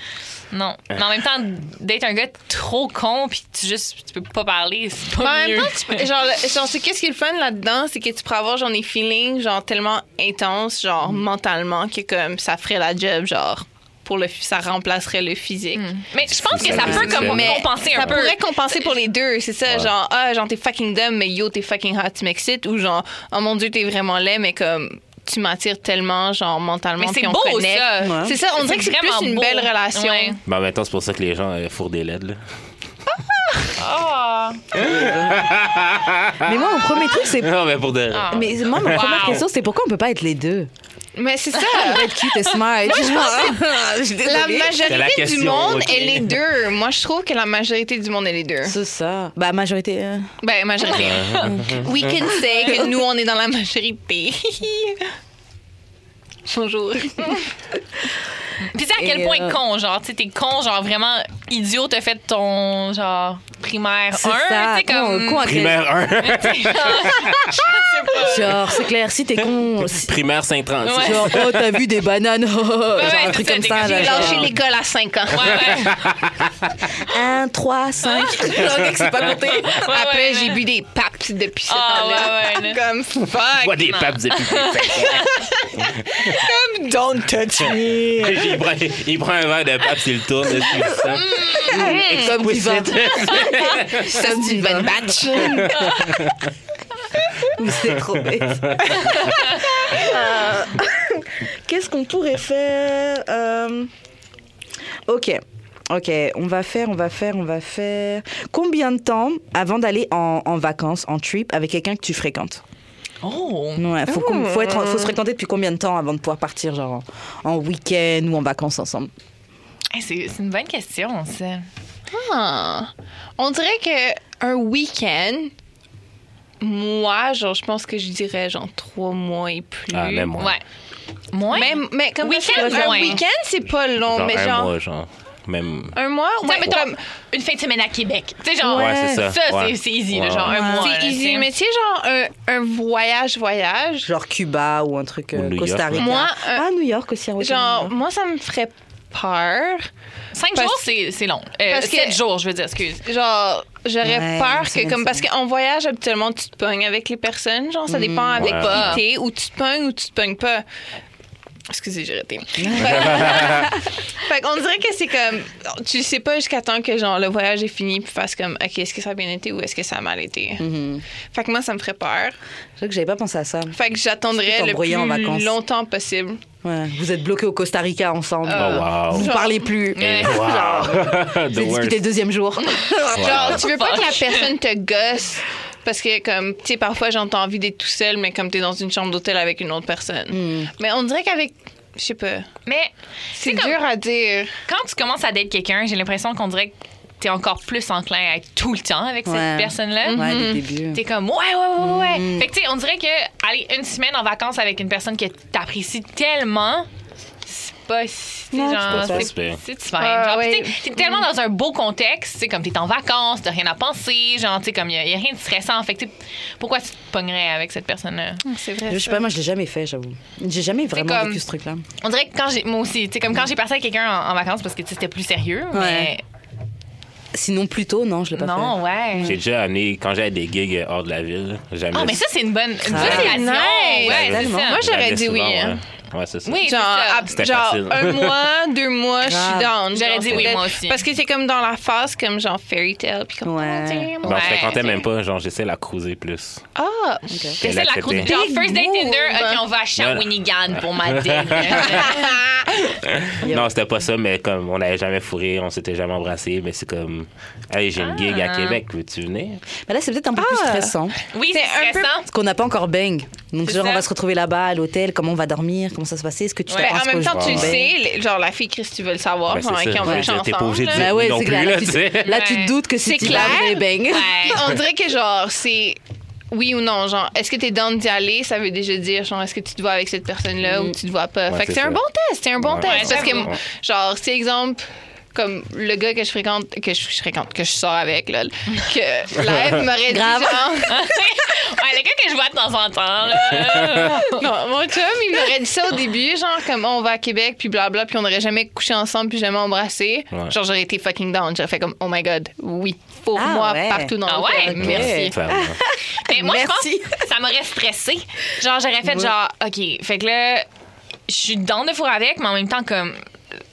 Non. Mais en même temps, d'être un gars trop con puis tu juste tu peux pas parler, c'est Mais pas en mieux. même temps, tu peux- genre, le- genre, c'est qu'est-ce qui est le fun là-dedans, c'est que tu pourras avoir genre des feelings genre tellement intenses, genre Mm. mentalement, que comme ça ferait la job, genre pour le, ça remplacerait le physique. Mais je pense que Ça ça peut peut comme Mais compenser ça un peu. pourrait compenser pour les deux, c'est ça, genre ah genre t'es fucking dumb mais yo t'es fucking hot, tu m'excites ou genre oh mon dieu t'es vraiment laid mais comme tu m'attires tellement genre mentalement Mais c'est puis on beau, connecte. ça. Ouais. C'est ça, on C'est dirait que c'est vraiment plus une beau. belle relation. Ouais. Mais en même temps, c'est pour ça que les gens euh, fourrent des LED, là. Ah. Mais moi, mon premier truc, c'est. Non, mais pour de. Ah. Mais moi, ma première Wow. question, c'est pourquoi on peut pas être les deux Mais c'est ça. Pour être cute et smart. je suis La désolée. C'est la majorité question, du monde, ok. elle est deux. Moi, je trouve que la majorité du monde, elle est deux. C'est ça. Bah, majorité. euh, Ben, majorité. We can say que nous, on est dans la majorité. Bonjour. Puis c'est à quel Et, point euh, con, genre, tu sais, t'es con, genre vraiment idiot, t'as fait ton, genre, primaire 1. C'est ça. Tu sais, comme. Con- con à quel- Primaire 1, Genre, c'est clair, si t'es con. si- primaire 530. Ouais. Genre, oh, t'as vu des bananes. oh, oh, oh, genre, un c'est truc ça, comme des ça. gars, là, J'ai genre. lâché l'école à 5 ans. Ah, Ouais, ouais. 1, 3, 5. c'est pas compté. Ouais, ouais, Après, j'ai ouais. bu des papes depuis ce Ah, temps-là. ouais, ouais, là. Comme fuck. Bois des papes depuis Don't touch me. il, prend, il prend un verre de pape, il le tourne, là, c'est ça. Mm, Comme Oui, vivant. c'est- Ça, c'est une bonne batch. Ou c'est trop bête. Euh, Qu'est-ce qu'on pourrait faire Euh, Ok. Ok, on va faire, on va faire, on va faire. Combien de temps avant d'aller en, en vacances, en trip, avec quelqu'un que tu fréquentes Oh! Ouais, faut, qu'on- faut, être, faut se fréquenter depuis combien de temps avant de pouvoir partir, genre en, en week-end ou en vacances ensemble Hey, c'est c'est une bonne question, ça. Ah. On dirait que un week-end, moi, genre, je pense que je dirais genre trois mois et plus. Ah, même moi. Mm, Ouais. Moi? Même, mais comme Week-end, parce que un ouais. week-end, c'est pas long, Genre mais un genre mois, genre. Même. un mois, Tu sais, ouais, mettons, comme- une fin de semaine à Québec. Tu sais, genre, Ouais, c'est ça. Ouais. c'est- c'est easy, Ouais, là, genre, un mois. là, c'est tu sais. easy. Mais tu sais, genre un, un voyage, voyage. Genre Cuba ou un truc Ou euh, New York. Costa Rica Moi, un- Ah, New York aussi, un week-end à New Genre, York. moi, ça me ferait peur. Cinq Parce- jours, c'est c'est long. Euh, parce que- sept jours, je veux dire, excuse. Genre, j'aurais Ouais, peur c'est que, bien comme, ça. parce qu'en voyage, habituellement, tu te pognes avec les personnes. Genre, ça dépend avec Ouais. qui t'es, ou tu te pognes ou tu te pognes pas. Excusez, j'ai raté. fait qu'on dirait que c'est comme, tu sais pas jusqu'à temps que, genre, le voyage est fini, puis fasses comme, OK, est-ce que ça a bien été ou est-ce que ça a mal été? Mhm. Fait que moi, ça me ferait peur. Je sais que j'avais pas pensé à ça. Fait que j'attendrais Surtout le plus t'embrouiller en vacances. longtemps possible. Ouais, vous êtes bloqués au Costa Rica ensemble. Oh, wow. Vous Genre- parlez plus. Ouais. Wow. The Vous avez discuté le worst. deuxième jour. Genre, tu veux pas Fuck. que la personne te gosse parce que, comme, tu sais, parfois, genre, t'as envie d'être tout seul, mais comme t'es dans une chambre d'hôtel avec une autre personne. Hmm. Mais on dirait qu'avec. Je sais pas. Mais C'est comme- dur à dire. quand tu commences à date quelqu'un, j'ai l'impression qu'on dirait que t'es encore plus enclin à être tout le temps avec Ouais. cette personne-là. Mm-hmm. Ouais, le début. T'es comme, ouais, ouais, ouais, ouais. Mhm. Fait que, tu sais, on dirait que aller une semaine en vacances avec une personne que t'apprécies tellement, c'est pas si. tu sais, Non, genre, c'est pas ça. c'est- C'est pas C'est fine. Ah, genre, pis ouais. t'es- t'es tellement dans un beau contexte, tu sais, comme t'es en vacances, t'as rien à penser, genre, tu sais, comme y a, y a rien de stressant. Fait que, tu sais, pourquoi tu te pognerais avec cette personne-là? C'est vrai. Je sais pas, moi je l'ai jamais fait, j'avoue. J'ai jamais vraiment comme- vécu ce truc-là. On dirait que quand j'ai. Moi aussi, tu sais, comme quand j'ai passé avec quelqu'un en, en vacances parce que, tu sais, c'était plus sérieux, Ouais. Sinon, plus tôt, non, je l'ai mais. pas Non, ouais. J'ai déjà amené, quand j'avais des gigs euh, hors de la ville, jamais. Ah, mais ça, c'est une bonne. Une bonne Ah, relation. nice. Ouais, c'est Tellement. ça. Moi, j'aurais dit oui, Ouais, hein. Ouais, c'est ça. Oui, Genre, c'est ça. à- C'était genre facile. un mois, deux mois, je Grave. suis down. J'aurais Genre, dit c'est oui, de- moi aussi. Parce que c'est comme dans la phase, comme genre fairy tale. Puis comme, Ouais. oh, damn, Ben, on Ouais. se fréquentait même pas, genre j'essaie de la cruiser plus. Ah! C'est ça, la Elle cour de acceptait. genre, first date Big dinner, move. ok, on va à Shawinigan pour ma date. Ah, Yep. Non, c'était pas ça, mais comme on n'avait jamais fourré, on s'était jamais embrassé, mais c'est comme, hey, j'ai une gig à Québec, veux-tu venir? Mais Bah là, c'est peut-être un peu plus Ah. stressant. oui, C'est un c'est peu- stressant. Parce qu'on n'a pas encore bang. Donc, C'est genre, on ça. va se retrouver là-bas à l'hôtel, comment on va dormir, comment ça se passer, est-ce que tu Ben, t'attends à en ce même que temps, je tu le bang sais, les- genre la fille, Chris, tu veux le savoir, Ben, c'est pendant ça, qu'on je veux va dire, t'es pas obligé de ensemble, dire là. Bah ouais, non c'est plus, clair. là, Là, tu, tu sais. là, tu Ouais. te doutes que si C'est tu clair. vas les bang. Ouais. on dirait que genre c'est oui ou non genre est-ce que t'es down d'y aller ça veut déjà dire genre est-ce que tu te vois avec cette Mm. personne là ou tu te vois pas Ouais, fait que c'est c'est ça. un bon test c'est un bon Ouais. test Ouais, parce que j'avoue. genre si exemple comme le gars que je fréquente, que je, je fréquente, que je sors avec, là, que la F m'aurait dit Grave. genre. ouais, le gars que je vois de temps en temps, là. Non, mon chum, il m'aurait dit ça au début, genre, comme on va à Québec, puis blabla, puis on n'aurait jamais couché ensemble, puis jamais embrassé. Ouais. Genre, j'aurais été fucking down. J'aurais fait comme, oh my god, oui, pour Ah moi, ouais. partout dans Ah le ouais? monde. Ok. Merci. Merci. Clairement. Mais moi, Merci. je pense que ça m'aurait stressé. Genre, j'aurais fait Ouais. genre, OK, fait que là, je suis dans de four avec, mais en même temps, comme.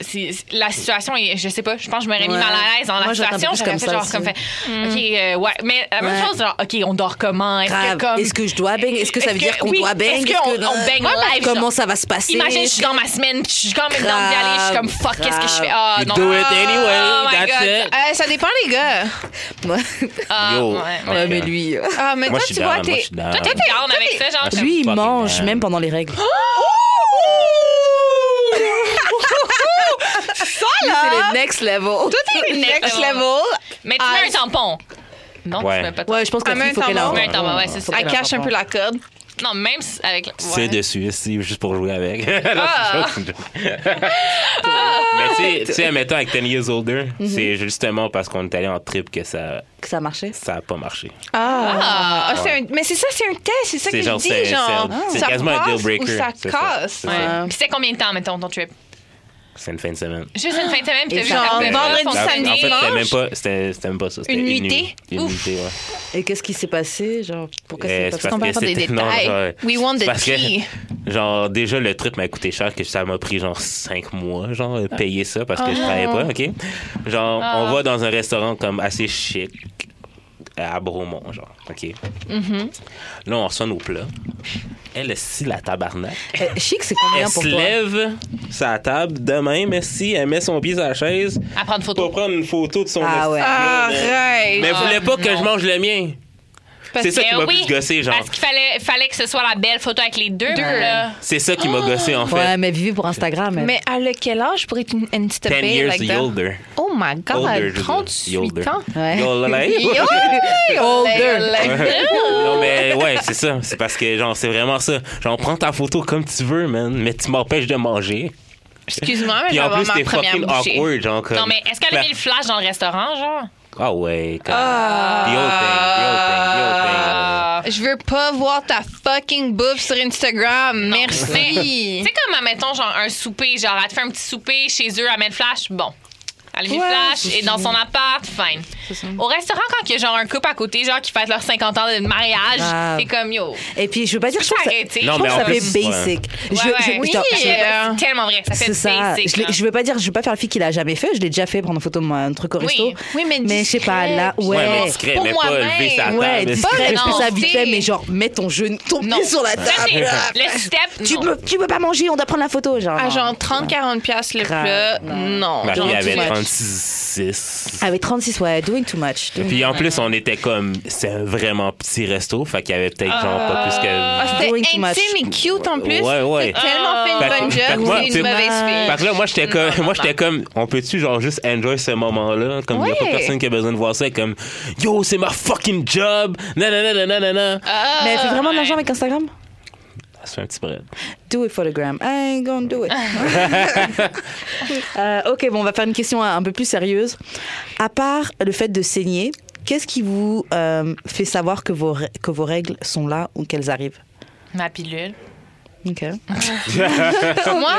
c'est- c'est- la situation est, je sais pas, je pense que je m'aurais mis Ouais. mal à l'aise dans la Moi, j'aurais situation. un peu plus J'aurais comme fait ça genre aussi. comme fait, OK, euh, ouais. Mais la même Ouais. chose, genre, OK, on dort comment? Est-ce Grave. que comme. Est-ce que je dois bang Est-ce que ça est-ce veut dire que- qu'on oui, doit bang est-ce qu'on- on bang live, Comment genre? ça va se passer Imagine, je suis dans ma semaine, puis je suis quand même dans le aller, je suis comme fuck, qu'est-ce que je fais? Ah, You non. do it anyway, Oh my that's God. it. Euh, ça dépend les gars. Ouais. Ah, Yo. ouais. Ouais. Ouais, mais lui. euh, Ah, mais Moi, toi, je suis tu vois, down. Moi, je t'es. suis down. Toi, t'es down avec ça, genre, je- Lui, il fucking mange man. même pendant les règles. Ah. Toi, là, C'est le next level. t'es le Next next level. level. Mais tu Ah, mets un tampon. Non, Ouais. tu mets pas de tampon. Ouais, je pense En que la fille, même faut qu'elle temps, en en même temps, ouais, c'est ça. Elle cache un peu la corde. Non, même si- avec. C'est ouais. dessus, si, juste pour jouer avec. Non, Ah. c'est une joke. Ah! Mais tu sais- tu sais, mettons avec 10 Years Older, Mhm. c'est justement parce qu'on est allé en trip que ça Que ça marchait. ça a pas marché. Ah. Ah, c'est un- Mais c'est ça, c'est un test, c'est ça que C'est je genre, dis, c'est- genre. c'est- c'est ça quasiment un passe deal breaker. Ou ça C'est ça, casse. c'est Ouais. Ah. Ouais. Puis c'est combien de temps, mettons, ton trip? C'est une fin de semaine. Juste une fin de semaine, puis Et t'as vu ça la en personne. vendredi, Pas samedi, Bah en fonctionné. fait, c'était dimanche? même pas, c'était, c'était même pas ça. C'était Une nuit. nuitée? Une Ouf. nuitée, ouais. Et qu'est-ce qui s'est passé Genre, pourquoi Euh, c'est c'est pas parce On va que faire des c'était- non, détails. genre, We want c'est the parce que, tea. Genre, déjà, le trip m'a coûté cher, que ça m'a pris genre 5 mois, genre, de payer ça parce que je travaillais pas, OK? Genre, on va dans un restaurant comme assez chic à Bromont, genre, OK? Là, on reçoit nos plats. Elle, si la tabarnak. Euh, Chic, c'est combien Elle pour se toi lève sa table demain, merci. Elle met son pied sur la chaise À prendre photo. pour prendre une photo de son Ah esti- ouais. Arrête. Mais elle voulait pas que je mange le mien. C'est ça qui Ben m'a oui, plus gossé, genre. Parce qu'il fallait, fallait que ce soit la belle photo avec les deux. là. C'est ça qui m'a gossé, en fait. Ouais, mais vivez pour Instagram. elle. Mais à le- quel âge pour être une, une petite 10 fille years like that? older. Oh my Older, god, je veux dire. 38 Older. ans. Ouais. Yo, là, hey. Yo! Older. non, mais ouais, c'est ça. C'est parce que, genre, c'est vraiment ça. Genre, prends ta photo comme tu veux, man, mais tu m'empêches de manger. Excuse-moi, mais je Puis vais en avoir plus, ma t'es première fucking bouchée. awkward, genre, comme. Non, mais est-ce qu'elle a mis le flash dans le restaurant, genre? Ah ouais, comme. Ah. The old thing, the old thing, the old thing. Je veux pas voir ta fucking bouffe sur Instagram. Tu Merci. sais, comme, mettons, genre, un souper, genre, elle te fait un petit souper chez eux, elle met le flash, bon. Elle a mis le Ouais, flash et dans son appart, fine. Au restaurant, quand il y a genre un couple à côté, genre, qui fête leurs 50 ans de mariage, Ah. c'est comme, yo, Et puis, je veux pas dire, je trouve que ça, arrêter. je Non, trouve mais que en ça fait plus, ouais. basic. Je- Ouais, je- ouais. je- je- Oui, euh, C'est tellement vrai, ça fait C'est ça. basic. hein. Je, l'ai- là. je veux pas dire, je veux pas faire le fille qui l'a jamais fait. Je l'ai déjà fait prendre en photo moi, un truc au Oui. resto. Oui, mais Mais je sais pas discret. là. Ouais, mais Ouais. discret, Pour mais pas moi-même. lever sa Ouais, table. discret, je fais ça vite fait, non. mais genre, mets ton genou, ton Non. pied sur la Ça, c'est table. le step. Tu non. peux, tu peux pas manger, on doit prendre la photo, genre. À Ah non. Ah, genre 30-40$ piastres le Grave, plat, Ma non. fille Genre, Don't avait do it. 36. Avec 36, Ah, ouais, doing too much. doing- Ah, Puis en plus, on était comme. C'est un vraiment petit resto, fait qu'il y avait peut-être, genre, pas plus Ah, que. C'était Doing too intime much. et cute en plus. Ouais, ouais. T'as tellement fait Fait une bonne que- fait que job, moi, c'est tu- une mauvaise fille. Fait que là, moi, j'étais comme, non, moi, j'étais comme, on peut-tu, genre, juste enjoy ce moment-là? Comme, il y a pas Ouais. personne qui a besoin de voir ça, comme, yo, c'est ma fucking job! Nanana, nanana. Ah. Mais elle fait vraiment de ouais. l'argent avec Instagram? C'est un petit bread. Do it for the gram. I ain't gonna do it. Euh, ok, bon, on va faire une question un peu plus sérieuse. À part le fait de saigner, qu'est-ce qui vous euh, fait savoir que vos, rè- que vos règles sont là ou qu'elles arrivent Ma pilule. Ok. Euh, Moi,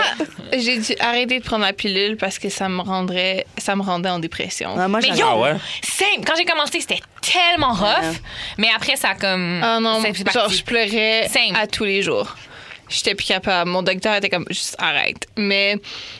j'ai dû arrêter de prendre la pilule parce que ça me rendrait, ça me rendait en dépression. Ah, moi, Mais j'arrive. yo, Ah ouais? same. quand j'ai commencé, c'était tellement rough. Mais après, ça a comme. Ah non, c'est- c'est genre parti. je pleurais Same. à tous les jours. J'étais plus capable. Mon docteur était comme juste arrête. Mais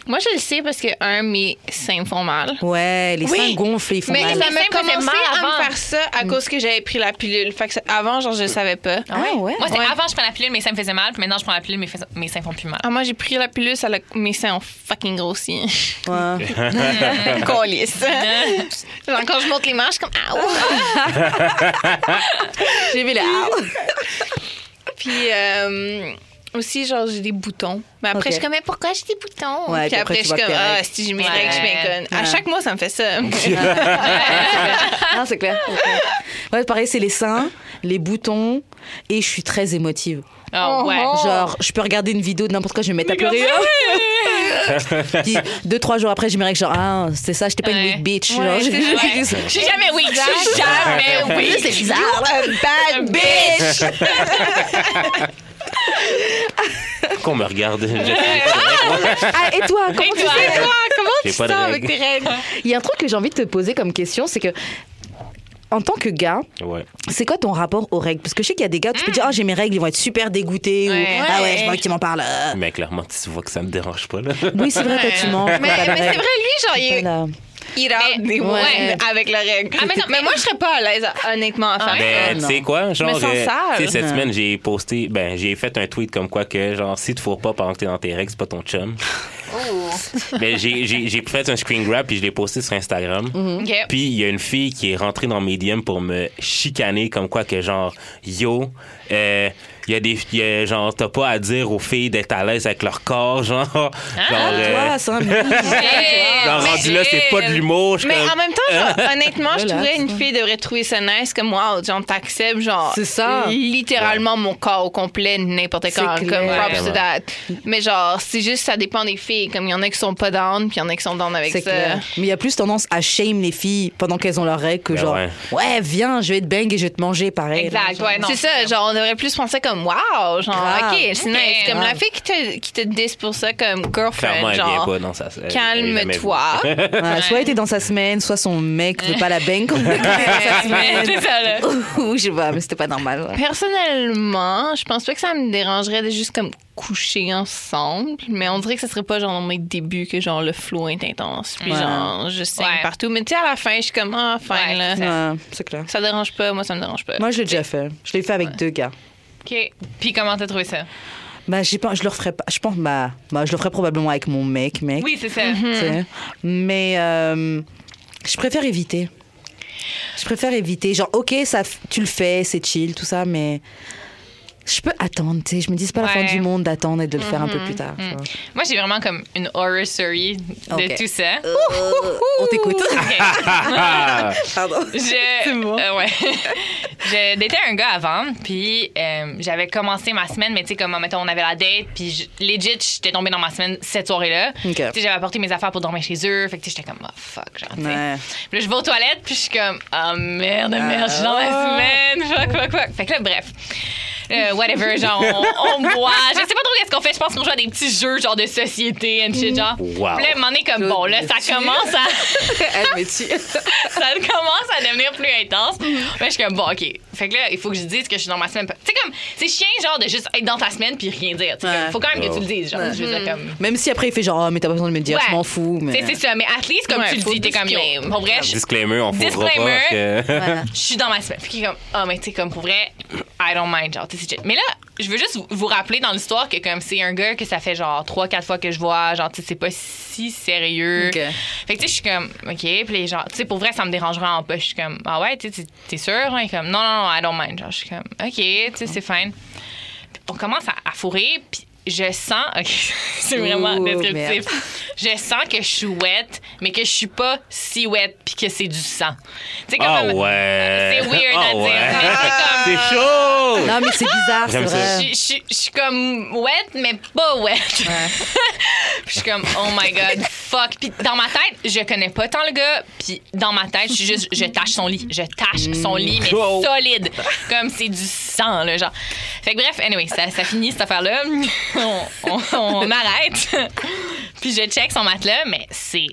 moi je le sais parce que un mes seins me font mal. Ouais, les Oui. seins gonflent, ils font Mais mal. ça Les seins m'a me faisaient commencé mal à avant. me faire ça Mm. à cause que j'avais pris la pilule. Fait que ça- avant genre je savais pas. Ah ouais? Moi, c'est Ouais. avant, je prenais la pilule, mais ça me faisait mal. Puis maintenant, je prends la pilule, mais fais- mes seins font plus mal. Ah, moi j'ai pris la pilule, ça l'a- mes seins ont fucking grossi. Ouais. Colisse. genre quand je monte les manches je suis comme ah J'ai vu les... ah, Puis euh, aussi, genre, j'ai des boutons. Mais Ok. après, je suis comme, mais pourquoi j'ai des boutons? Ouais, puis après, puis après, tu je suis vois comme, tes ah, règles. si j'ai mes Ouais. règles, je suis bien conne. À Ouais. chaque mois, ça me fait ça. Non, c'est clair. c'est clair. Ouais, pareil, c'est les seins, les boutons, et je suis très émotive. Oh, Ah, ouais. Genre, je peux regarder une vidéo de n'importe quoi, je vais me mettre à pleurer. Puis deux, trois jours après, j'aimerais que genre, ah, c'est ça, j'étais pas une Ouais. weak bitch. Ouais, Genre, c'est Ouais. je- Je suis jamais weak. Je suis jamais Oui, weak. c'est bizarre. Bad bitch! Qu'on me regarde. Ah, et toi, comment Et tu toi? sais Toi, comment J'ai tu pas sens de avec règles. tes règles? Il y a un truc que j'ai envie de te poser comme question, c'est que en tant que gars, ouais. c'est quoi ton rapport aux règles Parce que je sais qu'il y a des gars, tu peux dire, ah j'ai mes règles, ils vont être super dégoûtés. Ouais. Ou, ah ouais, Mm. Ouais. je vois que tu m'en parles. euh. Mais clairement, tu vois que ça me dérange pas, là. Oui, c'est vrai, toi, tu mens. Mais, mais c'est vrai, lui, genre, il est il out Mais- des mots ouais. avec le règle. Ah, mais mais, non, mais- moi, je serais pas à l'aise, honnêtement, à faire ça. Ben, tu sais quoi, genre, sens euh, sale. tu sais, cette Ouais. semaine, j'ai posté, ben, j'ai fait un tweet comme quoi que, genre, si tu fourres pas pendant que t'es dans tes règles, c'est pas ton chum. Oh. ben, j'ai- j'ai j'ai fait un screen grab puis je l'ai posté sur Instagram. Mm. Ok. Puis il y a une fille qui est rentrée dans Medium pour me chicaner comme quoi que genre yo euh, il y a des il y a, genre t'as pas à dire aux filles d'être à l'aise avec leur corps genre genre Ah, euh, Toi, c'est un mythe. genre, Mais- rendu là c'est pas de l'humour je suis Mais comme- en même temps, genre, honnêtement, je Relax, trouvais une fille devrait trouver ça nice comme moi, genre t'acceptes genre C'est ça. littéralement mon corps au complet n'importe C'est quand comme clair. props to Ouais. that. Mais genre c'est juste ça dépend des filles comme il y en a qui sont pas down puis il y en a qui sont down avec ça. C'est clair. Mais il y a plus tendance à shame les filles pendant qu'elles ont leurs règles que Ben genre, ouais. ouais. viens, je vais te bang et je vais te manger pareil. là. Exact, ouais, non. C'est ça, genre on devrait plus penser comme wow, genre Grave. OK, c'est Ok. nice comme Grave. la fille qui te qui te dis pour ça comme clairement girlfriend elle vient genre pas non ça elle- elle est jamais venue. calme-toi. Ouais, Soit elle était dans sa semaine, soit son mec veut pas la bang quand elle était dans sa Mais semaine. C'est ça, là. Ou je sais pas, mais c'était pas normal. ouais. Personnellement, je pense pas que ça me dérangerait de juste comme coucher ensemble, mais on dirait que ce serait pas genre dans mes débuts que genre le flow est intense, puis Ouais. genre je saigne Ouais. partout. Mais tu sais, à la fin, je suis comme ah, fin Ouais, là. c'est Ouais, c'est clair. Ça dérange pas, moi ça me dérange pas. Moi, je l'ai déjà fait. Je l'ai fait avec deux gars. OK. Puis comment t'as trouvé ça? Bah, j'ai pas, je le referais pas. Je pense, bah, bah, je le ferais probablement avec mon mec, mec. Oui, c'est ça. tu sais. Mais euh, je préfère éviter. Je préfère éviter. Genre, ok, ça, f- tu le fais, c'est chill, tout ça, mais je peux attendre, tu sais. Je me dis, c'est pas la fin Ouais. Mm-hmm. Mm. du monde d'attendre et de le faire un peu plus tard. tu vois. Moi, j'ai vraiment comme une horror story de Ok. Euh. tout ça. On t'écoute. Ah! Pardon. Je, Euh, ouais. je datais un gars avant, puis euh, j'avais commencé ma semaine, mais tu sais, comme, mettons, on avait la date, puis je- legit, j'étais tombée dans ma semaine cette soirée-là. Ok. Tu sais, j'avais apporté mes affaires pour dormir chez eux, fait que tu sais, j'étais comme, oh fuck, genre, tu sais. Ouais. Puis là, je vais aux toilettes, puis je suis comme, ah merde, merde, je suis dans la Ah. semaine, fuck, fuck, fuck. Fait que là, bref. Euh, whatever, genre, on, on boit. Je sais pas trop qu'est-ce qu'on fait. Je pense qu'on joue à des petits jeux, genre, de société, and shit, genre. Wow. Puis là, m'en est comme, bon, là, ça commence à Elle me tue. ça commence à devenir plus intense. Mais je suis comme, bon, OK. Fait que là, il faut que je dise que je suis dans ma semaine. Tu sais, comme, c'est chiant, genre, de juste être dans ta semaine puis rien dire. Tu sais, comme, faut quand même que tu le dises, genre. Je veux dire, comme. Même si après, il fait genre, Ah, mais t'as pas besoin de me le dire, je Ouais. m'en fous. Mais... Tu sais, c'est ça. Mais at least, comme Ouais, tu faut le dis, t'es comme, disclaimer. yo, pour vrai, je disclaimer on fourra pas Disclaimer. parce que je suis dans ma semaine. Fait qu'il est comme, ah, mais tu sais, comme, pour vrai, I don't mind, genre, tu sais, c'est chill. Mais là, je veux juste vous- vous rappeler dans l'histoire que, comme, c'est un gars que ça fait genre 3-4 fois que je vois, genre, tu sais, c'est pas si sérieux. Ok. Fait que, tu sais, je suis comme, OK, puis les gens, tu sais, pour vrai, ça me dérangera en pas. Je suis comme, ah ouais, tu sais, t'es- t'es sûr? Il est comme, non, non, non, I don't mind. Genre, je suis comme, OK, tu sais, c'est fine. Puis on commence à, à fourrer, puis je sens, OK, c'est vraiment Ouh, merde. descriptif. Je sens que je suis wet, mais que je suis pas si wet, puis que c'est du sang. Tu sais, ah comme- ouais c'est weird à Ah dire, ouais. mais c'est c'est chaud Non, mais c'est bizarre, c'est J'aime ça. vrai. Je- je je suis comme wet, mais pas wet. Puis je suis comme, oh my god, fuck. Puis dans ma tête, je connais pas tant le gars. Puis dans ma tête, je suis juste, je tâche son lit. Je tâche Mm. son lit, mais Wow. solide. Comme c'est du sang, là, genre. Fait que bref, anyway, ça, ça finit cette affaire-là. on, on- on arrête. Puis je check son matelas, mais c'est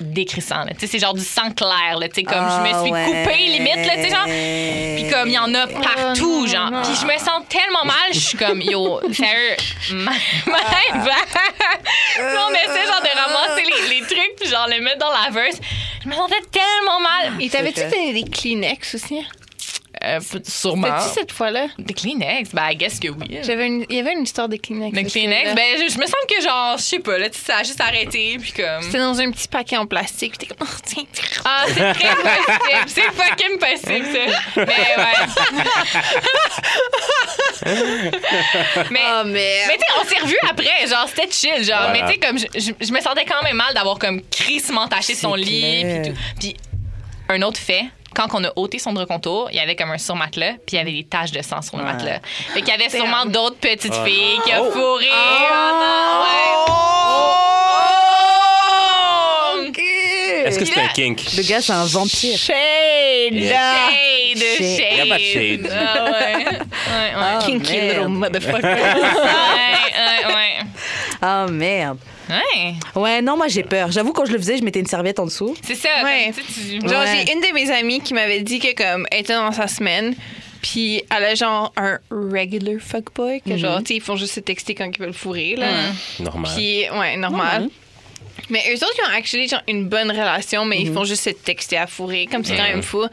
décrissant. là. Tu sais, c'est genre du sang clair. là. Tu sais, comme je me suis coupée limite, là, tu sais, genre. Puis comme il y en a partout, genre. Puis je me sens tellement mal, je suis comme yo, sérieux, ma ma tête va. Puis on essaie genre de ramasser les, les trucs puis genre le mettre dans la verse. Je me sentais tellement mal. Et t'avais-tu donné des Kleenex aussi? hein? Euh, sûrement. T'as-tu cette fois-là? Des Kleenex, ben I guess que oui. J'avais une- Il y avait une histoire des Kleenex. Des aussi, Kleenex, là. ben je, je me semble que genre, je sais pas, là, tu sais, ça a juste arrêté puis comme. C'était dans un petit paquet en plastique. puis T'es comme, oh, tiens. Ah, c'est très possible, c'est fucking possible ça. Mais ouais. Mais Ah, merde. Mais tu sais, on s'est revus après, genre c'était chill, genre. Voilà. Mais tu sais, comme je, je- je me sentais quand même mal d'avoir comme crissement taché son C'est lit, clair. puis tout. Puis un autre fait, quand on a ôté son de contour, il y avait comme un surmatelas, puis il y avait des taches de sang sur le matelas. Fait qu'il y Ah, avait sûrement d'autres petites filles qui ont fourré. Oh, non! Ouais. Oh! Est-ce que c'est Yeah. un kink? Le gars, c'est un vampire. Shade! Shade! Shade. Shade! Y a pas de shade. Ah ouais. Ouais, ouais. Kinky Oh, merde. little motherfucker. Ouais, ouais, ouais. Ah merde. Ouais. Ouais, non, moi j'ai peur. J'avoue, quand je le faisais, je mettais une serviette en dessous. C'est ça. Ouais. comme, tu sais, tu- Genre, Ouais. j'ai une de mes amies qui m'avait dit que, comme, elle était dans sa semaine, puis elle a genre un regular fuckboy, que genre, tu sais, ils font juste se texter quand ils veulent fourrer, là. Normal. Puis, ouais, normal. Mais eux autres, ils ont actually genre, une bonne relation, mais Mm-hmm. ils font juste se texter à fourrer, comme c'est quand Mm-hmm. même fou.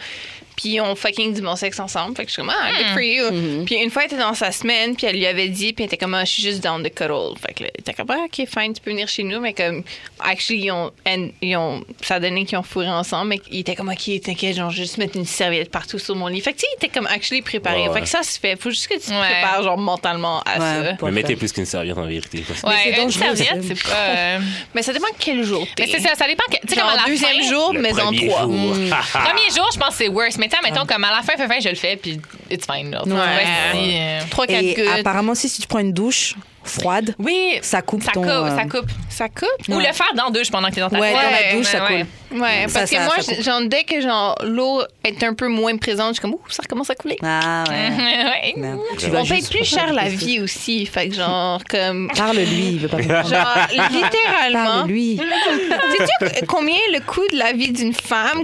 Puis ils ont fucking du bon sexe ensemble. Fait que je suis comme, ah, Mm. good for you. Mm-hmm. Puis une fois, elle était dans sa semaine, puis elle lui avait dit, puis elle était comme, ah, je suis juste down the cuddle. Fait que là, elle était comme, ah, ok, fine, tu peux venir chez nous. Mais comme, actually, ils ont, and- ils ont ça a donné qu'ils ont fourré ensemble, mais il était comme, ok, t'inquiète, genre, je vais juste mettre une serviette partout sur mon lit. Fait que tu sais, il était comme, actually préparé. Ouais, ouais. Fait que ça se fait. Faut juste que tu te Ouais. prépares, genre, mentalement Ah, à ça. pour Mais le mettez faire. plus qu'une serviette en vérité. parce que- Ouais, c'est une dangereux, serviette, ça. c'est pas. euh, Mais ça dépend quel jour t'es. Mais c'est ça, ça dépend. que- Tu sais, Genre comme à la deuxième fin- jour, Le mais en premier trois. jour. Hmm. Ah. Premier jour, je pense que c'est worse. Mais tu sais, mettons, comme à la fin, fin, fin, je le fais, puis it's fine. là. Tu vois, Ouais. si, euh, Trois, quatre Et gouttes. apparemment, si tu prends une douche froide, Oui, ça coupe ça ton. coupe, euh, ça coupe. Ça coupe? Ou Ouais. le faire dans la douche pendant que t'es dans ta Ouais, douche. dans la douche, ça Ah, ouais. coule. Ouais, Ça, parce ça- que moi, ça coupe. genre, dès que genre l'eau est un peu moins présente, je suis comme, ouh, ça recommence à couler. Ah ouais. Mhm. Ouais. Merde. Tu On vas On paye juste- plus cher la vie aussi, fait que genre, comme... Parle-lui, il veut pas comprendre. Genre, littéralement. Parle-lui. Sais-tu combien le coût de la vie d'une femme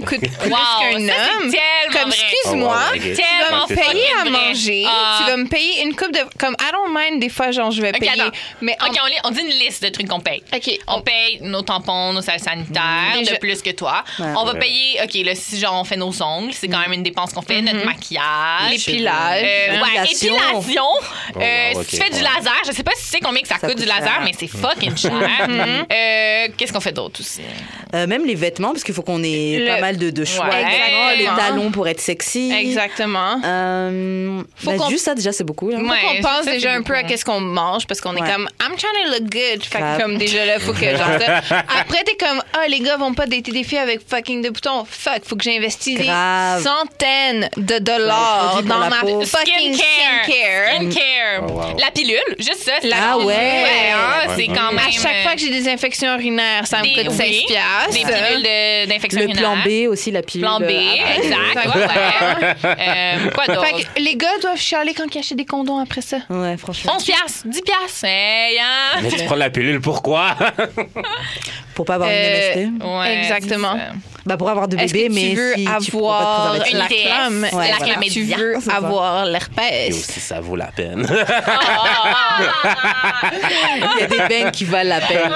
coûte plus Wow, qu'un ça, homme? c'est tellement Comme, vrai. excuse-moi, Oh, wow, ok. tu vas Tellement me payer à fucking vrai. manger, Ah. tu vas me payer une coupe de... Comme, I don't mind, des fois, genre, je vais Ok, payer, attends. mais... en- OK, on, lit- on dit une liste de trucs qu'on paye. OK, On paye nos tampons, nos salles sanitaires, de Mmh. Déjà. plus que toi. Ouais. On va Ouais. payer, OK, là, si genre on fait nos ongles, c'est quand même une dépense qu'on fait, notre maquillage. Les pilages. Euh, ouais, L'épilation. épilation. Oh, Euh, wow, si tu ok, fais du ouais. laser, je sais pas si tu sais combien que ça, Ça coûte du coûte cher. laser, mais c'est fucking cher. Euh, Qu'est-ce qu'on fait d'autre aussi? Euh, même les vêtements, parce qu'il faut qu'on ait Le- pas mal de, de choix. Ouais. Exactement. Les Exactement. talons pour être sexy. Exactement. Euh, Faut bah, qu'on- juste ça, déjà, c'est beaucoup. là. Faut Ouais, qu'on pense ça, déjà c'est un peu à beaucoup. qu'est-ce qu'on mange parce qu'on Ouais. est comme I'm trying to look good. Fait Grave. que comme déjà là, faut que genre ça. Après t'es comme ah les gars vont pas dater des filles avec fucking de boutons. Fuck, faut que j'investisse des Grave. centaines de Ouais, dollars produits pour dans la ma peau. fucking Skincare. skincare. Mm. Skincare. Oh, wow. La pilule, juste ça. c'est La la Ah pilule. ouais. hein, Ouais. c'est quand même. À chaque fois que j'ai des infections urinaires, ça me des- coûte oui, 16 piastres. Des pilules de- d'infection Le plan urinaire. B aussi, la pilule. Plan B, Ah, exact. ouais, ouais. Euh, quoi Fait d'autre? que les gars doivent chialer quand ils achètent des condoms après ça. bah, Ouais, franchement. 11 piastres, 10 piastres. Hey, hein? Mais tu prends la pilule, pourquoi? Pour pas avoir Euh, une MST. Ouais, Exactement. c'est ça. Bah, pour avoir de Est-ce bébé, que tu mais veux si tu prends avoir pas de une la préservatif. ITS, clame? la Est-ce clame que tu médiane, veux c'est ça. avoir Et l'herpès? aussi, ça vaut la peine. Il y a des peines qui valent la peine.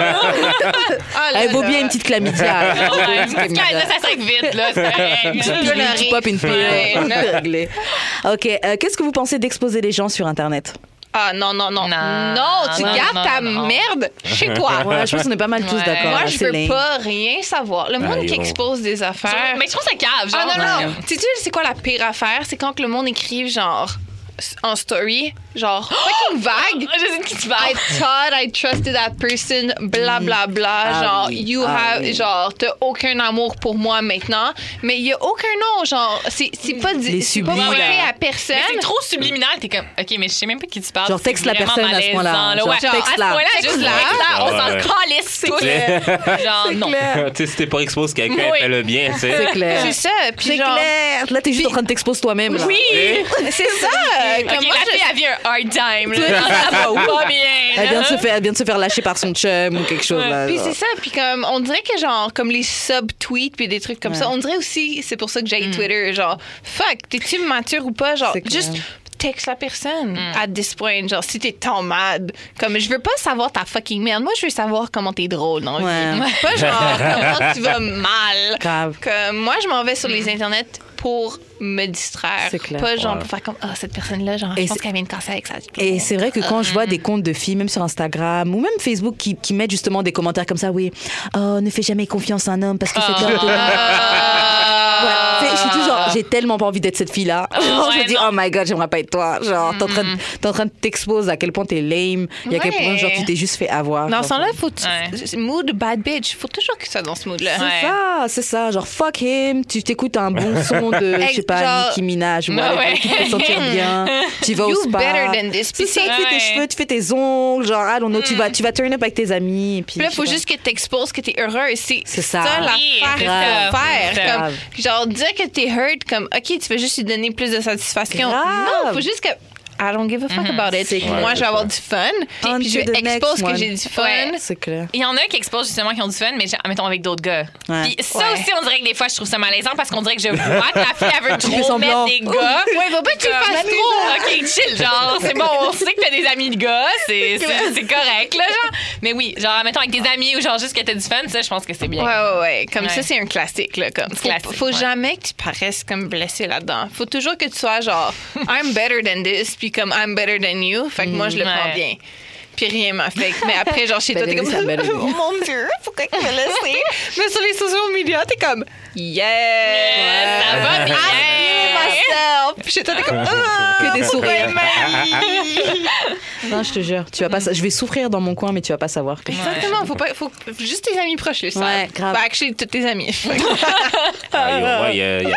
Ah là Elle vaut là. bien une petite chlamydia. Elle vaut bien Ah Ouais, une petite chlamydia. ça sec vite, là. c'est correct. Petite Pilule, Colorée. tu popes une pilule. Ouais, non. Réglé. Ok, euh, qu'est-ce que vous pensez d'exposer les gens sur Internet Ah non, non, non. Non. Non, tu Non, gardes non, ta non. merde chez toi. Ouais, je pense qu'on est pas mal tous Ouais. d'accord. Moi, hein, je c'est veux les- pas rien savoir. Le monde Aïe, qui oh. expose des affaires. Mais je trouve que ça cave, genre. Ah non, non. parce Tu sais, c'est quoi la pire affaire? C'est quand que le monde écrive genre en story, genre Oh! fucking que- vague. Ah, Je sais de qui tu I parles. thought I trusted that person, bla bla bla. Ah genre, oui, you ah have, oui. genre, t'as aucun amour pour moi maintenant. Mais il y a aucun nom, genre, c'est c'est pas Les dit, c'est pas sublimes. montré à Mais personne. c'est trop subliminal, t'es comme, OK, mais je sais même pas de qui tu parles. Genre, c'est texte la vraiment personne à ce malaisant, point-là, là, genre, ouais. texte-la. à ce point-là, juste Texte-la. là, on s'en Ouais. calisse tous. Genre, non. tu sais, si t'es pas exposé, quelqu'un Oui. fait le bien, tu sais. C'est clair. C'est ça. C'est Puis genre, clair. Là, t'es juste en train de t'exposer toi-même. là. Oui! c'est ça. OK, Comme moi, la je- fille, elle vit un hard time, Tu là. vois, Ça va pas bien, Elle là. vient, de se faire, elle vient de se faire lâcher par son chum ou quelque chose. là, Puis genre. c'est ça, puis comme on dirait que genre comme les sub-tweets puis des trucs comme ça, on dirait aussi c'est pour ça que j'ai Twitter genre fuck, t'es-tu mature ou pas genre C'est clair. juste texte la personne à this point genre si t'es tant mad comme je veux pas savoir ta fucking merde moi je veux savoir comment t'es drôle non Ouais. pas genre comment tu vas mal Grave. comme moi je m'en vais sur les internets pour me distraire. C'est clair. Pas genre Ouais. pour faire comme, ah, cette personne-là, genre, Et je pense c'est- qu'elle vient de casser avec ça. Et c'est vrai que quand je vois des Euh. comptes de filles, même sur Instagram ou même Facebook, qui, qui mettent justement des commentaires comme ça, oui, oh, ne fais jamais confiance à un homme parce que Ah. c'est un Ouais, tu sais, je suis toujours, j'ai tellement pas envie d'être cette fille-là. Genre, je me dis, non. oh my god, j'aimerais pas être toi. Genre, t'es en Mm. train de- t'es en train de t'exposer à quel point t'es lame, et à quel point, Ouais. genre, tu t'es juste fait avoir. Dans genre. ce temps-là, faut tu- Ouais. mood bad bitch. Faut toujours que tu sois dans ce mood-là. C'est Ouais. ça, c'est ça. Genre, fuck him. Tu t'écoutes un bon son de, je sais pas, Genre- Nicki Minaj. ou Ouais, whatever, ouais. qui te fait sentir bien. Tu vas au You spa. better than this C'est ça, tu pussy. Mm. fais tes Ouais. cheveux, tu fais tes ongles. Genre, allons, tu, vas, tu vas turn up avec tes amis. et Puis, Puis là, je faut sais pas. juste que tu exposes que tu es heureux. C'est C'est ça. ça, l'affaire Oui, c'est à ça. C'est faire. grave. Comme, genre, dire que tu es hurt, comme, OK, tu veux juste lui donner plus de satisfaction. Grave. Non, faut juste que. I don't give a fuck Mm-hmm. about it. C'est Moi, clair. je vais avoir du fun. Puis, On puis je to the next expose one. que j'ai du fun. Ouais. C'est clair. Il y en a qui exposent justement qui ont du fun, mais genre, mettons avec d'autres gars. Ouais. Puis ça Ouais. aussi, on dirait que des fois, je trouve ça malaisant parce qu'on dirait que je vois que la fille, elle veut Tu fais trop semblant. mettre des gars. Ouais, va pas que tu le Comme, fasses trop. Ok, chill, genre, c'est bon, on sait que t'as des amis de gars, c'est c'est- c'est correct, là, genre. Mais oui, genre, mettons avec tes amis ou genre juste que t'as du fun, ça, je pense que c'est bien. Ouais, ouais, ouais. Comme Ouais. ça, c'est un classique. Là, comme. Faut, Classique, faut ouais. jamais que tu paraisses comme blessé là-dedans. Faut toujours que tu sois genre, I'm better than this, puis comme I'm better than you. Fait que moi, je le prends Ouais. bien. Puis rien m'a fait. Mais après, genre, chez toi, t'es Better comme, than this, I'm better than oh you. mon Dieu, pourquoi tu me laisser? Mais sur les sociaux médias, t'es comme, yeah! ça va bien. I feel myself. Puis chez toi, t'es comme, ah! Que des pourquoi sourires. il m'a dit? Non, je te jure. Tu vas pas, sa- je vais souffrir dans mon coin, mais tu vas pas savoir que. Exactement, faut pas, faut juste tes amis proches le savent. Ouais, grave. Bah, actually, tous tes amis. Fait que- Ah, yo, ouais, y a- y a-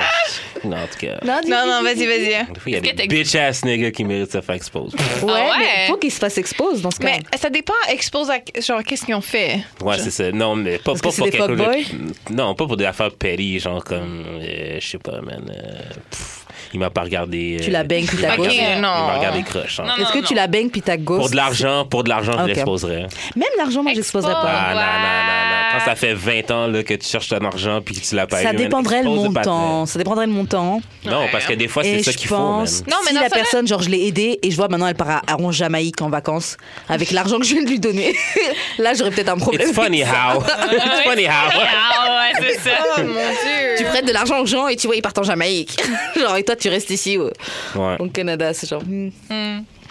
Non, en tout cas. non, non, vas-y, vas-y. hein. Des fois, il y a Est-ce des que t'es- bitch ass niggas qui méritent de se faire expose. Ouais, Ah ouais? mais faut qu'il se fasse expose dans ce cas. Mais ça dépend, expose à genre qu'est-ce qu'ils ont fait. Ouais, c'est ça. Non, mais pas, Parce pas que c'est pour des quelque chose de- Non, pas pour des affaires petty, genre comme. euh, je sais pas, man. euh, pff, il m'a pas regardé. euh, Tu la baignes, puis il t'as m'a gauche. regardé- Ok, Il m'a non. regardé croche. hein. Non, non. Est-ce que tu la baignes puis t'as ghost Pour de l'argent, pour de l'argent, Ok. je l'exposerais. Même l'argent, moi, j'exposerais pas. Expose. Ah, non, non, non, non. Ouais. Quand ça fait 20 ans là, que tu cherches ton argent puis que tu l'as pas eu, Ça man, dépendrait le expose pas- montant. Ça dépendrait le montant. Non, parce que des fois, Et c'est ça je qu'il faut, man. pense, Non, mais si dans la ce cas-là- personne, genre, je l'ai aidée et je vois maintenant elle part à, à Ron Jamaïque en vacances avec l'argent que je viens de lui donner, là, j'aurais peut-être un problème. It's funny how. It's funny how. Ah ouais, c'est ça. Oh mon dieu. Tu prêtes de l'argent aux gens et tu vois, ils partent en Jamaïque. genre, et toi, tu restes ici au, Ouais. au Canada. C'est genre. hmm.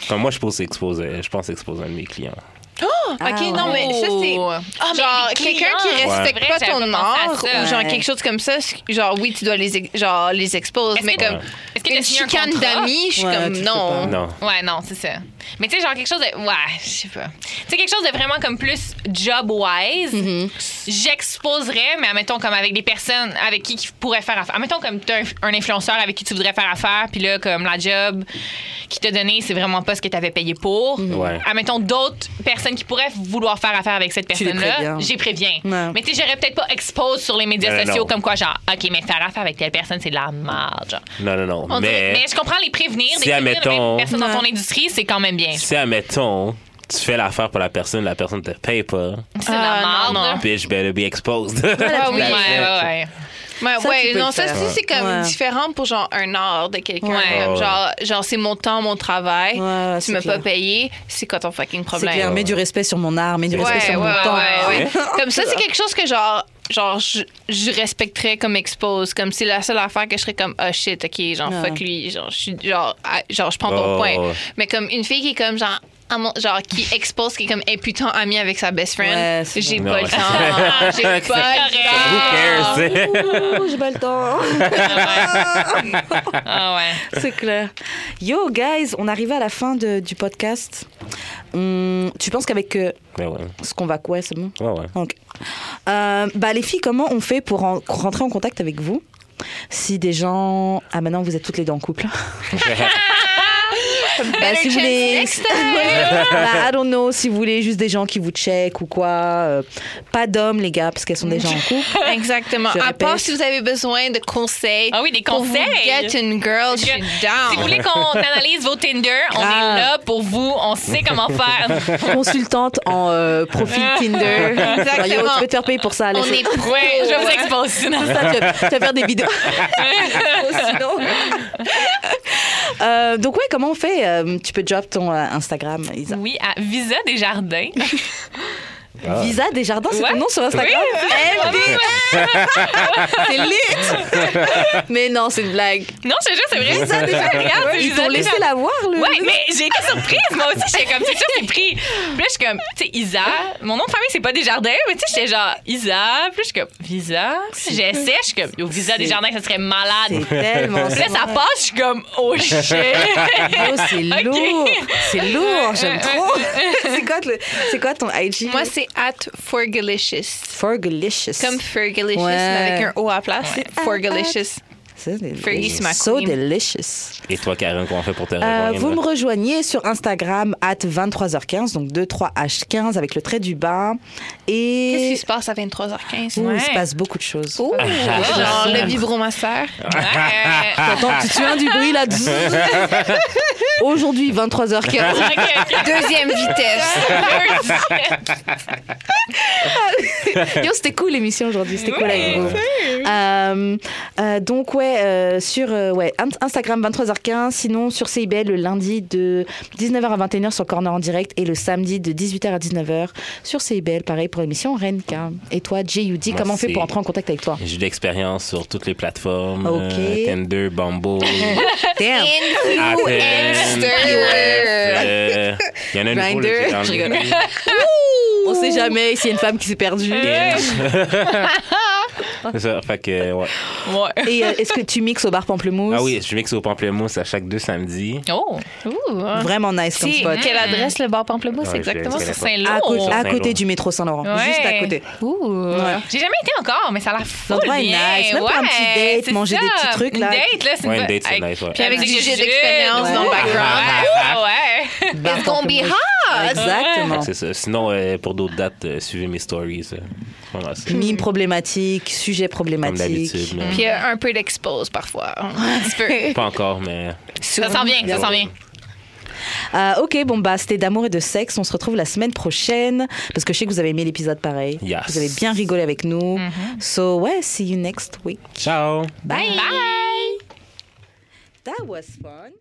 Comme moi, je pense exposer, je pense exposer un de mes clients. OK, non mais ça c'est Ah, mais genre les clients, quelqu'un qui c'est respecte vrai, pas j'avais ton pas pensé à ça. art ou genre Ouais. quelque chose comme ça, c'est- genre oui, tu dois les ex- genre les exposes Est-ce mais que- comme Est-ce que t'as une signé un chicane contrat? d'amis, je suis Ouais, comme tu le fais non. pas. Non. Ouais, non, c'est ça. Mais tu sais, genre quelque chose de. Ouais, je sais pas. Tu sais, quelque chose de vraiment comme plus job-wise, j'exposerais, mais admettons comme avec des personnes avec qui qui pourraient faire affaire. Admettons comme t'as un, un influenceur avec qui tu voudrais faire affaire, puis là, comme la job qui t'a donné, c'est vraiment pas ce que t'avais payé pour. Ouais. Admettons d'autres personnes qui pourraient vouloir faire affaire avec cette Tu les personne-là, préviens. j'y préviens. Ouais. Mais tu sais, j'aurais peut-être pas expose sur les médias Non, non, sociaux non. comme quoi, genre, OK, mais faire affaire avec telle personne, c'est de la merde, genre. Non, non, non. On dirait- mais, Mais je comprends les prévenir. Si, des prévenir les admettons- personnes dans ton industrie, c'est quand même bien. si, admettons, tu fais l'affaire pour la personne, la personne te paye pas, C'est Ah, la non, marde. non. là. bitch better be exposed. Ah Ouais, oui. ouais, ouais. Ouais, Ça, tu ouais, peux non, le ça faire. aussi, c'est comme Ouais. différent pour genre un art de quelqu'un. Ouais. Comme Ouais. Genre, genre c'est mon temps, mon travail. Ouais, tu c'est m'as pas clair. payé, c'est quoi ton fucking C'est problème? clair, mets du respect sur mon art, mets du Ouais, respect sur mon temps. ouais, ouais. Comme ça, c'est quelque chose que genre, genre je, je respecterais comme expose. Comme c'est la seule affaire que je serais comme, oh shit, ok, genre Ouais. fuck lui, genre je, suis- genre, ah, genre, je prends ton Oh, point. ouais. Mais comme une fille qui est comme genre, ah, mon- genre qui expose, qui est comme imputant amie avec sa best Ouais, friend, c'est j'ai bon. pas Non, le c'est- temps. J'ai pas le Who temps. cares? t'sais? Ouh, Oh, j'ai pas le temps. Ah ouais. C'est clair. Yo, guys, on arrive à la fin de- du podcast. Hum, tu penses qu'avec euh, Mais ouais. ce qu'on va quoi, c'est bon Ouais, ouais. Ok. Euh, bah, les filles, comment on fait pour en- rentrer en contact avec vous si des gens. Ah, maintenant, vous êtes toutes les deux en couple. Bah, si vous voulez. Bah, I don't know. Si vous voulez juste des gens qui vous checkent ou quoi. euh, pas d'hommes, les gars, parce qu'elles sont déjà en couple. Exactement. Je À part répète. si vous avez besoin de conseils. Ah oui, des Pour vous conseils. get une girl, je suis Si vous down. voulez qu'on analyse vos Tinder, on est Grave. là pour vous. On sait comment faire. Consultante en euh, profil Tinder. Genre, yo, tu peux te faire payer pour ça. On laisse- est pro. Oui, je vais vous expose sinon. Ça, tu, vas, tu vas faire des vidéos. Sinon. Euh, donc ouais, comment on fait Euh, Tu peux drop ton euh, Instagram, Isa. Oui, à Visa des Jardins. Ah. Visa Desjardins, c'est Ouais. ton nom sur Instagram MDR. C'est lit Mais non, c'est une blague. Non, c'est juste, c'est vrai. Visa Desjardins. Regarde, c'est Ils Lisa t'ont laissé Desjardins. la voir, le. Ouais, mais j'ai été surprise, moi aussi. J'étais comme, c'est sûr qui est pris. Puis là, je suis comme, tu sais, Isa, mon nom de famille, c'est pas Desjardins, mais tu sais, j'étais genre, Isa. Puis là, je suis comme, Visa. Puis J'essaie, je suis comme, yo, Visa C'est- Desjardins, ça serait malade. C'est tellement. Puis là, ça passe, je suis comme, oh shit. Yo, c'est Ok. lourd. C'est lourd, j'aime trop. c'est quoi le- c'est quoi ton IG Moi, c'est at Forgalicious. Fergalicious. Comme Fergalicious, Ouais. Ah, mais avec un O à la place. c'est Forgalicious. C'est délicious. Fergie, c'est ma So queen. delicious. Et toi, Karen, comment on fait pour te Euh, rejoindre? vous me rejoignez sur Instagram at 23h15, donc 23h15 avec le trait du bas. Qu'est-ce Et qui se passe à 23h15? Ouh, Ouais. il Oh. se passe beaucoup de choses. Ouh, genre j'aime. le vibromasseur. Ouais. Attends, tu te souviens du bruit là Zzz. Aujourd'hui, 23h15. Ok, ok. Deuxième vitesse. Yo, c'était cool l'émission aujourd'hui, c'était cool Ouais, avec vous. Euh, euh, donc ouais, euh, sur euh, ouais, Int- Instagram 23h15, sinon sur CIBL le lundi de 19h à 21h sur Corner en direct et le samedi de 18h à 19h sur CIBL, pareil pour l'émission Renka. Et toi, JUD, Moi, comment on fait c'est- pour entrer en contact avec toi J'ai de l'expérience sur toutes les plateformes. Ok. euh, Tinder, Bumble, Damn. Appen, Influencer. euh, Il y en a une pour Grindr. le Je rigole. On sait jamais s'il y a une femme qui s'est perdue. C'est ça, fait que, ouais. Ouais. Et euh, est-ce que tu mixes au bar Pamplemousse Ah oui, je mixe au pamplemousse à chaque deux samedis. Oh, Ouh, hein. Vraiment nice comme Si, spot. quelle adresse le bar Ouais, Pamplemousse je l'ai- exactement? je l'ai- sur Saint-Lô. À, côté- à Saint-Laurent. côté du métro Saint-Laurent, Oh. Ouais. juste à côté. Ouh. Ouais. J'ai jamais été encore, mais ça a l'air fou. L'endroit est nice. Même pour un petit date, manger des petits trucs, là. Une date, là, c'est Ouais, une bonne- date, c'est avec- nice, ouais. Puis avec Ouais. du Du jet jet d'expérience d'expérience dans dans le le background. Ouais, ouais. Bar It's gonna be Pamplemousse. Exactement. Fait que C'est ça. Sinon, euh, pour d'autres dates, euh, suivez mes stories. euh, voilà, c'est Mime problématique, sujet comme problématique. d'habitude. là. Puis euh, un peu d'expose parfois. Un petit peu. Pas encore, mais Ça sent bien, ça sent bien. Euh, ok, bon bah c'était d'amour et de sexe. On se retrouve la semaine prochaine parce que je sais que vous avez aimé l'épisode pareil. Yes. Vous avez bien rigolé avec nous. So ouais, see you next week. ciao! Bye. Bye. That was fun.